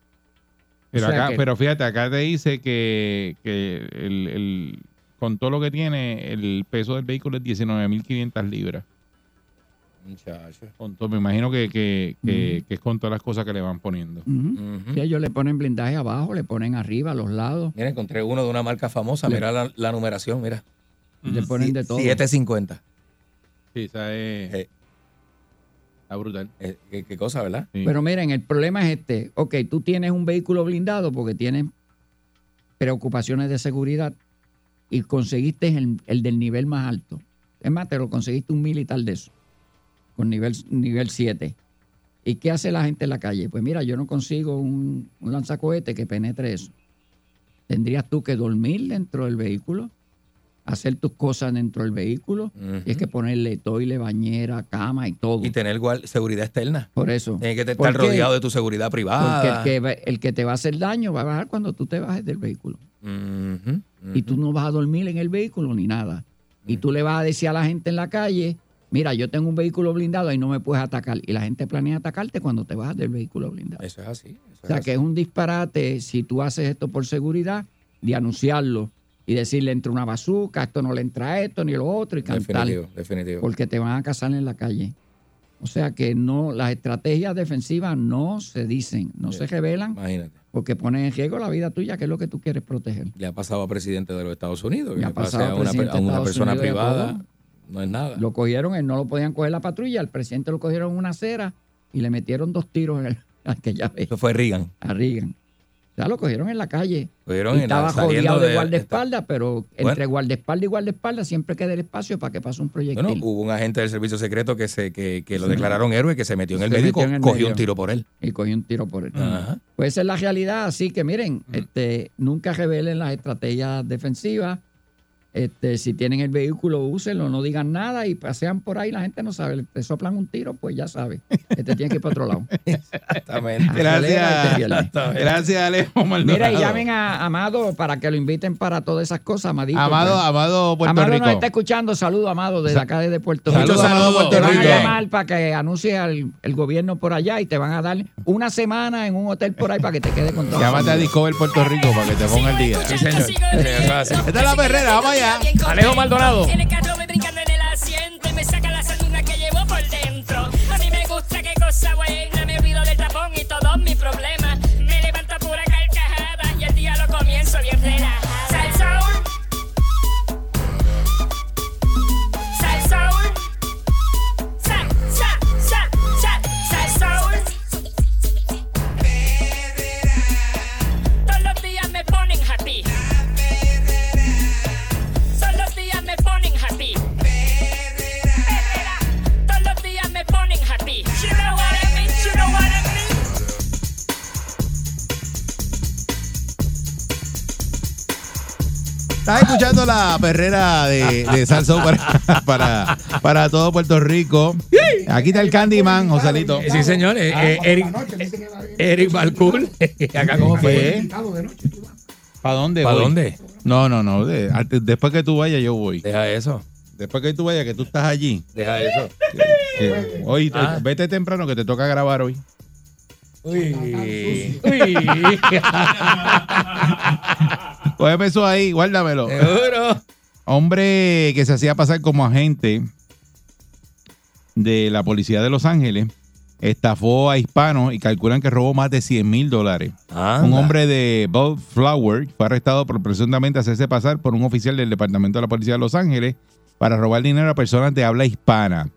Speaker 4: Pero,
Speaker 21: O sea
Speaker 4: acá,
Speaker 21: que-
Speaker 4: pero fíjate, acá te dice que, que el, el- con todo lo que tiene, el peso del vehículo es 19.500 libras.
Speaker 5: Muchacho.
Speaker 4: Con todo- me imagino que, que- que- que es con todas las cosas que le van poniendo.
Speaker 21: Sí, ellos le ponen blindaje abajo, le ponen arriba, a los lados.
Speaker 5: Mira, encontré uno de una marca famosa.
Speaker 21: Le-
Speaker 5: Mira la, la numeración, mira.
Speaker 21: Le ponen de todo.
Speaker 5: 750.
Speaker 4: Sí, esa es. está brutal.
Speaker 5: Eh. qué, qué cosa, ¿verdad?
Speaker 21: Pero miren, el problema es este. Ok, tú tienes un vehículo blindado porque tienes preocupaciones de seguridad y conseguiste el, el del nivel más alto. Es más, te lo conseguiste un militar de eso, con nivel, nivel 7. ¿Y qué hace la gente en la calle? Pues mira, yo no consigo un, un lanzacohete que penetre eso. Tendrías tú que dormir dentro del vehículo, hacer tus cosas dentro del vehículo, y es que ponerle toile, bañera, cama y todo.
Speaker 5: Y tener igual seguridad externa.
Speaker 21: Por eso.
Speaker 5: Tienes que te-
Speaker 21: ¿Por
Speaker 5: estar
Speaker 21: qué?
Speaker 5: rodeado de tu seguridad
Speaker 21: Porque
Speaker 5: privada.
Speaker 21: el que, va- el que te va a hacer daño va a bajar cuando tú te bajes del vehículo.
Speaker 5: Ujú, ujú.
Speaker 21: Y tú no vas a dormir en el vehículo ni nada. Y tú le vas a decir a la gente en la calle, mira, yo tengo un vehículo blindado y no me puedes atacar. Y la gente planea atacarte cuando te bajas del vehículo blindado.
Speaker 5: Eso es así.
Speaker 21: O sea, que es un disparate si tú haces esto por seguridad, de anunciarlo y decirle entra una bazuca, esto no le entra esto ni lo otro y cantar
Speaker 5: Definitivo, definitivo.
Speaker 21: porque te van a cazar en la calle. O sea que no, las estrategias defensivas no se dicen, no se revelan
Speaker 5: Imagínate.
Speaker 21: porque ponen en riesgo la vida tuya, que es lo que tú quieres proteger.
Speaker 5: Le ha pasado a presidente de los Estados Unidos.
Speaker 21: Le
Speaker 5: que
Speaker 21: ha
Speaker 5: le pase
Speaker 21: pasado
Speaker 5: a
Speaker 21: a
Speaker 5: una,
Speaker 21: presidente
Speaker 5: a
Speaker 21: de
Speaker 5: una
Speaker 21: Estados
Speaker 5: persona
Speaker 21: Unidos y a
Speaker 5: privada.
Speaker 21: todo.
Speaker 5: No es nada.
Speaker 21: eh, Lo cogieron, él no lo podían coger la patrulla, el presidente lo cogieron en una acera y le metieron dos tiros en el, aquella vez. Eso
Speaker 5: fue Reagan.
Speaker 21: A Reagan. Ya lo cogieron en la calle.
Speaker 5: Cogieron
Speaker 21: Y
Speaker 5: en la-
Speaker 21: estaba
Speaker 5: saliendo
Speaker 21: rodeado de,
Speaker 5: de-
Speaker 21: guardaespaldas, pero
Speaker 5: Bueno.
Speaker 21: entre guardaespaldas y guardaespaldas siempre queda el espacio para que pase un proyectil.
Speaker 5: Bueno, hubo un agente del servicio secreto que se que, que lo declararon héroe, que se metió en el
Speaker 21: Se
Speaker 5: médico,
Speaker 21: metió en el
Speaker 5: cogió
Speaker 21: medio.
Speaker 5: un tiro por él.
Speaker 21: Y cogió un tiro por él.
Speaker 5: Ajá.
Speaker 21: Pues esa es la realidad, así que miren, este, nunca revelen las estrategias defensivas. Este, si tienen el vehículo, úsenlo, no digan nada y pasean por ahí, la gente no sabe. Te soplan un tiro, pues ya sabe. Este tiene que ir para otro lado.
Speaker 5: Exactamente.
Speaker 21: Acelera y te
Speaker 4: Gracias.
Speaker 21: pierdes.
Speaker 4: Gracias, Alejo Maldonado.
Speaker 21: Mira, y llamen a Amado para que lo inviten para todas esas cosas, Amadito.
Speaker 4: Amado,
Speaker 21: pues.
Speaker 4: Amado, Puerto
Speaker 21: Amado
Speaker 4: Rico.
Speaker 21: nos está escuchando. Saludo, Amado, desde acá desde Puerto Rico.
Speaker 4: Muchos saludos,
Speaker 21: Te
Speaker 4: Puerto
Speaker 21: van a
Speaker 4: Rico.
Speaker 21: llamar para que anuncie al el gobierno por allá y te van a dar una semana en un hotel por ahí para que te quede con todo.
Speaker 4: Llámate a Discover Puerto Rico para que te ponga el día.
Speaker 21: Sí, señor. Sí,
Speaker 4: Esta es la perrera, vamos allá.
Speaker 19: Alejo Maldonado. En el carro me brincando en el asiento y me saca la sardina que llevo por dentro. A mí me gusta qué cosa buena, me olvido del tapón y todos mis problemas. Me levanto a pura carcajada y el día lo comienzo bien relajada. Sal Soul. Sal Soul. Sal, sal, sal, sal, sal Soul. Todos los días me ponen happy. Todos los días me ponen happy. Perrera. Todos los días me ponen happy. You know what I mean, you know what I mean.
Speaker 4: Estás escuchando la perrera de, de Salsón para, para, para todo Puerto Rico. Aquí está el Candyman, Joselito.
Speaker 5: Sí, señor. eh,
Speaker 21: Ah,
Speaker 5: eh, Eric, Eric Balcour. Acá como fue.
Speaker 4: ¿Para dónde?
Speaker 5: ¿Para
Speaker 4: voy?
Speaker 5: dónde?
Speaker 4: No, no, no. de- antes- después que tú vayas, yo voy.
Speaker 5: Deja eso.
Speaker 4: Después que tú vayas, que tú estás allí.
Speaker 5: Deja eso.
Speaker 4: que- hoy, Eh, te-
Speaker 5: Ah.
Speaker 4: vete temprano que te toca grabar hoy.
Speaker 5: Uy.
Speaker 4: Uy. Cógeme eso Pues ahí, guárdamelo.
Speaker 5: Seguro.
Speaker 4: Hombre que se hacía pasar como agente de la policía de Los Ángeles estafó a hispanos y calculan que robó más de 100 mil dólares. Un hombre de Bob Flower fue arrestado por presuntamente hacerse pasar por un oficial del Departamento de la Policía de Los Ángeles para robar dinero a personas de habla hispana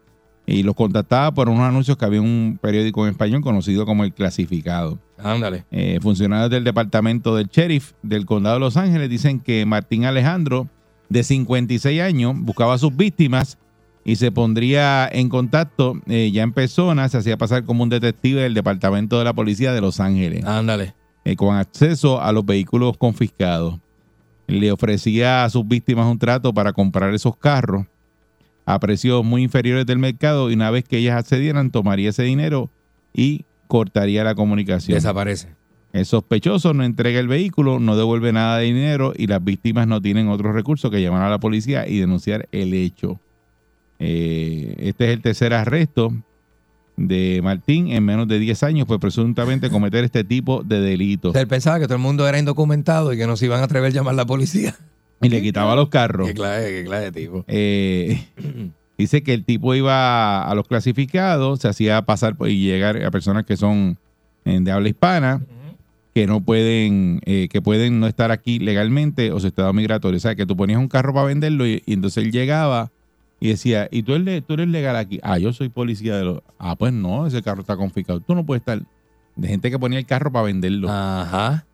Speaker 4: y los contactaba por unos anuncios que había en un periódico en español conocido como El Clasificado.
Speaker 5: Ándale.
Speaker 4: Eh, funcionarios del departamento del sheriff del condado de Los Ángeles dicen que Martín Alejandro, de 56 años, buscaba a sus víctimas y se pondría en contacto eh, ya en persona, se hacía pasar como un detective del departamento de la policía de Los Ángeles. eh,
Speaker 5: Ándale.
Speaker 4: con acceso a los vehículos confiscados. Le ofrecía a sus víctimas un trato para comprar esos carros a precios muy inferiores del mercado y una vez que ellas accedieran tomaría ese dinero y cortaría la comunicación.
Speaker 5: Desaparece.
Speaker 4: El sospechoso no entrega el vehículo, no devuelve nada de dinero y las víctimas no tienen otros recursos que llamar a la policía y denunciar el hecho. Eh, este es el tercer arresto de Martín en menos de 10 años por presuntamente cometer este tipo de delitos.
Speaker 5: O sea, él pensaba que todo el mundo era indocumentado y que no se iban a atrever a llamar a la policía.
Speaker 4: Y le quitaba los carros.
Speaker 5: Qué clase, qué clase de tipo.
Speaker 4: Eh, dice que el tipo iba a los clasificados, se hacía pasar por- y llegar a personas que son eh, de habla hispana, que no pueden, eh, que pueden no estar aquí legalmente o su estado migratorio. O sea, que tú ponías un carro para venderlo y, y entonces él llegaba y decía, ¿y tú eres, le- tú eres legal aquí? Ah, yo soy policía de los... Ah, pues no, ese carro está confiscado. Tú no puedes estar... De gente que ponía el carro para venderlo.
Speaker 5: Ajá.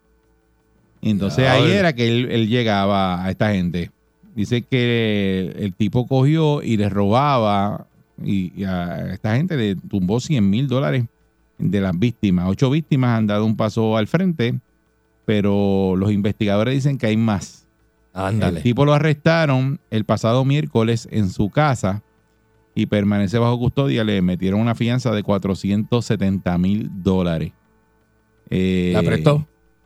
Speaker 4: Entonces ahí era que él, él llegaba a esta gente. Dice que el tipo cogió y les robaba y, y a esta gente le tumbó 100 mil dólares de las víctimas. Ocho víctimas han dado un paso al frente, pero los investigadores dicen que hay más.
Speaker 5: Ándale.
Speaker 4: El tipo lo arrestaron el pasado miércoles en su casa y permanece bajo custodia. Le metieron una fianza de 470 mil dólares. Eh,
Speaker 5: ¿La prestó?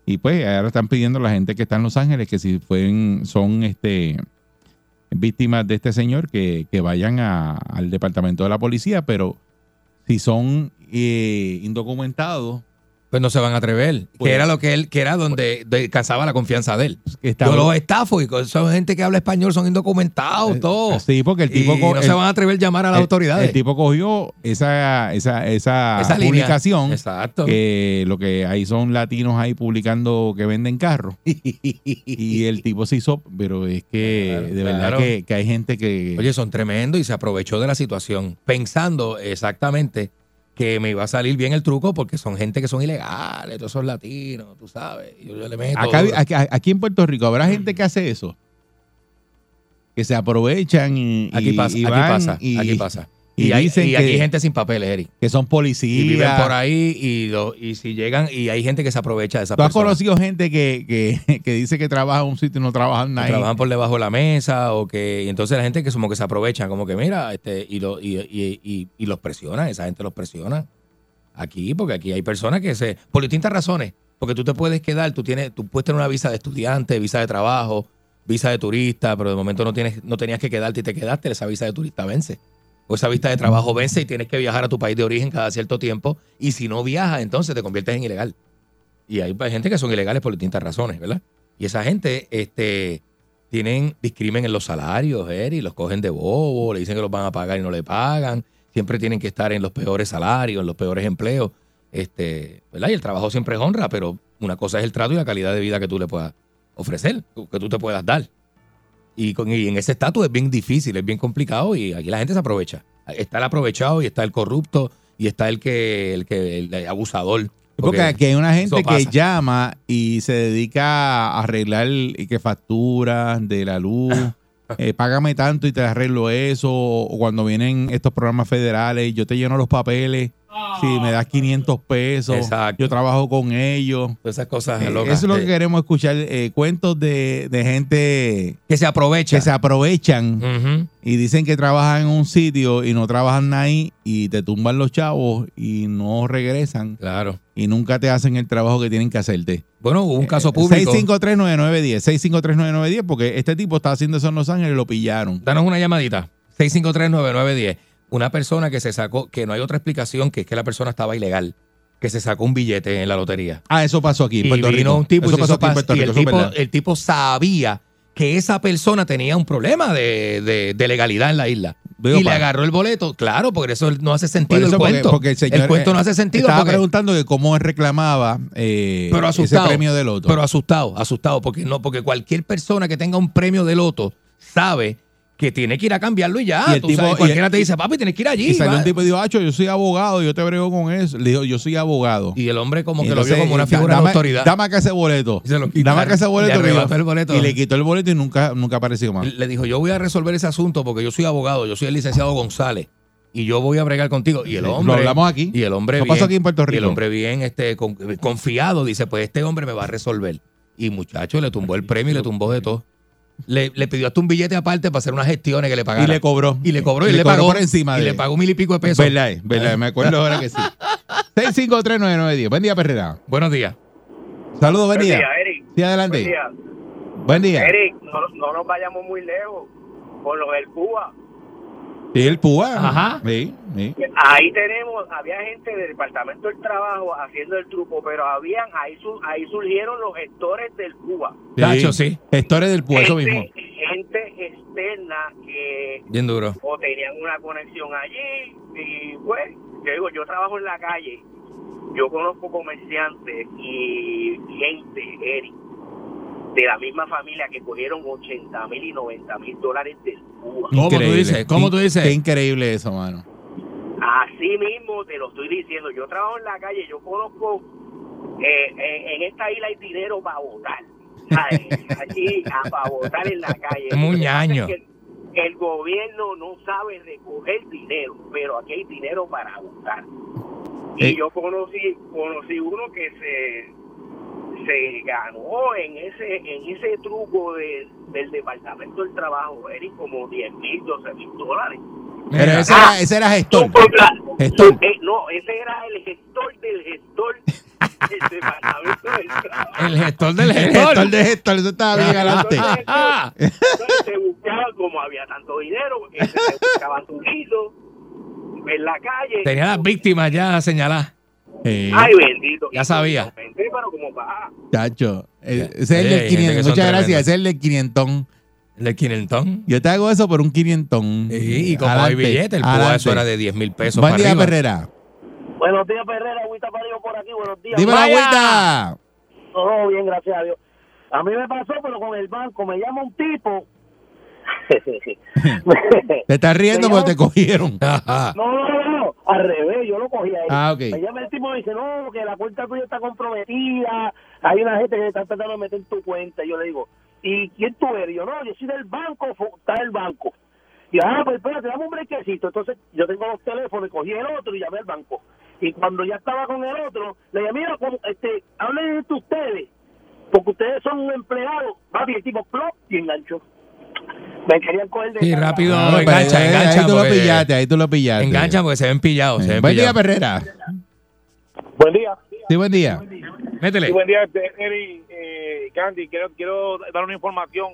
Speaker 4: Y pues ahora están pidiendo a la gente que está en Los Ángeles que si pueden, son este víctimas de este señor que, que vayan a- al departamento de la policía, pero si son eh, indocumentados,
Speaker 5: Pues no se van a atrever.
Speaker 4: Pues-
Speaker 5: que era lo que él, que era donde de- cazaba la confianza de él.
Speaker 4: estaba-
Speaker 5: Yo los estafo y con- son gente que habla español, son indocumentados, todo.
Speaker 4: Eh, sí, porque el tipo
Speaker 5: Y
Speaker 4: co-
Speaker 5: no
Speaker 4: el-
Speaker 5: se van a atrever a llamar a las
Speaker 4: el-
Speaker 5: autoridades.
Speaker 4: El tipo cogió esa, esa, esa,
Speaker 5: Esa línea.
Speaker 4: publicación.
Speaker 5: Exacto.
Speaker 4: Que lo que ahí son latinos ahí publicando que venden carros. y el tipo se hizo, pero es que de verdad
Speaker 5: claro.
Speaker 4: que, que hay gente que.
Speaker 5: Oye, son tremendos y se aprovechó de la situación, pensando exactamente que me iba a salir bien el truco porque son gente que son ilegales, todos esos latinos, tú sabes. y Yo, yo le meto
Speaker 4: Acá,
Speaker 5: duro.
Speaker 4: aquí, aquí en Puerto Rico habrá gente que hace eso. Que se aprovechan y,
Speaker 5: Aquí
Speaker 4: y-
Speaker 5: pasa,
Speaker 4: y
Speaker 5: aquí
Speaker 4: van
Speaker 5: pasa,
Speaker 4: y-
Speaker 5: aquí pasa.
Speaker 4: Y,
Speaker 5: Y hay-
Speaker 4: dicen
Speaker 5: y
Speaker 4: que,
Speaker 5: aquí hay gente sin papeles, Eric.
Speaker 4: que son
Speaker 5: Y
Speaker 4: policías.
Speaker 5: viven por ahí y, lo- y si llegan y hay gente que se aprovecha de esa
Speaker 4: ¿Tú has
Speaker 5: persona.
Speaker 4: conocido gente que, que- que dice que trabaja en un sitio y no trabaja en
Speaker 5: que
Speaker 4: nada?
Speaker 5: trabajan por debajo de la mesa o que y entonces la gente que como que se aprovechan como que mira este y lo- y, y- y- y los presionan esa gente los presiona aquí porque aquí hay personas que se por distintas razones porque tú te puedes quedar tú tienes tú puedes tener una visa de estudiante visa de trabajo visa de turista pero de momento no tienes no tenías que quedarte y te quedaste esa visa de turista vence o esa visa de trabajo vence y tienes que viajar a tu país de origen cada cierto tiempo y si no viajas entonces te conviertes en ilegal y hay gente que son ilegales por distintas razones, ¿verdad? Y esa gente, este, tienen discrimen en los salarios, Eri, los cogen de bobo, le dicen que los van a pagar y no le pagan, siempre tienen que estar en los peores salarios, en los peores empleos, este, ¿verdad? Y el trabajo siempre es honra, pero una cosa es el trato y la calidad de vida que tú le puedas ofrecer, que tú te puedas dar. Y, con- y en ese estatus es bien difícil, es bien complicado y aquí la gente se aprovecha. Está el aprovechado y está el corrupto y está el que, el que, el abusador.
Speaker 4: Porque aquí hay una gente
Speaker 5: eso
Speaker 4: que
Speaker 5: pasa.
Speaker 4: llama y se dedica a arreglar y que facturas de la luz.
Speaker 5: Ah.
Speaker 4: eh, págame tanto y te arreglo eso. O cuando vienen estos programas federales, yo te lleno los papeles. Si me das 500 pesos,
Speaker 5: Ah. Exacto.
Speaker 4: yo trabajo con ellos.
Speaker 5: Todas esas cosas
Speaker 4: Eh,
Speaker 5: locas.
Speaker 4: Eso es lo que
Speaker 5: Eh,
Speaker 4: queremos escuchar, eh, cuentos de, de gente
Speaker 5: que se aprovecha.
Speaker 4: Que se aprovechan
Speaker 5: Ujú.
Speaker 4: y dicen que trabajan en un sitio y no trabajan ahí y te tumban los chavos y no regresan.
Speaker 5: Claro.
Speaker 4: Y nunca te hacen el trabajo que tienen que hacerte.
Speaker 5: Bueno, hubo un
Speaker 4: Eh,
Speaker 5: caso público.
Speaker 4: 6539910, 6539910, porque este tipo está haciendo eso en Los Ángeles y lo pillaron.
Speaker 5: Danos una llamadita. 6539910. Una persona que se sacó, que no hay otra explicación que es que la persona estaba ilegal, que se sacó un billete en la lotería.
Speaker 4: Ah, eso pasó aquí en
Speaker 5: Y
Speaker 4: Puerto
Speaker 5: vino
Speaker 4: Rico.
Speaker 5: un tipo y
Speaker 4: eso
Speaker 5: se hizo
Speaker 4: pasó aquí en
Speaker 5: pas-
Speaker 4: Puerto
Speaker 5: y
Speaker 4: Rico,
Speaker 5: el
Speaker 4: eso es
Speaker 5: tipo,
Speaker 4: verdad.
Speaker 5: el tipo sabía que esa persona tenía un problema de, de- de legalidad en la isla.
Speaker 4: Digo,
Speaker 5: y le
Speaker 4: pa-
Speaker 5: agarró el boleto. Claro, porque eso no hace sentido
Speaker 4: Por
Speaker 5: el
Speaker 4: eso, porque-
Speaker 5: cuento.
Speaker 4: porque el señor,
Speaker 5: cuento no
Speaker 4: eh,
Speaker 5: hace sentido.
Speaker 4: Estaba
Speaker 5: porque-
Speaker 4: preguntando que cómo él reclamaba eh,
Speaker 5: pero asustado,
Speaker 4: ese premio de loto.
Speaker 5: Pero asustado, asustado, porque no, porque cualquier persona que tenga un premio de loto sabe que tiene que ir a cambiarlo y ya.
Speaker 4: Y el
Speaker 5: tú
Speaker 4: tipo-
Speaker 5: sabes,
Speaker 4: y el-
Speaker 5: cualquiera te dice, papi, tienes que ir allí.
Speaker 4: y salió
Speaker 5: va".
Speaker 4: un tipo y dijo, Acho, yo soy abogado, yo te brego con eso. Le dijo, yo soy abogado.
Speaker 5: Y el hombre como que lo
Speaker 4: Entonces,
Speaker 5: vio como una
Speaker 4: da-
Speaker 5: figura de
Speaker 4: dame-
Speaker 5: autoridad.
Speaker 4: Dame acá ese boleto.
Speaker 5: se lo quitaron.
Speaker 4: dame acá ese
Speaker 5: Le
Speaker 4: boleto. que
Speaker 5: arrebató
Speaker 4: yo-
Speaker 5: el boleto.
Speaker 4: Y le quitó el boleto y nunca, nunca apareció más.
Speaker 5: Le dijo, yo voy a resolver ese asunto porque yo soy abogado, yo soy el licenciado González y yo voy a bregar contigo. Y el
Speaker 4: Lo
Speaker 5: hombre.
Speaker 4: hablamos aquí.
Speaker 5: Y el hombre.
Speaker 4: Lo
Speaker 5: bien-
Speaker 4: pasó aquí en Puerto
Speaker 5: y el
Speaker 4: Rico.
Speaker 5: hombre bien este, con- confiado dice, pues este hombre me va a resolver. Y muchacho le tumbó el premio y le tumbó de todo. Le, le pidió hasta un billete aparte para hacer unas gestiones que le pagara.
Speaker 4: Y le cobró.
Speaker 5: Y le cobró y,
Speaker 4: Y le
Speaker 5: le
Speaker 4: cobró
Speaker 5: pagó.
Speaker 4: por encima
Speaker 5: y
Speaker 4: de-
Speaker 5: le pagó mil y pico de pesos.
Speaker 4: Verdad, es, verdad, es, me acuerdo ahora que sí. 6539910. Buen día, Perrera.
Speaker 5: Buenos días.
Speaker 4: Saludos, buen día.
Speaker 22: Eric.
Speaker 4: Sí, adelante.
Speaker 22: Buen día.
Speaker 4: Buen día.
Speaker 22: Eric, no, no nos vayamos muy lejos con lo del Cuba.
Speaker 4: Sí, el Púa. Ajá. Sí, sí.
Speaker 22: Ahí tenemos, había gente del Departamento del Trabajo haciendo el truco, pero habían, ahí, su- ahí surgieron los gestores del Cuba.
Speaker 4: Nacho, sí. Gestores del Púa, eso
Speaker 22: Gente-
Speaker 4: mismo.
Speaker 22: Este, Gente externa que
Speaker 5: Bien duro.
Speaker 22: o tenían una conexión allí y pues, yo digo, yo trabajo en la calle, yo conozco comerciantes y gente, Eric, de la misma familia que cogieron 80 mil y 90 mil dólares del Cuba.
Speaker 5: ¿Cómo tú
Speaker 4: Increíble.
Speaker 5: dices? ¿Cómo tú dices?
Speaker 4: Qué increíble eso, mano.
Speaker 22: Así mismo te lo estoy diciendo. Yo trabajo en la calle, yo conozco. eh, eh, en esta isla hay dinero para votar. Allí, para votar en la calle.
Speaker 5: Es muy ñaño.
Speaker 22: Lo que pasa es que El, el gobierno no sabe recoger dinero, pero aquí hay dinero para votar.
Speaker 4: Eh,
Speaker 22: Y yo conocí, conocí uno que se se ganó en ese en ese truco de- del Departamento del Trabajo, Eric, como 10 mil, 12 mil dólares.
Speaker 4: Pero ese
Speaker 22: Ah,
Speaker 4: era, ese era gestor. Gestor.
Speaker 22: Eh, no, ese era el gestor del gestor del departamento del trabajo.
Speaker 5: El gestor del
Speaker 4: El
Speaker 5: gestor.
Speaker 4: gestor de gestor. Eso estaba bien adelante.
Speaker 22: Entonces se buscaba, como había tanto dinero, ese se buscaba su guiso en la calle.
Speaker 5: Tenía las víctimas ya señaladas.
Speaker 22: Ay, bendito.
Speaker 5: Ya sabía.
Speaker 22: Pero como para...
Speaker 4: Chacho. eh, Ese es el
Speaker 5: Oye,
Speaker 4: del
Speaker 5: hay gente que
Speaker 4: 500.
Speaker 5: son
Speaker 4: Muchas gracias.
Speaker 5: tremendas.
Speaker 4: Ese es el del 500.
Speaker 5: ¿El del quinientón?
Speaker 4: Yo te hago eso por un 500.
Speaker 5: Sí, y como hay billete, el Púa eso era de 10 mil pesos
Speaker 4: Buen
Speaker 5: para
Speaker 4: día,
Speaker 5: arriba.
Speaker 4: Perrera.
Speaker 22: Buenos días, Perrera, Agüita Parido por aquí, buenos días.
Speaker 4: Dime la agüita.
Speaker 22: Todo bien, gracias a Dios. A mí me pasó, pero con el banco me llama un tipo
Speaker 4: Te estás riendo porque te cogieron.
Speaker 9: No, no, no, no, al revés, yo lo cogí a él.
Speaker 4: Ah, ok.
Speaker 9: Me llama el tipo y me dice, no, que la cuenta tuya está comprometida, hay una gente que está tratando de meter tu cuenta. Y yo le digo, ¿y quién tú eres? Y yo, no, yo soy del banco, fu- está el banco. Y yo, ah, pues espérate, dame un brequecito. Entonces yo tengo los teléfonos, cogí el otro y llamé al banco. Y cuando ya estaba con el otro, le dije, mira, como, este, hablen entre ustedes, porque ustedes son un empleado. Papi, el tipo, plop, y enganchó. Me querían coger de...
Speaker 5: Y rápido,
Speaker 4: No, pero
Speaker 5: engancha,
Speaker 4: ahí-
Speaker 5: engancha.
Speaker 4: Ahí tú lo
Speaker 5: porque-
Speaker 4: pillaste, ahí tú lo pillaste.
Speaker 5: Engancha porque se ven pillados. se ven
Speaker 4: Eh, Buen día,
Speaker 5: pillados.
Speaker 4: Perrera.
Speaker 9: Buen día.
Speaker 4: Sí, buen día.
Speaker 5: Métele.
Speaker 10: Sí, buen día, este, Eri, eh, Candy. Quiero, quiero dar una información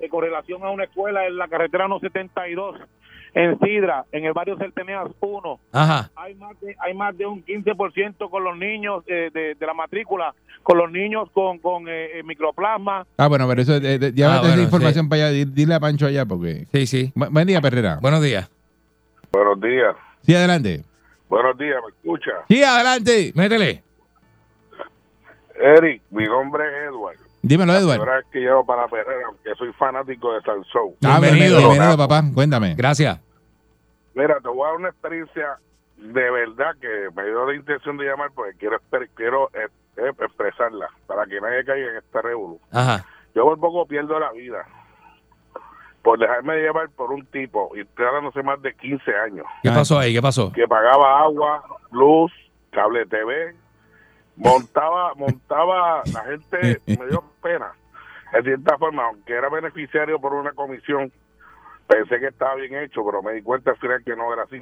Speaker 10: eh, con relación a una escuela en la carretera no 72, en Sidra, en el barrio Certeneas 1.
Speaker 5: Ajá.
Speaker 10: Hay más de, hay más de un 15% con los niños eh, de, de la matrícula, con los niños con, con eh, eh, microplasma.
Speaker 4: Ah, bueno, pero eso, eh, eh,
Speaker 5: Ah,
Speaker 4: llévate
Speaker 5: bueno,
Speaker 4: esa información para allá, di- dile a Pancho allá porque...
Speaker 5: Sí, sí.
Speaker 4: Bu- buen día, Perrera.
Speaker 5: Buenos días.
Speaker 12: Buenos días.
Speaker 4: Sí, adelante.
Speaker 12: Buenos días, ¿me escucha?
Speaker 4: Sí, adelante.
Speaker 5: Métele.
Speaker 12: Eric, mi nombre es Edward.
Speaker 4: Dímelo,
Speaker 12: La
Speaker 4: Eduardo.
Speaker 12: primera vez que llevo para Perrera, que soy fanático de Sansón.
Speaker 4: Ah,
Speaker 5: Bienvenido.
Speaker 4: bienvenido, papá. Cuéntame.
Speaker 5: Gracias.
Speaker 12: Mira, te voy a dar una experiencia de verdad que me dio la intención de llamar porque quiero, exper- quiero eh, eh, expresarla para que nadie caiga en esta revolución.
Speaker 5: Ajá.
Speaker 12: Yo por poco pierdo la vida por dejarme llevar por un tipo, y estoy hablando hace más de 15 años,
Speaker 5: ¿Qué
Speaker 4: Ah,
Speaker 5: pasó ahí? ¿Qué pasó?
Speaker 12: que pagaba agua, luz, cable TV, montaba, montaba, la gente me dio pena. En cierta forma, aunque era beneficiario por una comisión, pensé que estaba bien hecho, pero me di cuenta al final que no era así.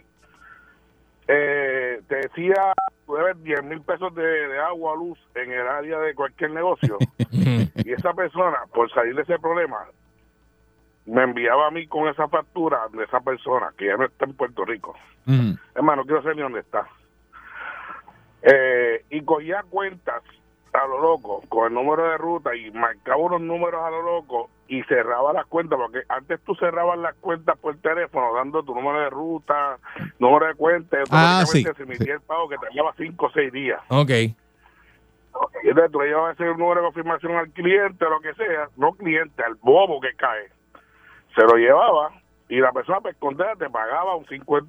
Speaker 12: Eh, te decía, tú debes 10 mil pesos de, de agua, luz en el área de cualquier negocio. y esa persona, por salir de ese problema, me enviaba a mí con esa factura de esa persona, que ya no está en Puerto Rico. Hermano, quiero saber ni dónde está. Eh, y cogía cuentas a lo loco, con el número de ruta y marcaba unos números a lo loco y cerraba las cuentas, porque antes tú cerrabas las cuentas por teléfono dando tu número de ruta, número de cuenta, y
Speaker 5: Ah, sí,
Speaker 12: automáticamente se emitía el pago que te llevaba 5 o 6 días.
Speaker 5: Ok.
Speaker 12: Y entonces tú le llevas ese número de confirmación al cliente, lo que sea, no cliente, al bobo que cae. Se lo llevaba y la persona pues, contenta, te pagaba un 50%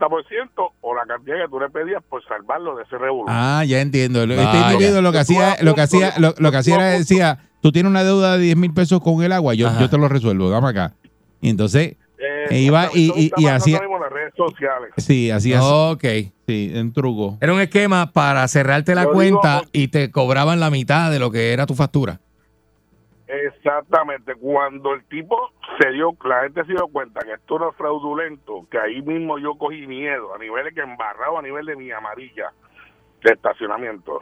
Speaker 12: o la cantidad que tú le pedías por salvarlo de ese revuelo.
Speaker 4: Ah, ya entiendo. Lo- Este
Speaker 5: Vaya.
Speaker 4: individuo lo que hacía, lo que hacía, lo, lo que hacía era decía, tú tienes una deuda de 10 mil pesos con el agua, yo, yo te lo resuelvo, dame acá. Y entonces,
Speaker 12: Eh,
Speaker 4: e iba y,
Speaker 12: eso
Speaker 4: y-
Speaker 12: está
Speaker 4: y
Speaker 12: pasando
Speaker 4: hacía,
Speaker 12: ahora mismo en las redes sociales.
Speaker 4: sí, hacía,
Speaker 5: Ok.
Speaker 4: sí, un truco.
Speaker 5: Era un esquema para cerrarte la
Speaker 12: Yo
Speaker 5: cuenta
Speaker 12: digo-
Speaker 5: y te cobraban la mitad de lo que era tu factura.
Speaker 12: Exactamente, cuando el tipo se dio, la gente se dio cuenta que esto era fraudulento, que ahí mismo yo cogí miedo, a niveles que embarrado, a nivel de mi amarilla de estacionamiento.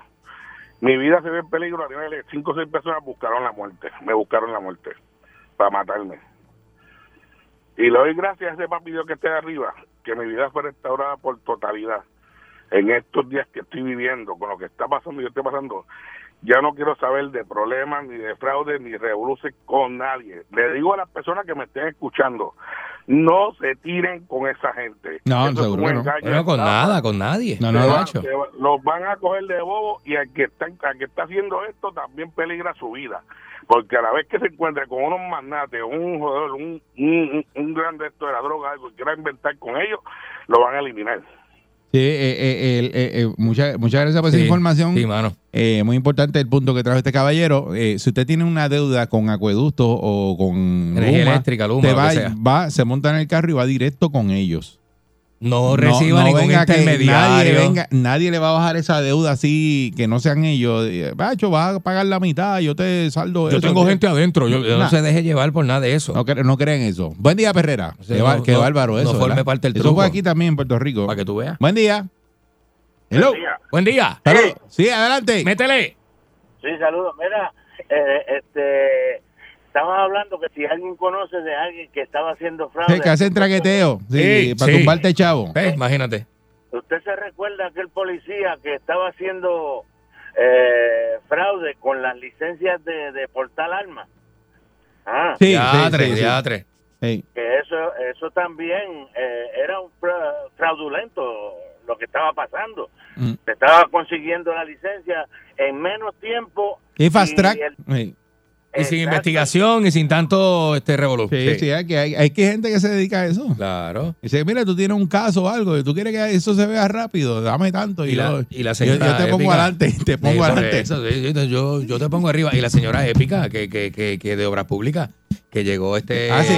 Speaker 12: Mi vida se ve en peligro, a niveles de 5 o 6 personas buscaron la muerte, me buscaron la muerte para matarme. Y le doy gracias a ese papi Dios que esté arriba, que mi vida fue restaurada por totalidad. En estos días que estoy viviendo, con lo que está pasando y yo estoy pasando, ya no quiero saber de problemas, ni de fraude, ni revoluciones con nadie. Le digo a las personas que me estén escuchando, no se tiren con esa gente. Eso
Speaker 4: No,
Speaker 12: es
Speaker 4: seguro
Speaker 12: un
Speaker 4: que no.
Speaker 12: engaño de
Speaker 5: Bueno, con
Speaker 12: estafa.
Speaker 5: nada, con nadie.
Speaker 4: No, no,
Speaker 12: Te van-
Speaker 5: Nacho.
Speaker 12: te Este, ah, va- los van a coger de bobo y al que, está, al que está haciendo esto también peligra su vida. Porque a la vez que se encuentre con unos magnates, un jodedor, un, un, un- un grande esto de la droga, algo que quiera inventar con ellos, lo van a eliminar.
Speaker 4: Sí, eh, eh, el- eh, eh, muchas, muchas gracias por esa
Speaker 5: Sí,
Speaker 4: información.
Speaker 5: Sí, mano.
Speaker 4: Eh, muy importante el punto que trajo este caballero. Eh, si usted tiene una deuda con acueductos o con
Speaker 5: Energía
Speaker 4: Luma,
Speaker 5: eléctrica, Luma,
Speaker 4: usted
Speaker 5: lo que
Speaker 4: va,
Speaker 5: sea.
Speaker 4: va, se monta en el carro y va directo con ellos.
Speaker 5: No reciba ningún
Speaker 4: venga que Nadie,
Speaker 5: intermediario.
Speaker 4: venga- nadie le va a bajar esa deuda así que no sean ellos. Eh, Bacho, vas a pagar la mitad, yo te saldo eso.
Speaker 5: yo
Speaker 4: Eh,
Speaker 5: tengo gente adentro. Yo, yo
Speaker 4: Nah.
Speaker 5: no se deje llevar por nada de eso.
Speaker 4: No, cre- no crean eso. Buen día, Perrera.
Speaker 5: Sí,
Speaker 4: qué,
Speaker 5: no,
Speaker 4: bar- qué
Speaker 5: no-
Speaker 4: bárbaro
Speaker 5: no
Speaker 4: eso.
Speaker 5: forme
Speaker 4: ¿verdad?
Speaker 5: parte del
Speaker 4: Eso fue
Speaker 5: truco.
Speaker 4: aquí también en Puerto Rico.
Speaker 5: Para que tú veas.
Speaker 4: Buen día. Hello.
Speaker 5: Buen día.
Speaker 4: Hello. Sí, adelante.
Speaker 5: Métele.
Speaker 9: Sí, saludos. Mira, eh, este, estamos hablando que si alguien conoce de alguien que estaba haciendo fraude,
Speaker 4: Sí, que hacen traqueteo sí,
Speaker 5: Sí,
Speaker 4: para
Speaker 5: sí.
Speaker 4: tumbarte chavo.
Speaker 5: Eh, imagínate.
Speaker 9: ¿usted se recuerda aquel policía que estaba haciendo eh, fraude con las licencias de, de portal armas? Ah,
Speaker 4: Sí,
Speaker 5: Diatre,
Speaker 4: sí, sí, sí.
Speaker 5: diatre.
Speaker 4: Ey,
Speaker 9: que eso, eso también eh, era un fra- fraudulento lo que estaba pasando.
Speaker 4: Mm.
Speaker 9: Se estaba consiguiendo la licencia en menos tiempo
Speaker 4: Y fast
Speaker 9: y
Speaker 4: track.
Speaker 9: el-
Speaker 4: Ey,
Speaker 2: Y sin investigación y sin tanto este revolución.
Speaker 4: Sí, sí, hay, que- hay, hay que gente que se dedica a eso.
Speaker 2: Claro.
Speaker 4: Dice, mira, tú tienes un caso o algo, y tú quieres que eso se vea rápido, dame tanto. Y,
Speaker 2: Y la-
Speaker 4: yo,
Speaker 2: y la
Speaker 4: yo-
Speaker 2: señora
Speaker 4: yo te pongo
Speaker 2: épica.
Speaker 4: adelante, te
Speaker 2: Sí,
Speaker 4: pongo
Speaker 2: por
Speaker 4: adelante.
Speaker 2: eso, sí, sí, yo, yo te pongo arriba. Y la señora épica, que, que, que, que de obras públicas, que llegó este.
Speaker 4: Ah, sí.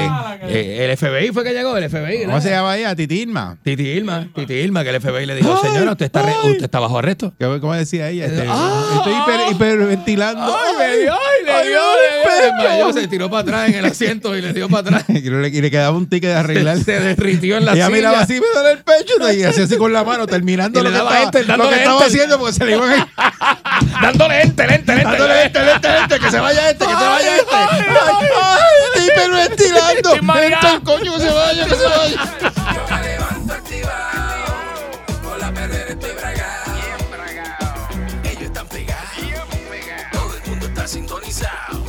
Speaker 2: eh, el FBI fue que llegó, el FBI.
Speaker 4: ¿Cómo
Speaker 2: ¿verdad?
Speaker 4: se llama ella? Titirma.
Speaker 2: Titi Irma, Titi Irma, que el FBI le dijo, señora, usted está, re- usted está bajo arresto. Ah.
Speaker 4: ¿Cómo decía ella? Este, estoy hiper- hiperventilando.
Speaker 2: ¡Ay, me dio! ¡Ay, le
Speaker 4: ay,
Speaker 2: dio! le-
Speaker 4: me dio el
Speaker 2: se desmayó,
Speaker 4: pecho.
Speaker 2: se tiró para atrás en el asiento y le dio para atrás.
Speaker 4: Y le, y le quedaba un ticket de arreglar.
Speaker 2: Se derritió en la
Speaker 4: Ella
Speaker 2: silla.
Speaker 4: miraba así, me duele el pecho. Y hacía así con la mano, terminando
Speaker 2: Y le
Speaker 4: lo que,
Speaker 2: daba
Speaker 4: estaba,
Speaker 2: enter,
Speaker 4: lo
Speaker 2: dándole
Speaker 4: que estaba
Speaker 2: enter.
Speaker 4: haciendo porque se le iban a
Speaker 2: Dándole enter, enter, enter.
Speaker 4: Dándole enter, enter, enter, que se vaya este, que se vaya este. Ay, ay, estoy hiperventilando.
Speaker 2: Estoy mareado.
Speaker 4: Enter, coño, que se vaya, que se vaya.
Speaker 3: Con la perrera estoy bragado. Ellos están pegados. Todo el mundo está sintonizado.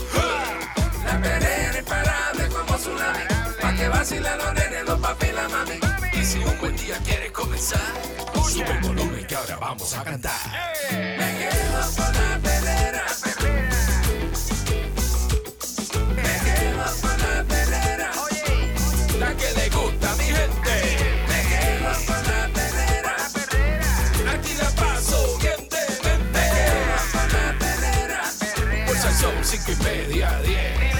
Speaker 3: La perrera es parable como tsunami. Pa' que vacilen los nenes, los papi y la mami. Y si un buen día quieres comenzar, sube el volumen que ahora vamos a cantar. Me quedo con la perrera. Me quedo con la perrera. La que le gusta a mi gente. Me quedo con la perrera. Aquí la paso bien de mente. Me quedo con la perrera. Pulsa el son cinco y media, diez.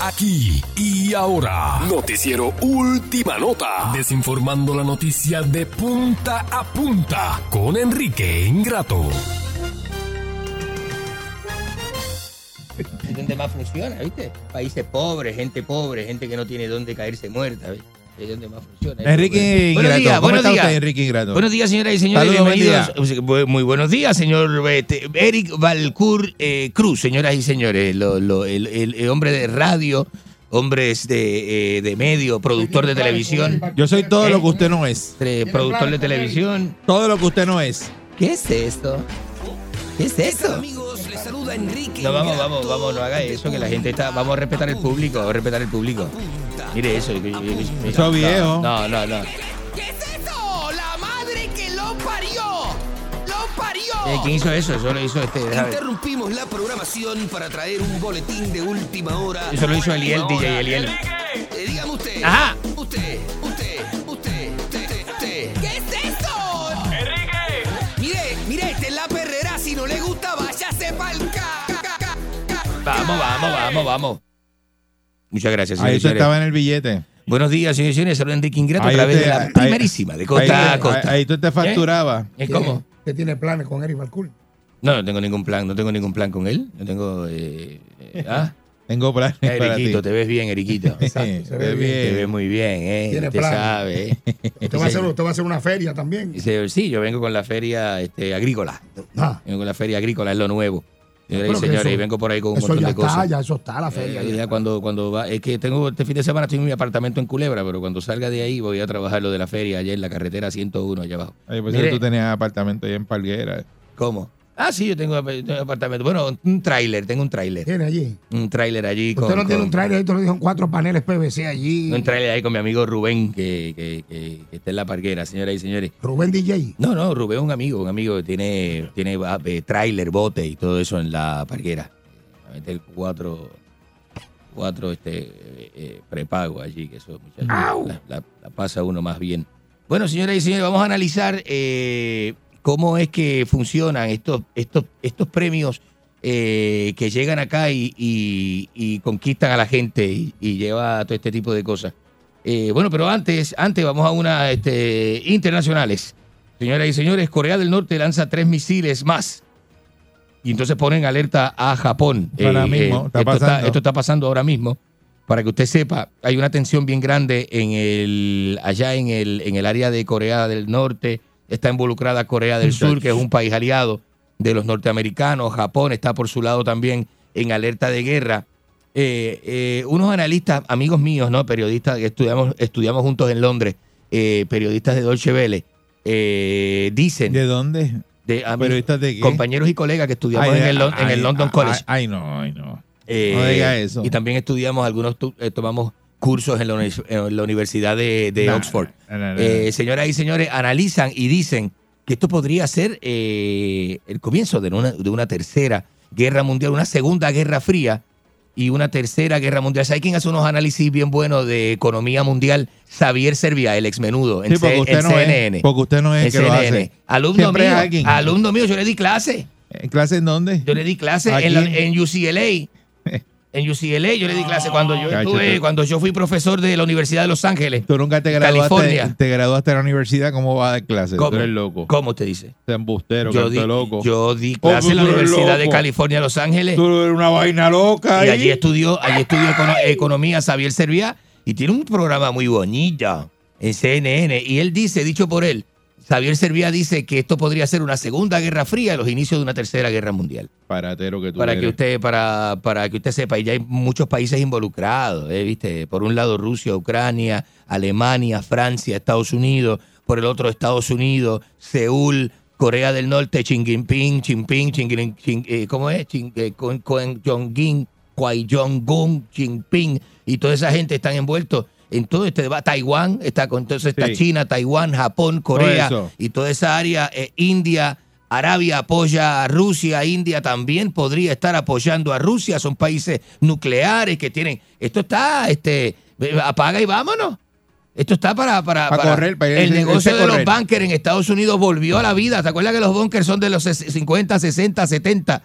Speaker 1: Aquí y ahora, noticiero Última Nota, desinformando la noticia de punta a punta con Enrique Ingrato.
Speaker 5: es donde más funciona, ¿viste? Países pobres, gente pobre, gente que no tiene dónde caerse muerta, ¿viste? Es donde más funciona.
Speaker 4: Enrique
Speaker 5: Buenos
Speaker 4: Ingrato.
Speaker 5: días,
Speaker 4: ¿Cómo
Speaker 5: buenos
Speaker 4: está
Speaker 5: días.
Speaker 4: usted, Enrique Ingrato?
Speaker 5: Buenos días, señoras y señores.
Speaker 4: Saludos, buen
Speaker 5: bienvenidos. Bu- Muy buenos días, señor este, Eric Valcour eh, Cruz, señoras y señores. lo- lo- el, el- el hombre de radio, hombre de, eh, de medio, productor de televisión. Este,
Speaker 4: Yo soy todo lo que usted no es.
Speaker 5: productor de televisión.
Speaker 4: Todo lo que usted no es.
Speaker 5: ¿Qué es esto? ¿Qué es esto?
Speaker 3: Amigos, les saluda Enrique.
Speaker 5: No, vamos, vamos, vamos, no haga eso, que la gente está. Vamos a respetar el público, vamos a respetar el público. Mire eso. que- que-
Speaker 4: Eso
Speaker 5: no,
Speaker 4: viejo.
Speaker 5: No, no, Eh, no.
Speaker 3: madre que lo parió. Lo
Speaker 5: Eh,
Speaker 3: parió.
Speaker 5: ¿Quién hizo eso? Eso lo hizo este. déjame ver.
Speaker 3: Interrumpimos la programación para traer un boletín de última hora.
Speaker 5: Eso lo hizo Eliel,
Speaker 3: Última
Speaker 5: DJ
Speaker 3: hora.
Speaker 5: Eliel.
Speaker 3: Eh, dígame usted.
Speaker 5: Ajá.
Speaker 3: Usted, usted, usted, usted, usted. ¿Qué es esto? Enrique. Mire, mire, esta es la perrera. Si no le gusta, váyase pa'l ca.
Speaker 5: Vamos, vamos, vamos, vamos. Muchas gracias,
Speaker 4: Ahí
Speaker 5: señores.
Speaker 4: usted estaba en el billete.
Speaker 5: Buenos días, señores y señores. Saludos Enrique Ingrato a
Speaker 4: Ahí
Speaker 5: través
Speaker 4: usted-
Speaker 5: de la
Speaker 4: ahí-
Speaker 5: primerísima, de costa
Speaker 4: ahí-
Speaker 5: a costa.
Speaker 4: ahí- ahí tú te facturabas.
Speaker 5: ¿Eh? ¿Cómo?
Speaker 18: que tiene planes con Eric Balcour.
Speaker 5: No, no tengo ningún plan, no tengo ningún plan con él. No tengo. eh, eh, ¿ah?
Speaker 4: Tengo planes para ti.
Speaker 5: Eriquito, te ves bien, Eriquito.
Speaker 4: Exacto, se ve Te ves bien. bien.
Speaker 5: Te ves muy bien, ¿eh?
Speaker 18: Tiene
Speaker 5: Usted
Speaker 18: plan.
Speaker 5: sabe. ¿eh?
Speaker 18: Usted va, a hacer, usted va a hacer una feria también.
Speaker 5: Dice, sí, yo vengo con la feria este, agrícola.
Speaker 18: Ah.
Speaker 5: Vengo con la feria agrícola, es lo nuevo. Señoras y
Speaker 18: Pero que
Speaker 5: señores,
Speaker 18: eso-
Speaker 5: y vengo por ahí con un
Speaker 18: Eso
Speaker 5: montón
Speaker 18: ya
Speaker 5: de
Speaker 18: está,
Speaker 5: cosas.
Speaker 18: ya eso está, la feria.
Speaker 5: Eh,
Speaker 18: ya.
Speaker 5: ya cuando, cuando va, es que tengo este fin de semana estoy en mi apartamento en Culebra, pero cuando salga de ahí voy a trabajar lo de la feria allá en la carretera 101 allá abajo.
Speaker 4: Oye, pues
Speaker 5: Mire.
Speaker 4: tú tenías apartamento ahí en Palguera.
Speaker 5: ¿Cómo? Ah, sí, yo tengo, ap- tengo apartamento. Bueno, un tráiler, tengo un tráiler.
Speaker 18: Tiene allí.
Speaker 5: Un tráiler allí con,
Speaker 18: Usted no tiene
Speaker 5: con-
Speaker 18: un trailer, ahí te lo dijo en cuatro paneles PVC allí.
Speaker 5: un tráiler ahí con mi amigo Rubén que, que- que- que está en la parguera, señoras y señores.
Speaker 18: Rubén DJ.
Speaker 5: No, no, Rubén es un amigo, un amigo que tiene, tiene ah, eh, tráiler, bote y todo eso en la parguera. Va a meter cuatro, cuatro este, eh, eh, prepago allí, que eso muchachos la, la- la pasa uno más bien. Bueno, señoras y señores, vamos a analizar eh, cómo es que funcionan estos, estos, estos premios eh, que llegan acá y, y- y conquistan a la gente y, y lleva a todo este tipo de cosas. Eh, bueno, pero antes, antes vamos a una este, internacionales. Señoras y señores, Corea del Norte lanza tres misiles más. Y entonces ponen alerta a Japón. Eh,
Speaker 4: Ahora mismo, está
Speaker 5: esto,
Speaker 4: pasando.
Speaker 5: esto está pasando ahora mismo. Para que usted sepa, hay una tensión bien grande en el, allá en el, en el área de Corea del Norte. Está involucrada Corea del Sur, que es un país aliado de los norteamericanos. Japón está por su lado también en alerta de guerra. Eh, eh, unos analistas, amigos míos, ¿no? Periodistas que estudiamos, estudiamos juntos en Londres, eh, periodistas de Deutsche Welle, eh, dicen. ¿De
Speaker 4: dónde?
Speaker 5: De, a mí-
Speaker 4: ¿Periodistas de qué?
Speaker 5: Compañeros y colegas que estudiamos
Speaker 4: Ay,
Speaker 5: en el, Lon- en
Speaker 4: ay,
Speaker 5: el London
Speaker 4: ay,
Speaker 5: College.
Speaker 4: Ay, no, ay, no.
Speaker 5: Eh,
Speaker 4: No diga eso.
Speaker 5: Y también estudiamos, algunos tu- eh, tomamos cursos en la, uni- en la Universidad de, de
Speaker 4: Nah,
Speaker 5: Oxford.
Speaker 4: nah, nah, nah.
Speaker 5: Eh, señoras y señores, analizan y dicen que esto podría ser eh, el comienzo de una, de una tercera guerra mundial, una segunda guerra fría y una tercera guerra mundial. ¿Sabe quién hace unos análisis bien buenos de economía mundial? Xavier Servia, el exmenudo, en,
Speaker 4: Sí, porque
Speaker 5: C-
Speaker 4: usted
Speaker 5: en
Speaker 4: no es-
Speaker 5: CNN.
Speaker 4: porque usted no es
Speaker 5: En
Speaker 4: que lo
Speaker 5: CNN.
Speaker 4: hace.
Speaker 5: Alumno
Speaker 4: Siempre es
Speaker 5: mío,
Speaker 4: alguien.
Speaker 5: alumno mío, yo le di clase.
Speaker 4: ¿En clase en dónde?
Speaker 5: Yo le di clase
Speaker 4: Aquí.
Speaker 5: en, la- en UCLA. En UCLA yo le di clase cuando yo
Speaker 4: Cacho,
Speaker 5: estuve-
Speaker 4: tú-
Speaker 5: cuando yo fui profesor de la Universidad de Los Ángeles.
Speaker 4: Tú nunca te graduaste,
Speaker 5: California.
Speaker 4: te graduaste de la universidad, ¿cómo va a dar clases? Tú
Speaker 5: ¿Cómo?
Speaker 4: eres loco.
Speaker 5: ¿Cómo te dice?
Speaker 4: Te embustero,
Speaker 5: Yo
Speaker 4: canto
Speaker 5: di-
Speaker 4: loco.
Speaker 5: Yo di clase en la Universidad de California, Los Ángeles.
Speaker 4: Tú eres una vaina loca ahí.
Speaker 5: Y allí estudió, allí estudió econo- economía Xavier Serviá y tiene un programa muy bonito en CNN. Y él dice, dicho por él, Xavier Serviá dice que esto podría ser una segunda guerra fría y los inicios de una tercera guerra mundial.
Speaker 4: Paratero que tú
Speaker 5: para
Speaker 4: eres.
Speaker 5: que usted para para que usted sepa y ya hay muchos países involucrados ¿eh? viste por un lado Rusia Ucrania Alemania Francia Estados Unidos por el otro Estados Unidos Seúl Corea del Norte Xi Jinping Xi Jinping Xi Jin- Xi- eh, cómo es Xi- eh, con- con Jong-un Kwai Jong-un Xi Jinping y toda esa gente están envueltos en todo este debate Taiwán está con entonces está
Speaker 4: Sí.
Speaker 5: China Taiwán Japón Corea
Speaker 4: eso.
Speaker 5: y toda esa área, eh, India, Arabia apoya a Rusia, India también podría estar apoyando a Rusia, son países nucleares que tienen, esto está, este, eh, apaga y vámonos. Esto está para, para,
Speaker 4: Pa' correr, pa' ir-
Speaker 5: el
Speaker 4: irse
Speaker 5: negocio
Speaker 4: a
Speaker 5: de los
Speaker 4: correr.
Speaker 5: bunkers en Estados Unidos volvió a la vida. ¿Te acuerdas que los bunkers son de los ses- 50, 60, 70,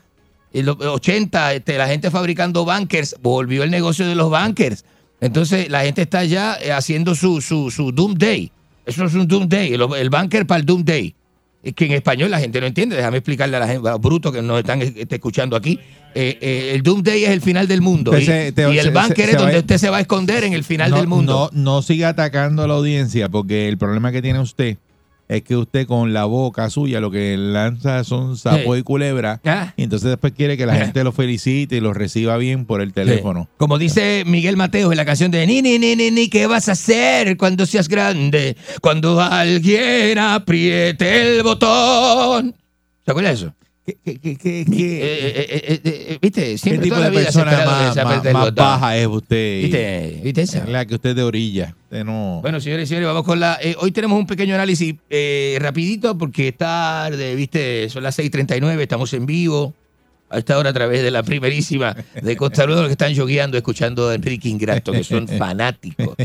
Speaker 5: y los 80? Este, la gente fabricando bunkers volvió el negocio de los bunkers. Entonces la gente está ya eh, haciendo su, su, su doomsday. Eso es un doomsday, el, el bunker para el doomsday. Es que en español la gente no entiende. Déjame explicarle a la gente, a los brutos que nos están este, escuchando aquí. Eh, eh, el doomsday es el final del mundo. Y,
Speaker 4: Usted se- Pues, eh, te-
Speaker 5: y el
Speaker 4: se-
Speaker 5: bunker
Speaker 4: se-
Speaker 5: es
Speaker 4: se va
Speaker 5: donde
Speaker 4: a-
Speaker 5: usted se va a esconder en el final
Speaker 4: no,
Speaker 5: del mundo.
Speaker 4: No, no siga atacando a la audiencia, porque el problema que tiene usted es que usted con la boca suya lo que lanza son sapo
Speaker 5: Sí.
Speaker 4: y culebra,
Speaker 5: Ah.
Speaker 4: y entonces después quiere que la gente lo felicite y lo reciba bien por el teléfono.
Speaker 5: Como dice Miguel Mateos en la canción de Ni, ni, ni, ni, ni, ¿qué vas a hacer cuando seas grande? Cuando alguien apriete el botón. ¿Se acuerda de eso? Eh, eh, eh, eh, eh, ¿Viste?
Speaker 4: ¿Qué
Speaker 5: Siempre
Speaker 4: tipo
Speaker 5: toda
Speaker 4: de
Speaker 5: la vida se ha
Speaker 4: persona
Speaker 5: esperado que
Speaker 4: más,
Speaker 5: se
Speaker 4: más,
Speaker 5: apriete el
Speaker 4: más
Speaker 5: botón.
Speaker 4: baja es usted?
Speaker 5: ¿Viste? ¿Viste esa?
Speaker 4: La que usted de orilla. Usted no...
Speaker 5: Bueno, señores y señores, vamos con la... eh, hoy tenemos un pequeño análisis eh, rapidito porque es tarde, ¿viste? Son las 6.39, estamos en vivo. A esta hora a través de la primerísima de Costa Rica, los que están yogueando, escuchando a Enrique Ingrato, que son fanáticos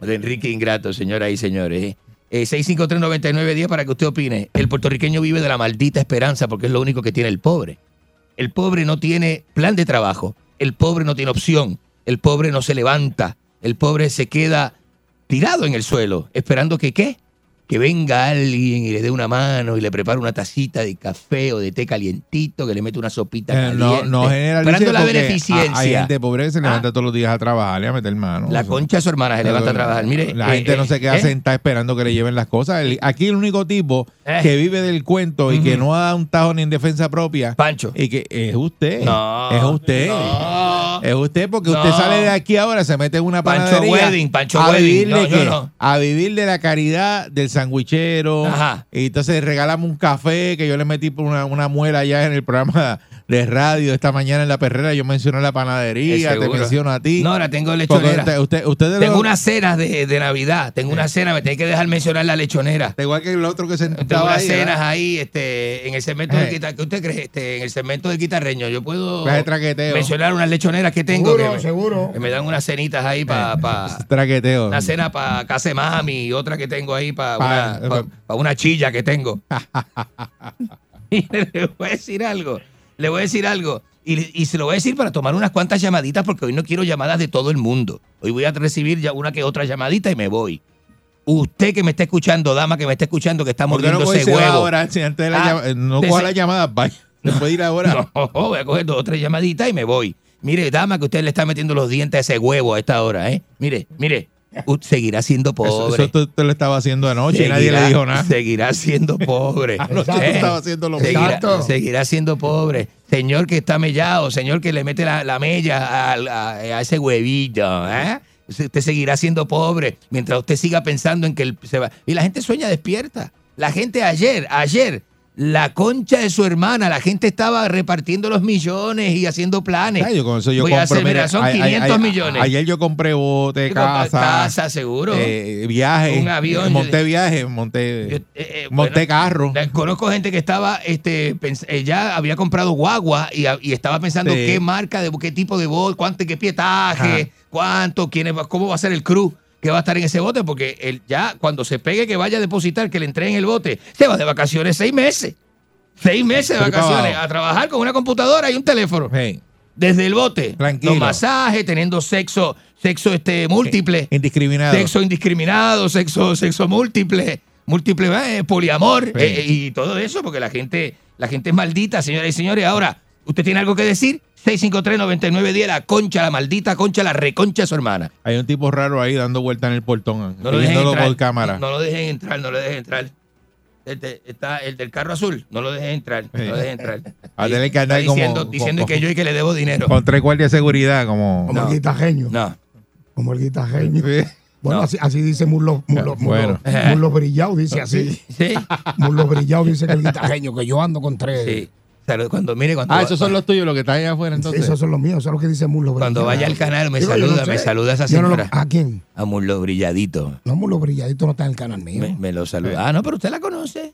Speaker 5: de Enrique Ingrato, señoras y señores. ¿eh? Eh, 6539910 para que usted opine. El puertorriqueño vive de la maldita esperanza porque es lo único que tiene el pobre. El pobre no tiene plan de trabajo. El pobre no tiene opción. El pobre no se levanta. El pobre se queda tirado en el suelo, esperando que qué? Que venga alguien y le dé una mano y le prepare una tacita de café o de té calientito, que le mete una sopita
Speaker 4: Eh, no,
Speaker 5: caliente.
Speaker 4: no generalice
Speaker 5: Esperando la
Speaker 4: porque
Speaker 5: beneficencia. Ah.
Speaker 4: Hay gente pobre que se levanta todos los días a trabajar y a meter mano.
Speaker 5: La
Speaker 4: Eso-
Speaker 5: concha de su hermana se levanta a trabajar. Mire,
Speaker 4: la
Speaker 5: eh,
Speaker 4: gente no
Speaker 5: eh,
Speaker 4: se queda
Speaker 5: ¿eh?
Speaker 4: sentada esperando que le lleven las cosas. El- aquí el único tipo
Speaker 5: Eh.
Speaker 4: que vive del cuento y que no ha dado un tajo ni en defensa propia.
Speaker 5: Pancho.
Speaker 4: Y que es usted.
Speaker 5: No,
Speaker 4: es usted. Es usted porque usted
Speaker 5: No.
Speaker 4: sale de aquí ahora, se mete en una
Speaker 5: Pancho
Speaker 4: panadería.
Speaker 5: Wedding, Pancho
Speaker 4: a
Speaker 5: Wedding.
Speaker 4: vivir
Speaker 5: No,
Speaker 4: de
Speaker 5: yo
Speaker 4: qué?
Speaker 5: no.
Speaker 4: A vivir de la caridad del sandwichero.
Speaker 5: Ajá.
Speaker 4: Y entonces regálame un café que yo le metí por una, una muela allá en el programa de radio esta mañana en la perrera. Yo mencioné la panadería,
Speaker 5: Es
Speaker 4: te
Speaker 5: Eh, seguro.
Speaker 4: menciono a ti.
Speaker 5: No, ahora tengo
Speaker 4: Porque
Speaker 5: lechonera.
Speaker 4: usted- usted- usted de Eh.
Speaker 5: Tengo
Speaker 4: los-
Speaker 5: unas cenas de, de Navidad, tengo una cena, me tiene que dejar mencionar la lechonera.
Speaker 4: Igual que el otro que se
Speaker 5: Tengo
Speaker 4: estaba
Speaker 5: unas
Speaker 4: ahí.
Speaker 5: cenas
Speaker 4: ¿verdad?
Speaker 5: ahí, este, en el segmento
Speaker 4: Eh.
Speaker 5: del guitarreño. ¿Qué usted cree? Este, en el segmento del guitarreño, yo puedo
Speaker 4: Clase de traqueteo.
Speaker 5: mencionar unas lechoneras que tengo.
Speaker 4: Seguro,
Speaker 5: que me,
Speaker 4: seguro.
Speaker 5: que me dan unas cenitas ahí para
Speaker 4: Traqueteo.
Speaker 5: una cena para casa de mami y otra que tengo ahí para
Speaker 4: Pa- eh,
Speaker 5: una, pa- pa' una chilla que tengo. Y le voy a decir algo, le voy a decir algo. Y, y se lo voy a decir para tomar unas cuantas llamaditas porque hoy no quiero llamadas de todo el mundo. Hoy voy a recibir ya una que otra llamadita y me voy. Usted que me está escuchando, dama que me está escuchando, que está
Speaker 4: ¿Por qué no coge
Speaker 5: mordiéndose
Speaker 4: ese
Speaker 5: huevo.
Speaker 4: ahora? Si antes de la
Speaker 5: Ah,
Speaker 4: llama- eh, no
Speaker 5: de
Speaker 4: coja
Speaker 5: ese-
Speaker 4: la llamada, vaya. No puede ir ahora.
Speaker 5: No, voy a coger dos o tres llamaditas y me voy. Mire, dama, que usted le está metiendo los dientes a ese huevo a esta hora, ¿eh? Mire, mire, u- seguirá siendo
Speaker 4: Eso,
Speaker 5: pobre.
Speaker 4: eso tú- tú lo estaba haciendo anoche y nadie le
Speaker 5: Seguirá-
Speaker 4: dijo nada.
Speaker 5: Seguirá siendo pobre.
Speaker 4: Anoche tú
Speaker 5: Eh,
Speaker 4: estabas haciendo lo mismo.
Speaker 5: seguirá,
Speaker 4: Exacto.
Speaker 5: seguirá siendo pobre. Señor que está mellado, señor que le mete la, la mella al- a, a ese huevito, ¿eh? Usted seguirá siendo pobre mientras usted siga pensando en que él se va. Y la gente sueña despierta. La gente ayer, ayer, la concha de su hermana. La gente estaba repartiendo los millones y haciendo planes.
Speaker 4: Ay, yo con eso yo
Speaker 5: Voy a hacer,
Speaker 4: compro,
Speaker 5: mira,
Speaker 4: mira,
Speaker 5: son
Speaker 4: ay-
Speaker 5: 500
Speaker 4: ay- ay-
Speaker 5: millones.
Speaker 4: Ayer yo compré bote,
Speaker 5: Yo compré
Speaker 4: casa.
Speaker 5: casa, seguro.
Speaker 4: eh, viaje. eh,
Speaker 5: Un avión,
Speaker 4: Monté
Speaker 5: yo-
Speaker 4: viaje, monté,
Speaker 5: eh,
Speaker 4: monté
Speaker 5: bueno,
Speaker 4: carro.
Speaker 5: la- Conozco gente que estaba, este, pens- eh, ya había comprado guagua y, a- y estaba pensando
Speaker 4: Sí.
Speaker 5: qué marca, de qué tipo de bote, cuánto, qué pietaje, cuánto, quién es, cómo va a ser el crew que va a estar en ese bote, porque él ya cuando se pegue que vaya a depositar, que le entreguen el bote, se va de vacaciones seis meses. Seis meses de
Speaker 4: Estoy
Speaker 5: vacaciones
Speaker 4: acabado.
Speaker 5: a trabajar con una computadora y un teléfono.
Speaker 4: Sí.
Speaker 5: Desde el bote.
Speaker 4: Tranquilo.
Speaker 5: Los masajes, teniendo sexo, sexo este múltiple.
Speaker 4: Indiscriminado.
Speaker 5: Sexo indiscriminado, sexo, sexo múltiple, múltiple, eh, poliamor
Speaker 4: Sí.
Speaker 5: eh, y todo eso, porque la gente, la gente es maldita, señoras y señores. Ahora, ¿usted tiene algo que decir? 653-9910, la concha, la maldita concha, la reconcha de su hermana.
Speaker 4: Hay un tipo raro ahí dando vuelta en el portón.
Speaker 5: No lo dejen
Speaker 4: viéndolo
Speaker 5: entrar.
Speaker 4: por cámara.
Speaker 5: No, no lo dejen entrar, no lo dejen entrar. Este, está el del carro azul, no lo dejen entrar, no lo dejen entrar.
Speaker 4: Va a tener que
Speaker 5: Está
Speaker 4: andar como-
Speaker 5: diciendo,
Speaker 4: como-
Speaker 5: diciendo que yo y que le debo dinero.
Speaker 4: Con tres guardias de seguridad, como.
Speaker 18: Como el guitajeño.
Speaker 5: No.
Speaker 18: Como el guitajeño. Bueno, así, así dice Murlo, Murlo,
Speaker 4: Bueno.
Speaker 18: Murlo- Murlo Brillado, dice así.
Speaker 5: Sí.
Speaker 18: Murlo Brillado dice que el guitajeño, que yo ando con tres.
Speaker 5: Sí. Salud, cuando mire, cuando
Speaker 4: Ah, esos son los tuyos, los que están allá afuera, entonces.
Speaker 18: Esos son los míos, son los que dice Murlo Brillado.
Speaker 5: Cuando vaya al canal me
Speaker 18: Digo, yo
Speaker 5: saluda,
Speaker 18: no sé.
Speaker 5: me saluda esa
Speaker 18: Yo no lo-
Speaker 5: señora.
Speaker 18: ¿A quién?
Speaker 5: A Murlo Brilladito.
Speaker 18: No, Murlo Brilladito no está en el canal mío.
Speaker 5: Me, me lo
Speaker 18: Eh.
Speaker 5: saluda. Ah, no, pero usted la conoce.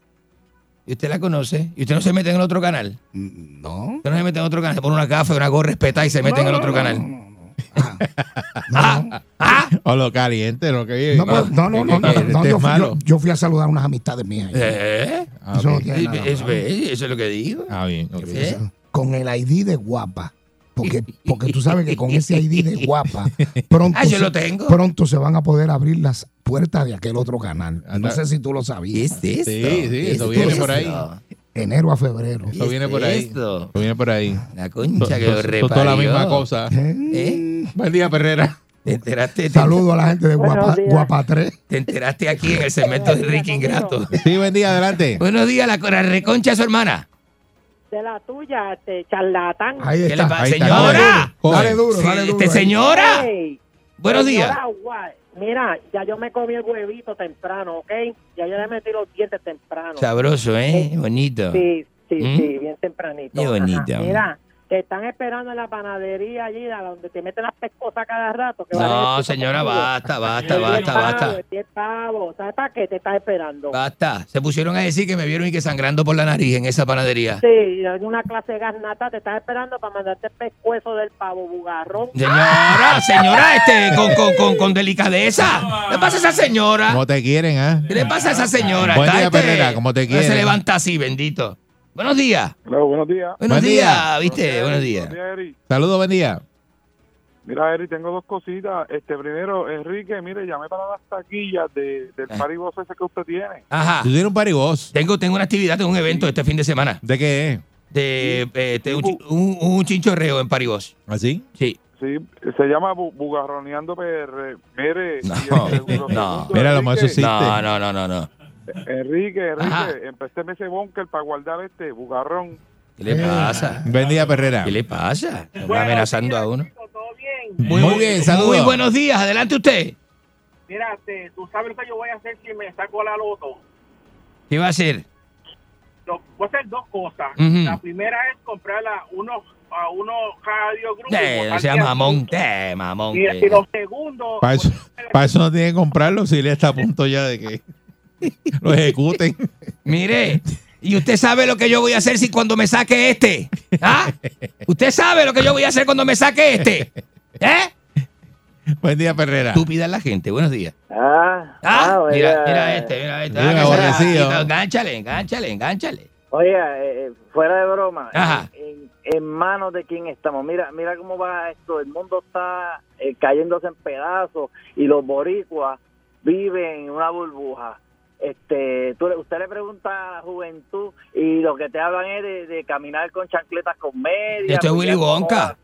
Speaker 5: Y usted la conoce. Y usted no se mete en el otro canal.
Speaker 18: No.
Speaker 5: Usted no se mete en otro canal. Se pone una gafa, una gorra respetada y se mete en el otro canal. Ah,
Speaker 4: O lo caliente, lo que vive.
Speaker 18: No, pues, no, no, no, no,
Speaker 4: Este
Speaker 18: no,
Speaker 4: es
Speaker 18: yo, fui-
Speaker 4: malo.
Speaker 18: yo- yo fui a saludar a unas amistades mías. ahí.
Speaker 5: ¿Eh?
Speaker 4: Ah,
Speaker 18: Eso no
Speaker 4: ok.
Speaker 18: tiene nada
Speaker 5: Es-
Speaker 18: malo.
Speaker 5: ve, eso es lo que digo.
Speaker 4: Ah, bien. ok.
Speaker 5: ¿Eh?
Speaker 18: Con el ID de guapa. Porque, porque tú sabes que con ese ID de guapa, pronto,
Speaker 5: Ah, yo
Speaker 18: se,
Speaker 5: lo tengo.
Speaker 18: pronto se van a poder abrir las puertas de aquel otro canal.
Speaker 4: Ah,
Speaker 18: No
Speaker 4: está-
Speaker 18: sé si tú lo sabías.
Speaker 5: ¿Qué es esto?
Speaker 4: Sí, sí,
Speaker 5: ¿Qué
Speaker 4: eso
Speaker 5: es
Speaker 4: viene
Speaker 5: esto?
Speaker 4: por ahí.
Speaker 18: Enero a febrero.
Speaker 4: Eso
Speaker 5: ¿Qué
Speaker 4: viene
Speaker 5: es
Speaker 4: por ahí.
Speaker 5: esto?
Speaker 4: Eso viene por ahí.
Speaker 5: La concha que lo
Speaker 4: Son- son todas la
Speaker 5: reparió.
Speaker 4: misma cosa.
Speaker 5: ¿Eh?
Speaker 4: Buen día, Perrera.
Speaker 5: ¿Te enteraste? te-
Speaker 18: Saludo a la gente de
Speaker 17: Buenos
Speaker 18: Guapa,
Speaker 17: días.
Speaker 18: guapa 3.
Speaker 5: Te enteraste aquí en el segmento de Ricky Ingrato.
Speaker 4: Sí, buen día, adelante.
Speaker 5: Buenos días, la, la reconcha de su hermana.
Speaker 17: De la tuya, este charlatán.
Speaker 18: Ahí
Speaker 5: ¿Qué le
Speaker 18: está.
Speaker 5: pasa?
Speaker 4: Ahí está,
Speaker 5: ¡Señora!
Speaker 4: coge, coge.
Speaker 18: Dale duro,
Speaker 5: Sí,
Speaker 18: dale duro.
Speaker 5: este, señora.
Speaker 17: Ey,
Speaker 5: Buenos días.
Speaker 17: señora, guay. Mira, ya yo me comí el huevito temprano, ¿ok? Ya yo le metí los dientes temprano.
Speaker 5: Sabroso, ¿eh? Bonito.
Speaker 17: Sí, sí,
Speaker 5: ¿Mm?
Speaker 17: sí, bien tempranito.
Speaker 5: Qué
Speaker 17: Ajá.
Speaker 5: bonita.
Speaker 17: Mira, te están esperando en la panadería allí, a donde te meten las pescosas cada rato. que valen
Speaker 5: No,
Speaker 17: el
Speaker 5: señora,
Speaker 17: pico contigo.
Speaker 5: basta, basta,
Speaker 17: El
Speaker 5: basta,
Speaker 17: diez pavos,
Speaker 5: basta.
Speaker 17: el diez pavos. ¿Sabes para qué te estás esperando?
Speaker 5: Basta. Se pusieron a decir que me vieron y que sangrando por la nariz en esa panadería.
Speaker 17: Sí, en una clase de gasnata te estás esperando para mandarte el pescuezo del pavo bugarrón.
Speaker 4: Ah.
Speaker 5: Señora, señora, este, con, con, con, con delicadeza. ¿Qué le pasa a esa señora?
Speaker 4: ¿Cómo te quieren, ah?
Speaker 5: ¿Qué le pasa a esa señora?
Speaker 4: Buen
Speaker 5: Está,
Speaker 4: día,
Speaker 5: este,
Speaker 4: Perrera, ¿cómo te quiere?
Speaker 5: Se levanta así, bendito. Buenos días.
Speaker 12: Claro, buenos días.
Speaker 5: Buenos
Speaker 4: Buen
Speaker 5: días,
Speaker 4: día.
Speaker 5: ¿viste? Buenos días.
Speaker 12: Buenos días, Eri.
Speaker 4: Saludos, buen día.
Speaker 12: Mira, Eri, tengo dos cositas. Este, primero, Enrique, mire, llamé para las taquillas de, del
Speaker 5: Eh.
Speaker 12: pariboso ese que usted tiene.
Speaker 5: Ajá.
Speaker 4: Tú tienes un paribos.
Speaker 5: Tengo, tengo una actividad, tengo un evento este fin de semana.
Speaker 4: ¿De qué es?
Speaker 5: De, eh, este, un, chi- un- un chinchorreo en Paribos.
Speaker 4: ¿Así?
Speaker 5: Sí.
Speaker 12: Sí, se llama Bu- Bugarroneando PR. Mire, y
Speaker 5: No,
Speaker 12: el- lo
Speaker 5: no.
Speaker 12: segundo,
Speaker 4: Mira, lo más
Speaker 12: Enrique,
Speaker 4: sucio.
Speaker 5: No, no, no, no, no.
Speaker 12: Enrique,
Speaker 5: Ajá.
Speaker 12: Enrique, empecéme ese bunker para guardar este bugarrón.
Speaker 5: ¿Qué le pasa?
Speaker 4: Ah. Buen día, Perrera.
Speaker 5: ¿Qué le pasa? Está amenazando a uno.
Speaker 23: ¿Todo bien?
Speaker 4: Muy, bien, saludos.
Speaker 5: Muy buenos días, adelante usted.
Speaker 23: Mira, este, tú sabes lo que yo voy a hacer si me saco la loto.
Speaker 5: ¿Qué va a hacer?
Speaker 23: Lo- voy a hacer dos cosas.
Speaker 5: Ujú.
Speaker 23: La primera es comprarla a unos, a unos radio grupos.
Speaker 5: Eh, no sea mamón. Eh, mamón.
Speaker 23: Y,
Speaker 5: eh.
Speaker 23: y lo segundo,
Speaker 4: Para eso, pa' eso no tiene que comprarlo si le está a punto ya de que lo ejecuten.
Speaker 5: Mire, y usted sabe lo que yo voy a hacer si cuando me saque este. ¿Ah? Usted sabe lo que yo voy a hacer cuando me saque este. ¿Eh?
Speaker 4: Buen día, Perrera.
Speaker 5: Estúpida la gente, buenos días.
Speaker 6: Ah,
Speaker 5: Ah,
Speaker 6: oiga,
Speaker 5: mira, mira este, mira este.
Speaker 4: Bien
Speaker 5: Ah, que se-
Speaker 4: aborrecido.
Speaker 5: ah, Engánchale, engánchale, engánchale.
Speaker 6: Oiga, eh, eh, fuera de broma,
Speaker 5: Ajá.
Speaker 6: En, en manos de quién estamos. Mira, mira cómo va esto. El mundo está eh, cayéndose en pedazos y los boricuas viven en una burbuja. Este, tú, le- usted le pregunta a la juventud y lo que te hablan es de, de caminar con chancletas con medias.
Speaker 5: Esto es Willy
Speaker 6: huileando
Speaker 5: Wonka.
Speaker 6: motora-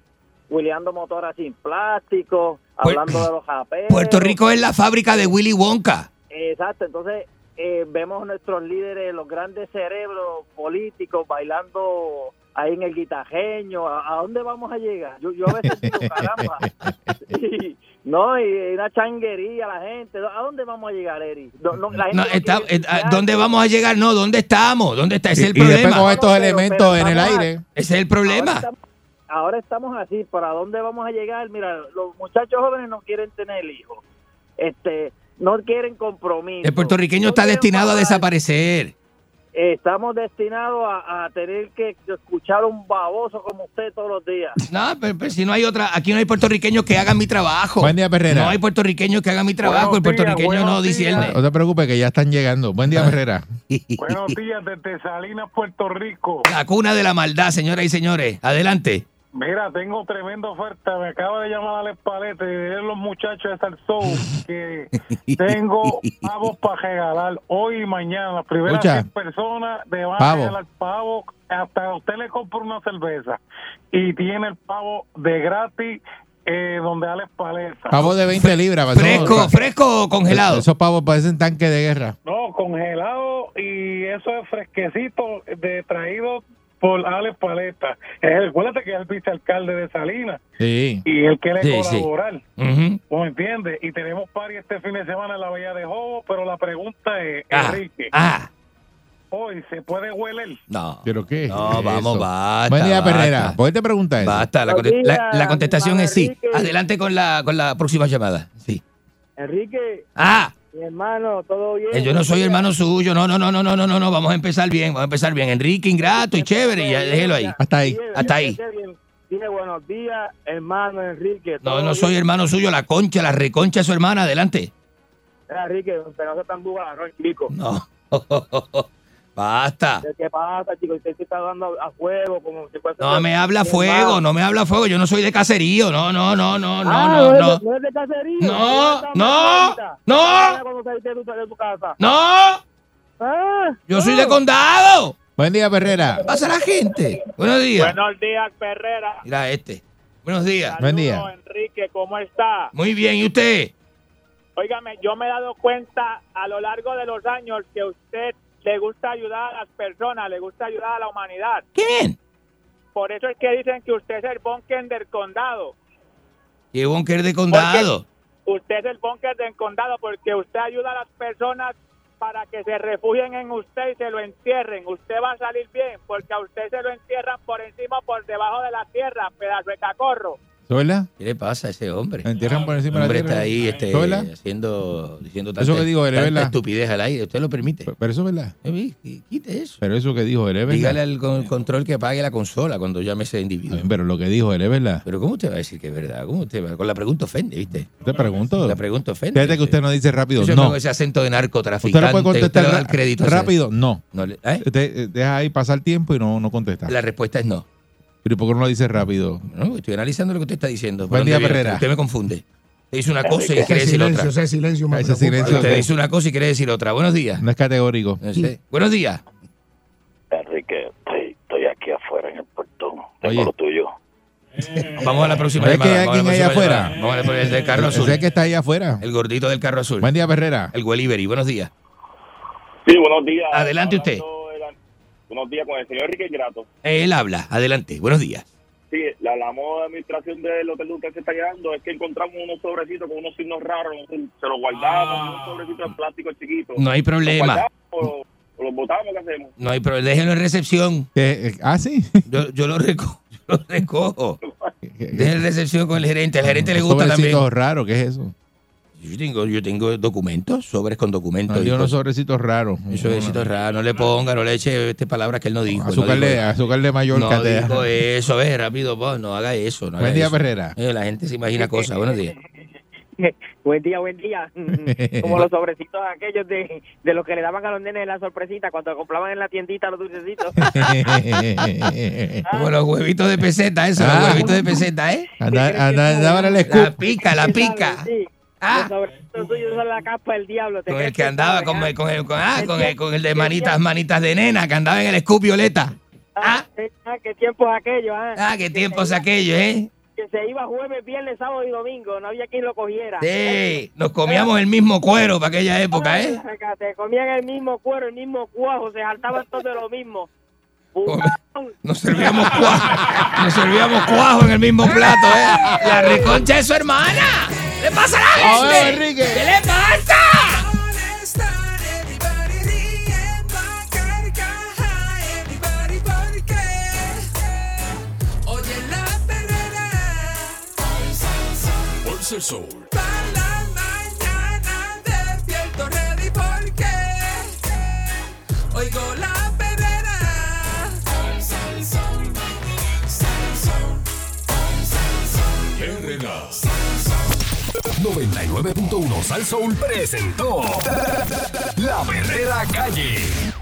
Speaker 6: Huileando motoras sin plástico,
Speaker 5: Puer-
Speaker 6: hablando de los japeos.
Speaker 5: Puerto Rico es la fábrica de Willy Wonka.
Speaker 6: Exacto, entonces eh, vemos nuestros líderes, los grandes cerebros políticos bailando ahí en el guitajeño. ¿A, a dónde vamos a llegar? Yo, yo a veces digo, caramba,
Speaker 23: No, y y una changuería la gente. ¿A dónde vamos a llegar, Eri? No, no, la gente
Speaker 5: No,
Speaker 23: no
Speaker 5: está-
Speaker 23: quiere
Speaker 5: eh, ¿Dónde vamos a llegar? No, ¿dónde estamos? ¿Dónde está? Ese es el
Speaker 4: y después
Speaker 5: problema.
Speaker 4: con estos Pero- elementos pero en el vamos a- aire.
Speaker 5: Ese es el problema.
Speaker 23: estamos- ahora estamos así, ¿para dónde vamos a llegar? Mira, los muchachos jóvenes no quieren tener hijos. Este, no quieren compromiso.
Speaker 5: El puertorriqueño está destinado a desaparecer.
Speaker 23: Eh, Estamos destinados a, a tener que escuchar un baboso como usted todos los días.
Speaker 5: No, pero, pero si no hay otra, aquí no hay puertorriqueños que hagan mi trabajo.
Speaker 4: Buen día, Perrera.
Speaker 5: No hay puertorriqueños que hagan mi trabajo. el Ah. puertorriqueño no discierne.
Speaker 4: No te preocupes que ya están llegando. Buen día, Herrera.
Speaker 18: Buenos días desde Salinas, Puerto Rico.
Speaker 5: La cuna de la maldad, señoras y señores. Adelante.
Speaker 18: Mira, tengo tremenda oferta. Me acaba de llamar Alex Palete y de los muchachos de Salsou que tengo pavos para regalar hoy y mañana. Las primeras
Speaker 4: Escucha.
Speaker 18: 100 personas le van a
Speaker 4: Pavo.
Speaker 18: regalar pavos. Hasta usted le compra una cerveza y tiene el pavo de gratis eh, donde Alex Paleta.
Speaker 4: Pavo de 20 libras.
Speaker 5: Fresco, fresco o congelado.
Speaker 4: Esos pavos parecen tanque de guerra.
Speaker 18: No, congelado y eso es fresquecito de traído por Alex Paleta. Es el- Acuérdate que es el vicealcalde de Salinas.
Speaker 4: Sí.
Speaker 18: y él quiere
Speaker 4: Sí, sí.
Speaker 18: colaborar.
Speaker 5: Ujú.
Speaker 18: ¿Tú me entiendes? Y tenemos party este fin de semana en la Bahía de Jobo, pero la pregunta es,
Speaker 5: Ah,
Speaker 18: Enrique,
Speaker 5: ah.
Speaker 18: hoy se puede hueler.
Speaker 5: No.
Speaker 4: ¿Pero qué? es
Speaker 5: No,
Speaker 4: eso?
Speaker 5: vamos, basta.
Speaker 4: Buen día,
Speaker 5: basta.
Speaker 4: Perrera. ¿Por qué te preguntas eso?
Speaker 5: Basta, la, conte- la- la contestación es sí. Adelante con la, con la próxima llamada. Sí.
Speaker 23: Enrique,
Speaker 5: Ah,
Speaker 23: mi hermano, todo bien.
Speaker 5: eh, yo no soy hermano suyo. No, no, no, no, no, no, no, no. Vamos a empezar bien, vamos a empezar bien. Enrique, ingrato y chévere, y ya déjelo ahí.
Speaker 4: Hasta ahí.
Speaker 5: Hasta ahí.
Speaker 23: Dile buenos días, hermano Enrique.
Speaker 5: No, no soy hermano suyo, la concha, la reconcha de su hermana, adelante.
Speaker 23: Mira, Enrique, pero no se tan bugarón, chico.
Speaker 5: No. Basta.
Speaker 23: ¿Qué pasa, chico? Usted se está dando a fuego como si fuese-
Speaker 5: No me habla
Speaker 23: Qué
Speaker 5: fuego,
Speaker 23: mal.
Speaker 5: no me habla fuego. Yo no soy de caserío. No, no, no, no,
Speaker 23: Ah,
Speaker 5: no,
Speaker 23: es-
Speaker 5: no, no.
Speaker 23: no es de cacería.
Speaker 5: No,
Speaker 23: Mira,
Speaker 5: no,
Speaker 23: maldita.
Speaker 5: no,
Speaker 23: Mira cuando saliste de tu- de tu casa.
Speaker 5: no.
Speaker 23: Ah,
Speaker 5: Yo soy de condado.
Speaker 4: Buen día, Perrera.
Speaker 5: Pasa la gente. Buenos días.
Speaker 23: Buenos días, Perrera.
Speaker 5: Mira este. Buenos días.
Speaker 4: Buen día.
Speaker 23: Enrique, ¿cómo está?
Speaker 5: Muy bien, ¿y usted?
Speaker 23: Óigame, yo me he dado cuenta a lo largo de los años que usted le gusta ayudar a las personas, le gusta ayudar a la humanidad.
Speaker 5: ¿Quién?
Speaker 23: Por eso es que dicen que usted es el Bonken del condado.
Speaker 5: Qué bonker de condado.
Speaker 23: Usted es el Bonken del condado porque usted ayuda a las personas para que se refugien en usted y se lo entierren. Usted va a salir bien porque a usted se lo entierran por encima o por debajo de la tierra, pedazo de cacorro.
Speaker 4: ¿Sola?
Speaker 5: ¿Qué le pasa a ese hombre?
Speaker 4: Me entierran por encima
Speaker 5: El hombre
Speaker 4: de la
Speaker 5: está ahí
Speaker 4: tierra.
Speaker 5: este,
Speaker 4: ¿Sola?
Speaker 5: haciendo, diciendo
Speaker 4: Eso
Speaker 5: tanta,
Speaker 4: que digo, él es
Speaker 5: tanta
Speaker 4: verdad.
Speaker 5: estupidez al aire. Usted lo permite.
Speaker 4: Pero eso es verdad.
Speaker 5: Eh, qui- Quite eso.
Speaker 4: Pero eso que dijo él es
Speaker 5: Dígale
Speaker 4: verdad.
Speaker 5: al con- control que apague la consola cuando llame ese individuo.
Speaker 4: Pero lo que dijo él es verdad.
Speaker 5: Pero ¿cómo usted va a decir que es verdad? ¿Cómo usted va? Con la pregunta ofende, ¿viste?
Speaker 4: Te pregunto.
Speaker 5: La pregunta ofende.
Speaker 4: Fíjate que usted no dice rápido.
Speaker 5: Yo
Speaker 4: No.
Speaker 5: con ese acento de narcotraficante.
Speaker 4: Usted no puede contestar
Speaker 5: usted le da
Speaker 4: ra-
Speaker 5: el crédito a ese-
Speaker 4: rápido. No.
Speaker 5: No le- ¿eh?
Speaker 4: Usted eh, deja ahí pasar tiempo y no, no contesta.
Speaker 5: La respuesta es no.
Speaker 4: ¿Pero por qué no lo dice rápido?
Speaker 5: No, Estoy analizando lo que usted está diciendo. ¿Por
Speaker 4: Buen
Speaker 5: dónde
Speaker 4: día,
Speaker 5: viene?
Speaker 4: Herrera.
Speaker 5: Usted me confunde. Usted dice una cosa y
Speaker 24: Eh, Ese
Speaker 5: quiere decir
Speaker 24: silencio,
Speaker 5: otra.
Speaker 24: Ese silencio, me
Speaker 4: Ese
Speaker 24: preocupa.
Speaker 4: silencio
Speaker 5: Usted dice una cosa y quiere decir otra. Buenos días.
Speaker 4: no es categórico.
Speaker 5: No sé. Buenos días.
Speaker 10: Enrique, sí, estoy aquí afuera en el portón. Tengo
Speaker 4: Oye.
Speaker 10: lo tuyo.
Speaker 5: Eh. Vamos a la próxima
Speaker 4: ¿Ves
Speaker 5: llamada.
Speaker 4: que hay
Speaker 5: Vamos a la
Speaker 4: alguien ahí
Speaker 5: próxima
Speaker 4: afuera?
Speaker 5: llamada. Vamos a la próxima- el del carro
Speaker 4: Ese
Speaker 5: azul.
Speaker 4: que está ahí afuera.
Speaker 5: El gordito del carro azul.
Speaker 4: Buen día, Herrera.
Speaker 5: El Gueliberi. Buenos días.
Speaker 10: Sí, buenos días.
Speaker 5: Adelante usted.
Speaker 10: Hablando de la- Buenos días con el señor Enrique Grato.
Speaker 5: Él habla. Adelante. Buenos días.
Speaker 10: Sí, la, la moda de administración del Hotel Duque se está llegando es que encontramos unos sobrecitos con unos signos raros, no sé, se los guardamos, unos sobrecitos de plástico chiquitos.
Speaker 5: Ah. No hay problema.
Speaker 10: ¿Los guardamos o los botamos? ¿Qué hacemos?
Speaker 5: No hay problema. Déjenlo en recepción.
Speaker 4: ¿Ah, sí?
Speaker 5: Yo, yo lo reco- yo lo recojo. Déjenlo en recepción con el gerente. Al gerente le gusta también.
Speaker 4: Sobrecitos raros, ¿qué es eso?
Speaker 5: Yo tengo, yo tengo documentos, sobres con documentos.
Speaker 4: No,
Speaker 5: y
Speaker 4: yo unos
Speaker 5: cosas.
Speaker 4: sobrecitos raros.
Speaker 5: Un sobrecito raro, no le ponga, no le eche este palabras que él no dijo. él
Speaker 4: Azúcar
Speaker 5: no
Speaker 4: de,
Speaker 5: dijo,
Speaker 4: azúcar de Mallorca.
Speaker 5: no
Speaker 4: te-
Speaker 5: dijo eso, ve, rápido, vos, no haga eso. No haga
Speaker 4: Buen día,
Speaker 5: eso.
Speaker 4: Perrera.
Speaker 5: Eh, la gente se imagina cosas. Buenos días.
Speaker 23: Buen día, buen día. Como los sobrecitos aquellos de, de los que le daban a los nenes la sorpresita cuando compraban en la tiendita los dulcecitos.
Speaker 5: Como los huevitos de peseta, eso,
Speaker 4: Ah.
Speaker 5: los huevitos de peseta, ¿eh?
Speaker 4: Anda- anda- Andaban al
Speaker 5: La
Speaker 4: scoop.
Speaker 5: pica, la pica.
Speaker 23: Sí. Los sobrecitos suyos son la capa del diablo. ¿te
Speaker 5: Ah. Con
Speaker 23: crees
Speaker 5: el que andaba,
Speaker 23: sabe,
Speaker 5: con
Speaker 23: ah?
Speaker 5: el, con el, con, ah, con el, con el de manitas, manitas de nena, que andaba en el scoop violeta. Ah,
Speaker 23: ah, qué tiempos aquellos, ah.
Speaker 5: Ah, qué tiempos aquellos, ¿eh?
Speaker 23: Que se iba jueves, viernes, sábado y domingo, no había quien lo cogiera.
Speaker 5: Sí, nos comíamos el mismo cuero para aquella época, ¿eh?
Speaker 23: Te comían el mismo cuero, el mismo cuajo, se saltaban todo de lo mismo.
Speaker 5: Nos servíamos cuajo. Nos servíamos cuajo en el mismo plato, ¿eh? La reconcha de su hermana.
Speaker 2: ¿Le pasa
Speaker 5: A
Speaker 2: a la
Speaker 5: ver,
Speaker 2: gente?
Speaker 5: Enrique.
Speaker 2: ¿Qué le pasa?
Speaker 1: Pulsa el Sol.
Speaker 2: Despierto ready porque oigo la perrera. Sal, sal, sol, sal, sol, sal, sol.
Speaker 1: 99.1 Sal Soul presentó La Verdadera Calle.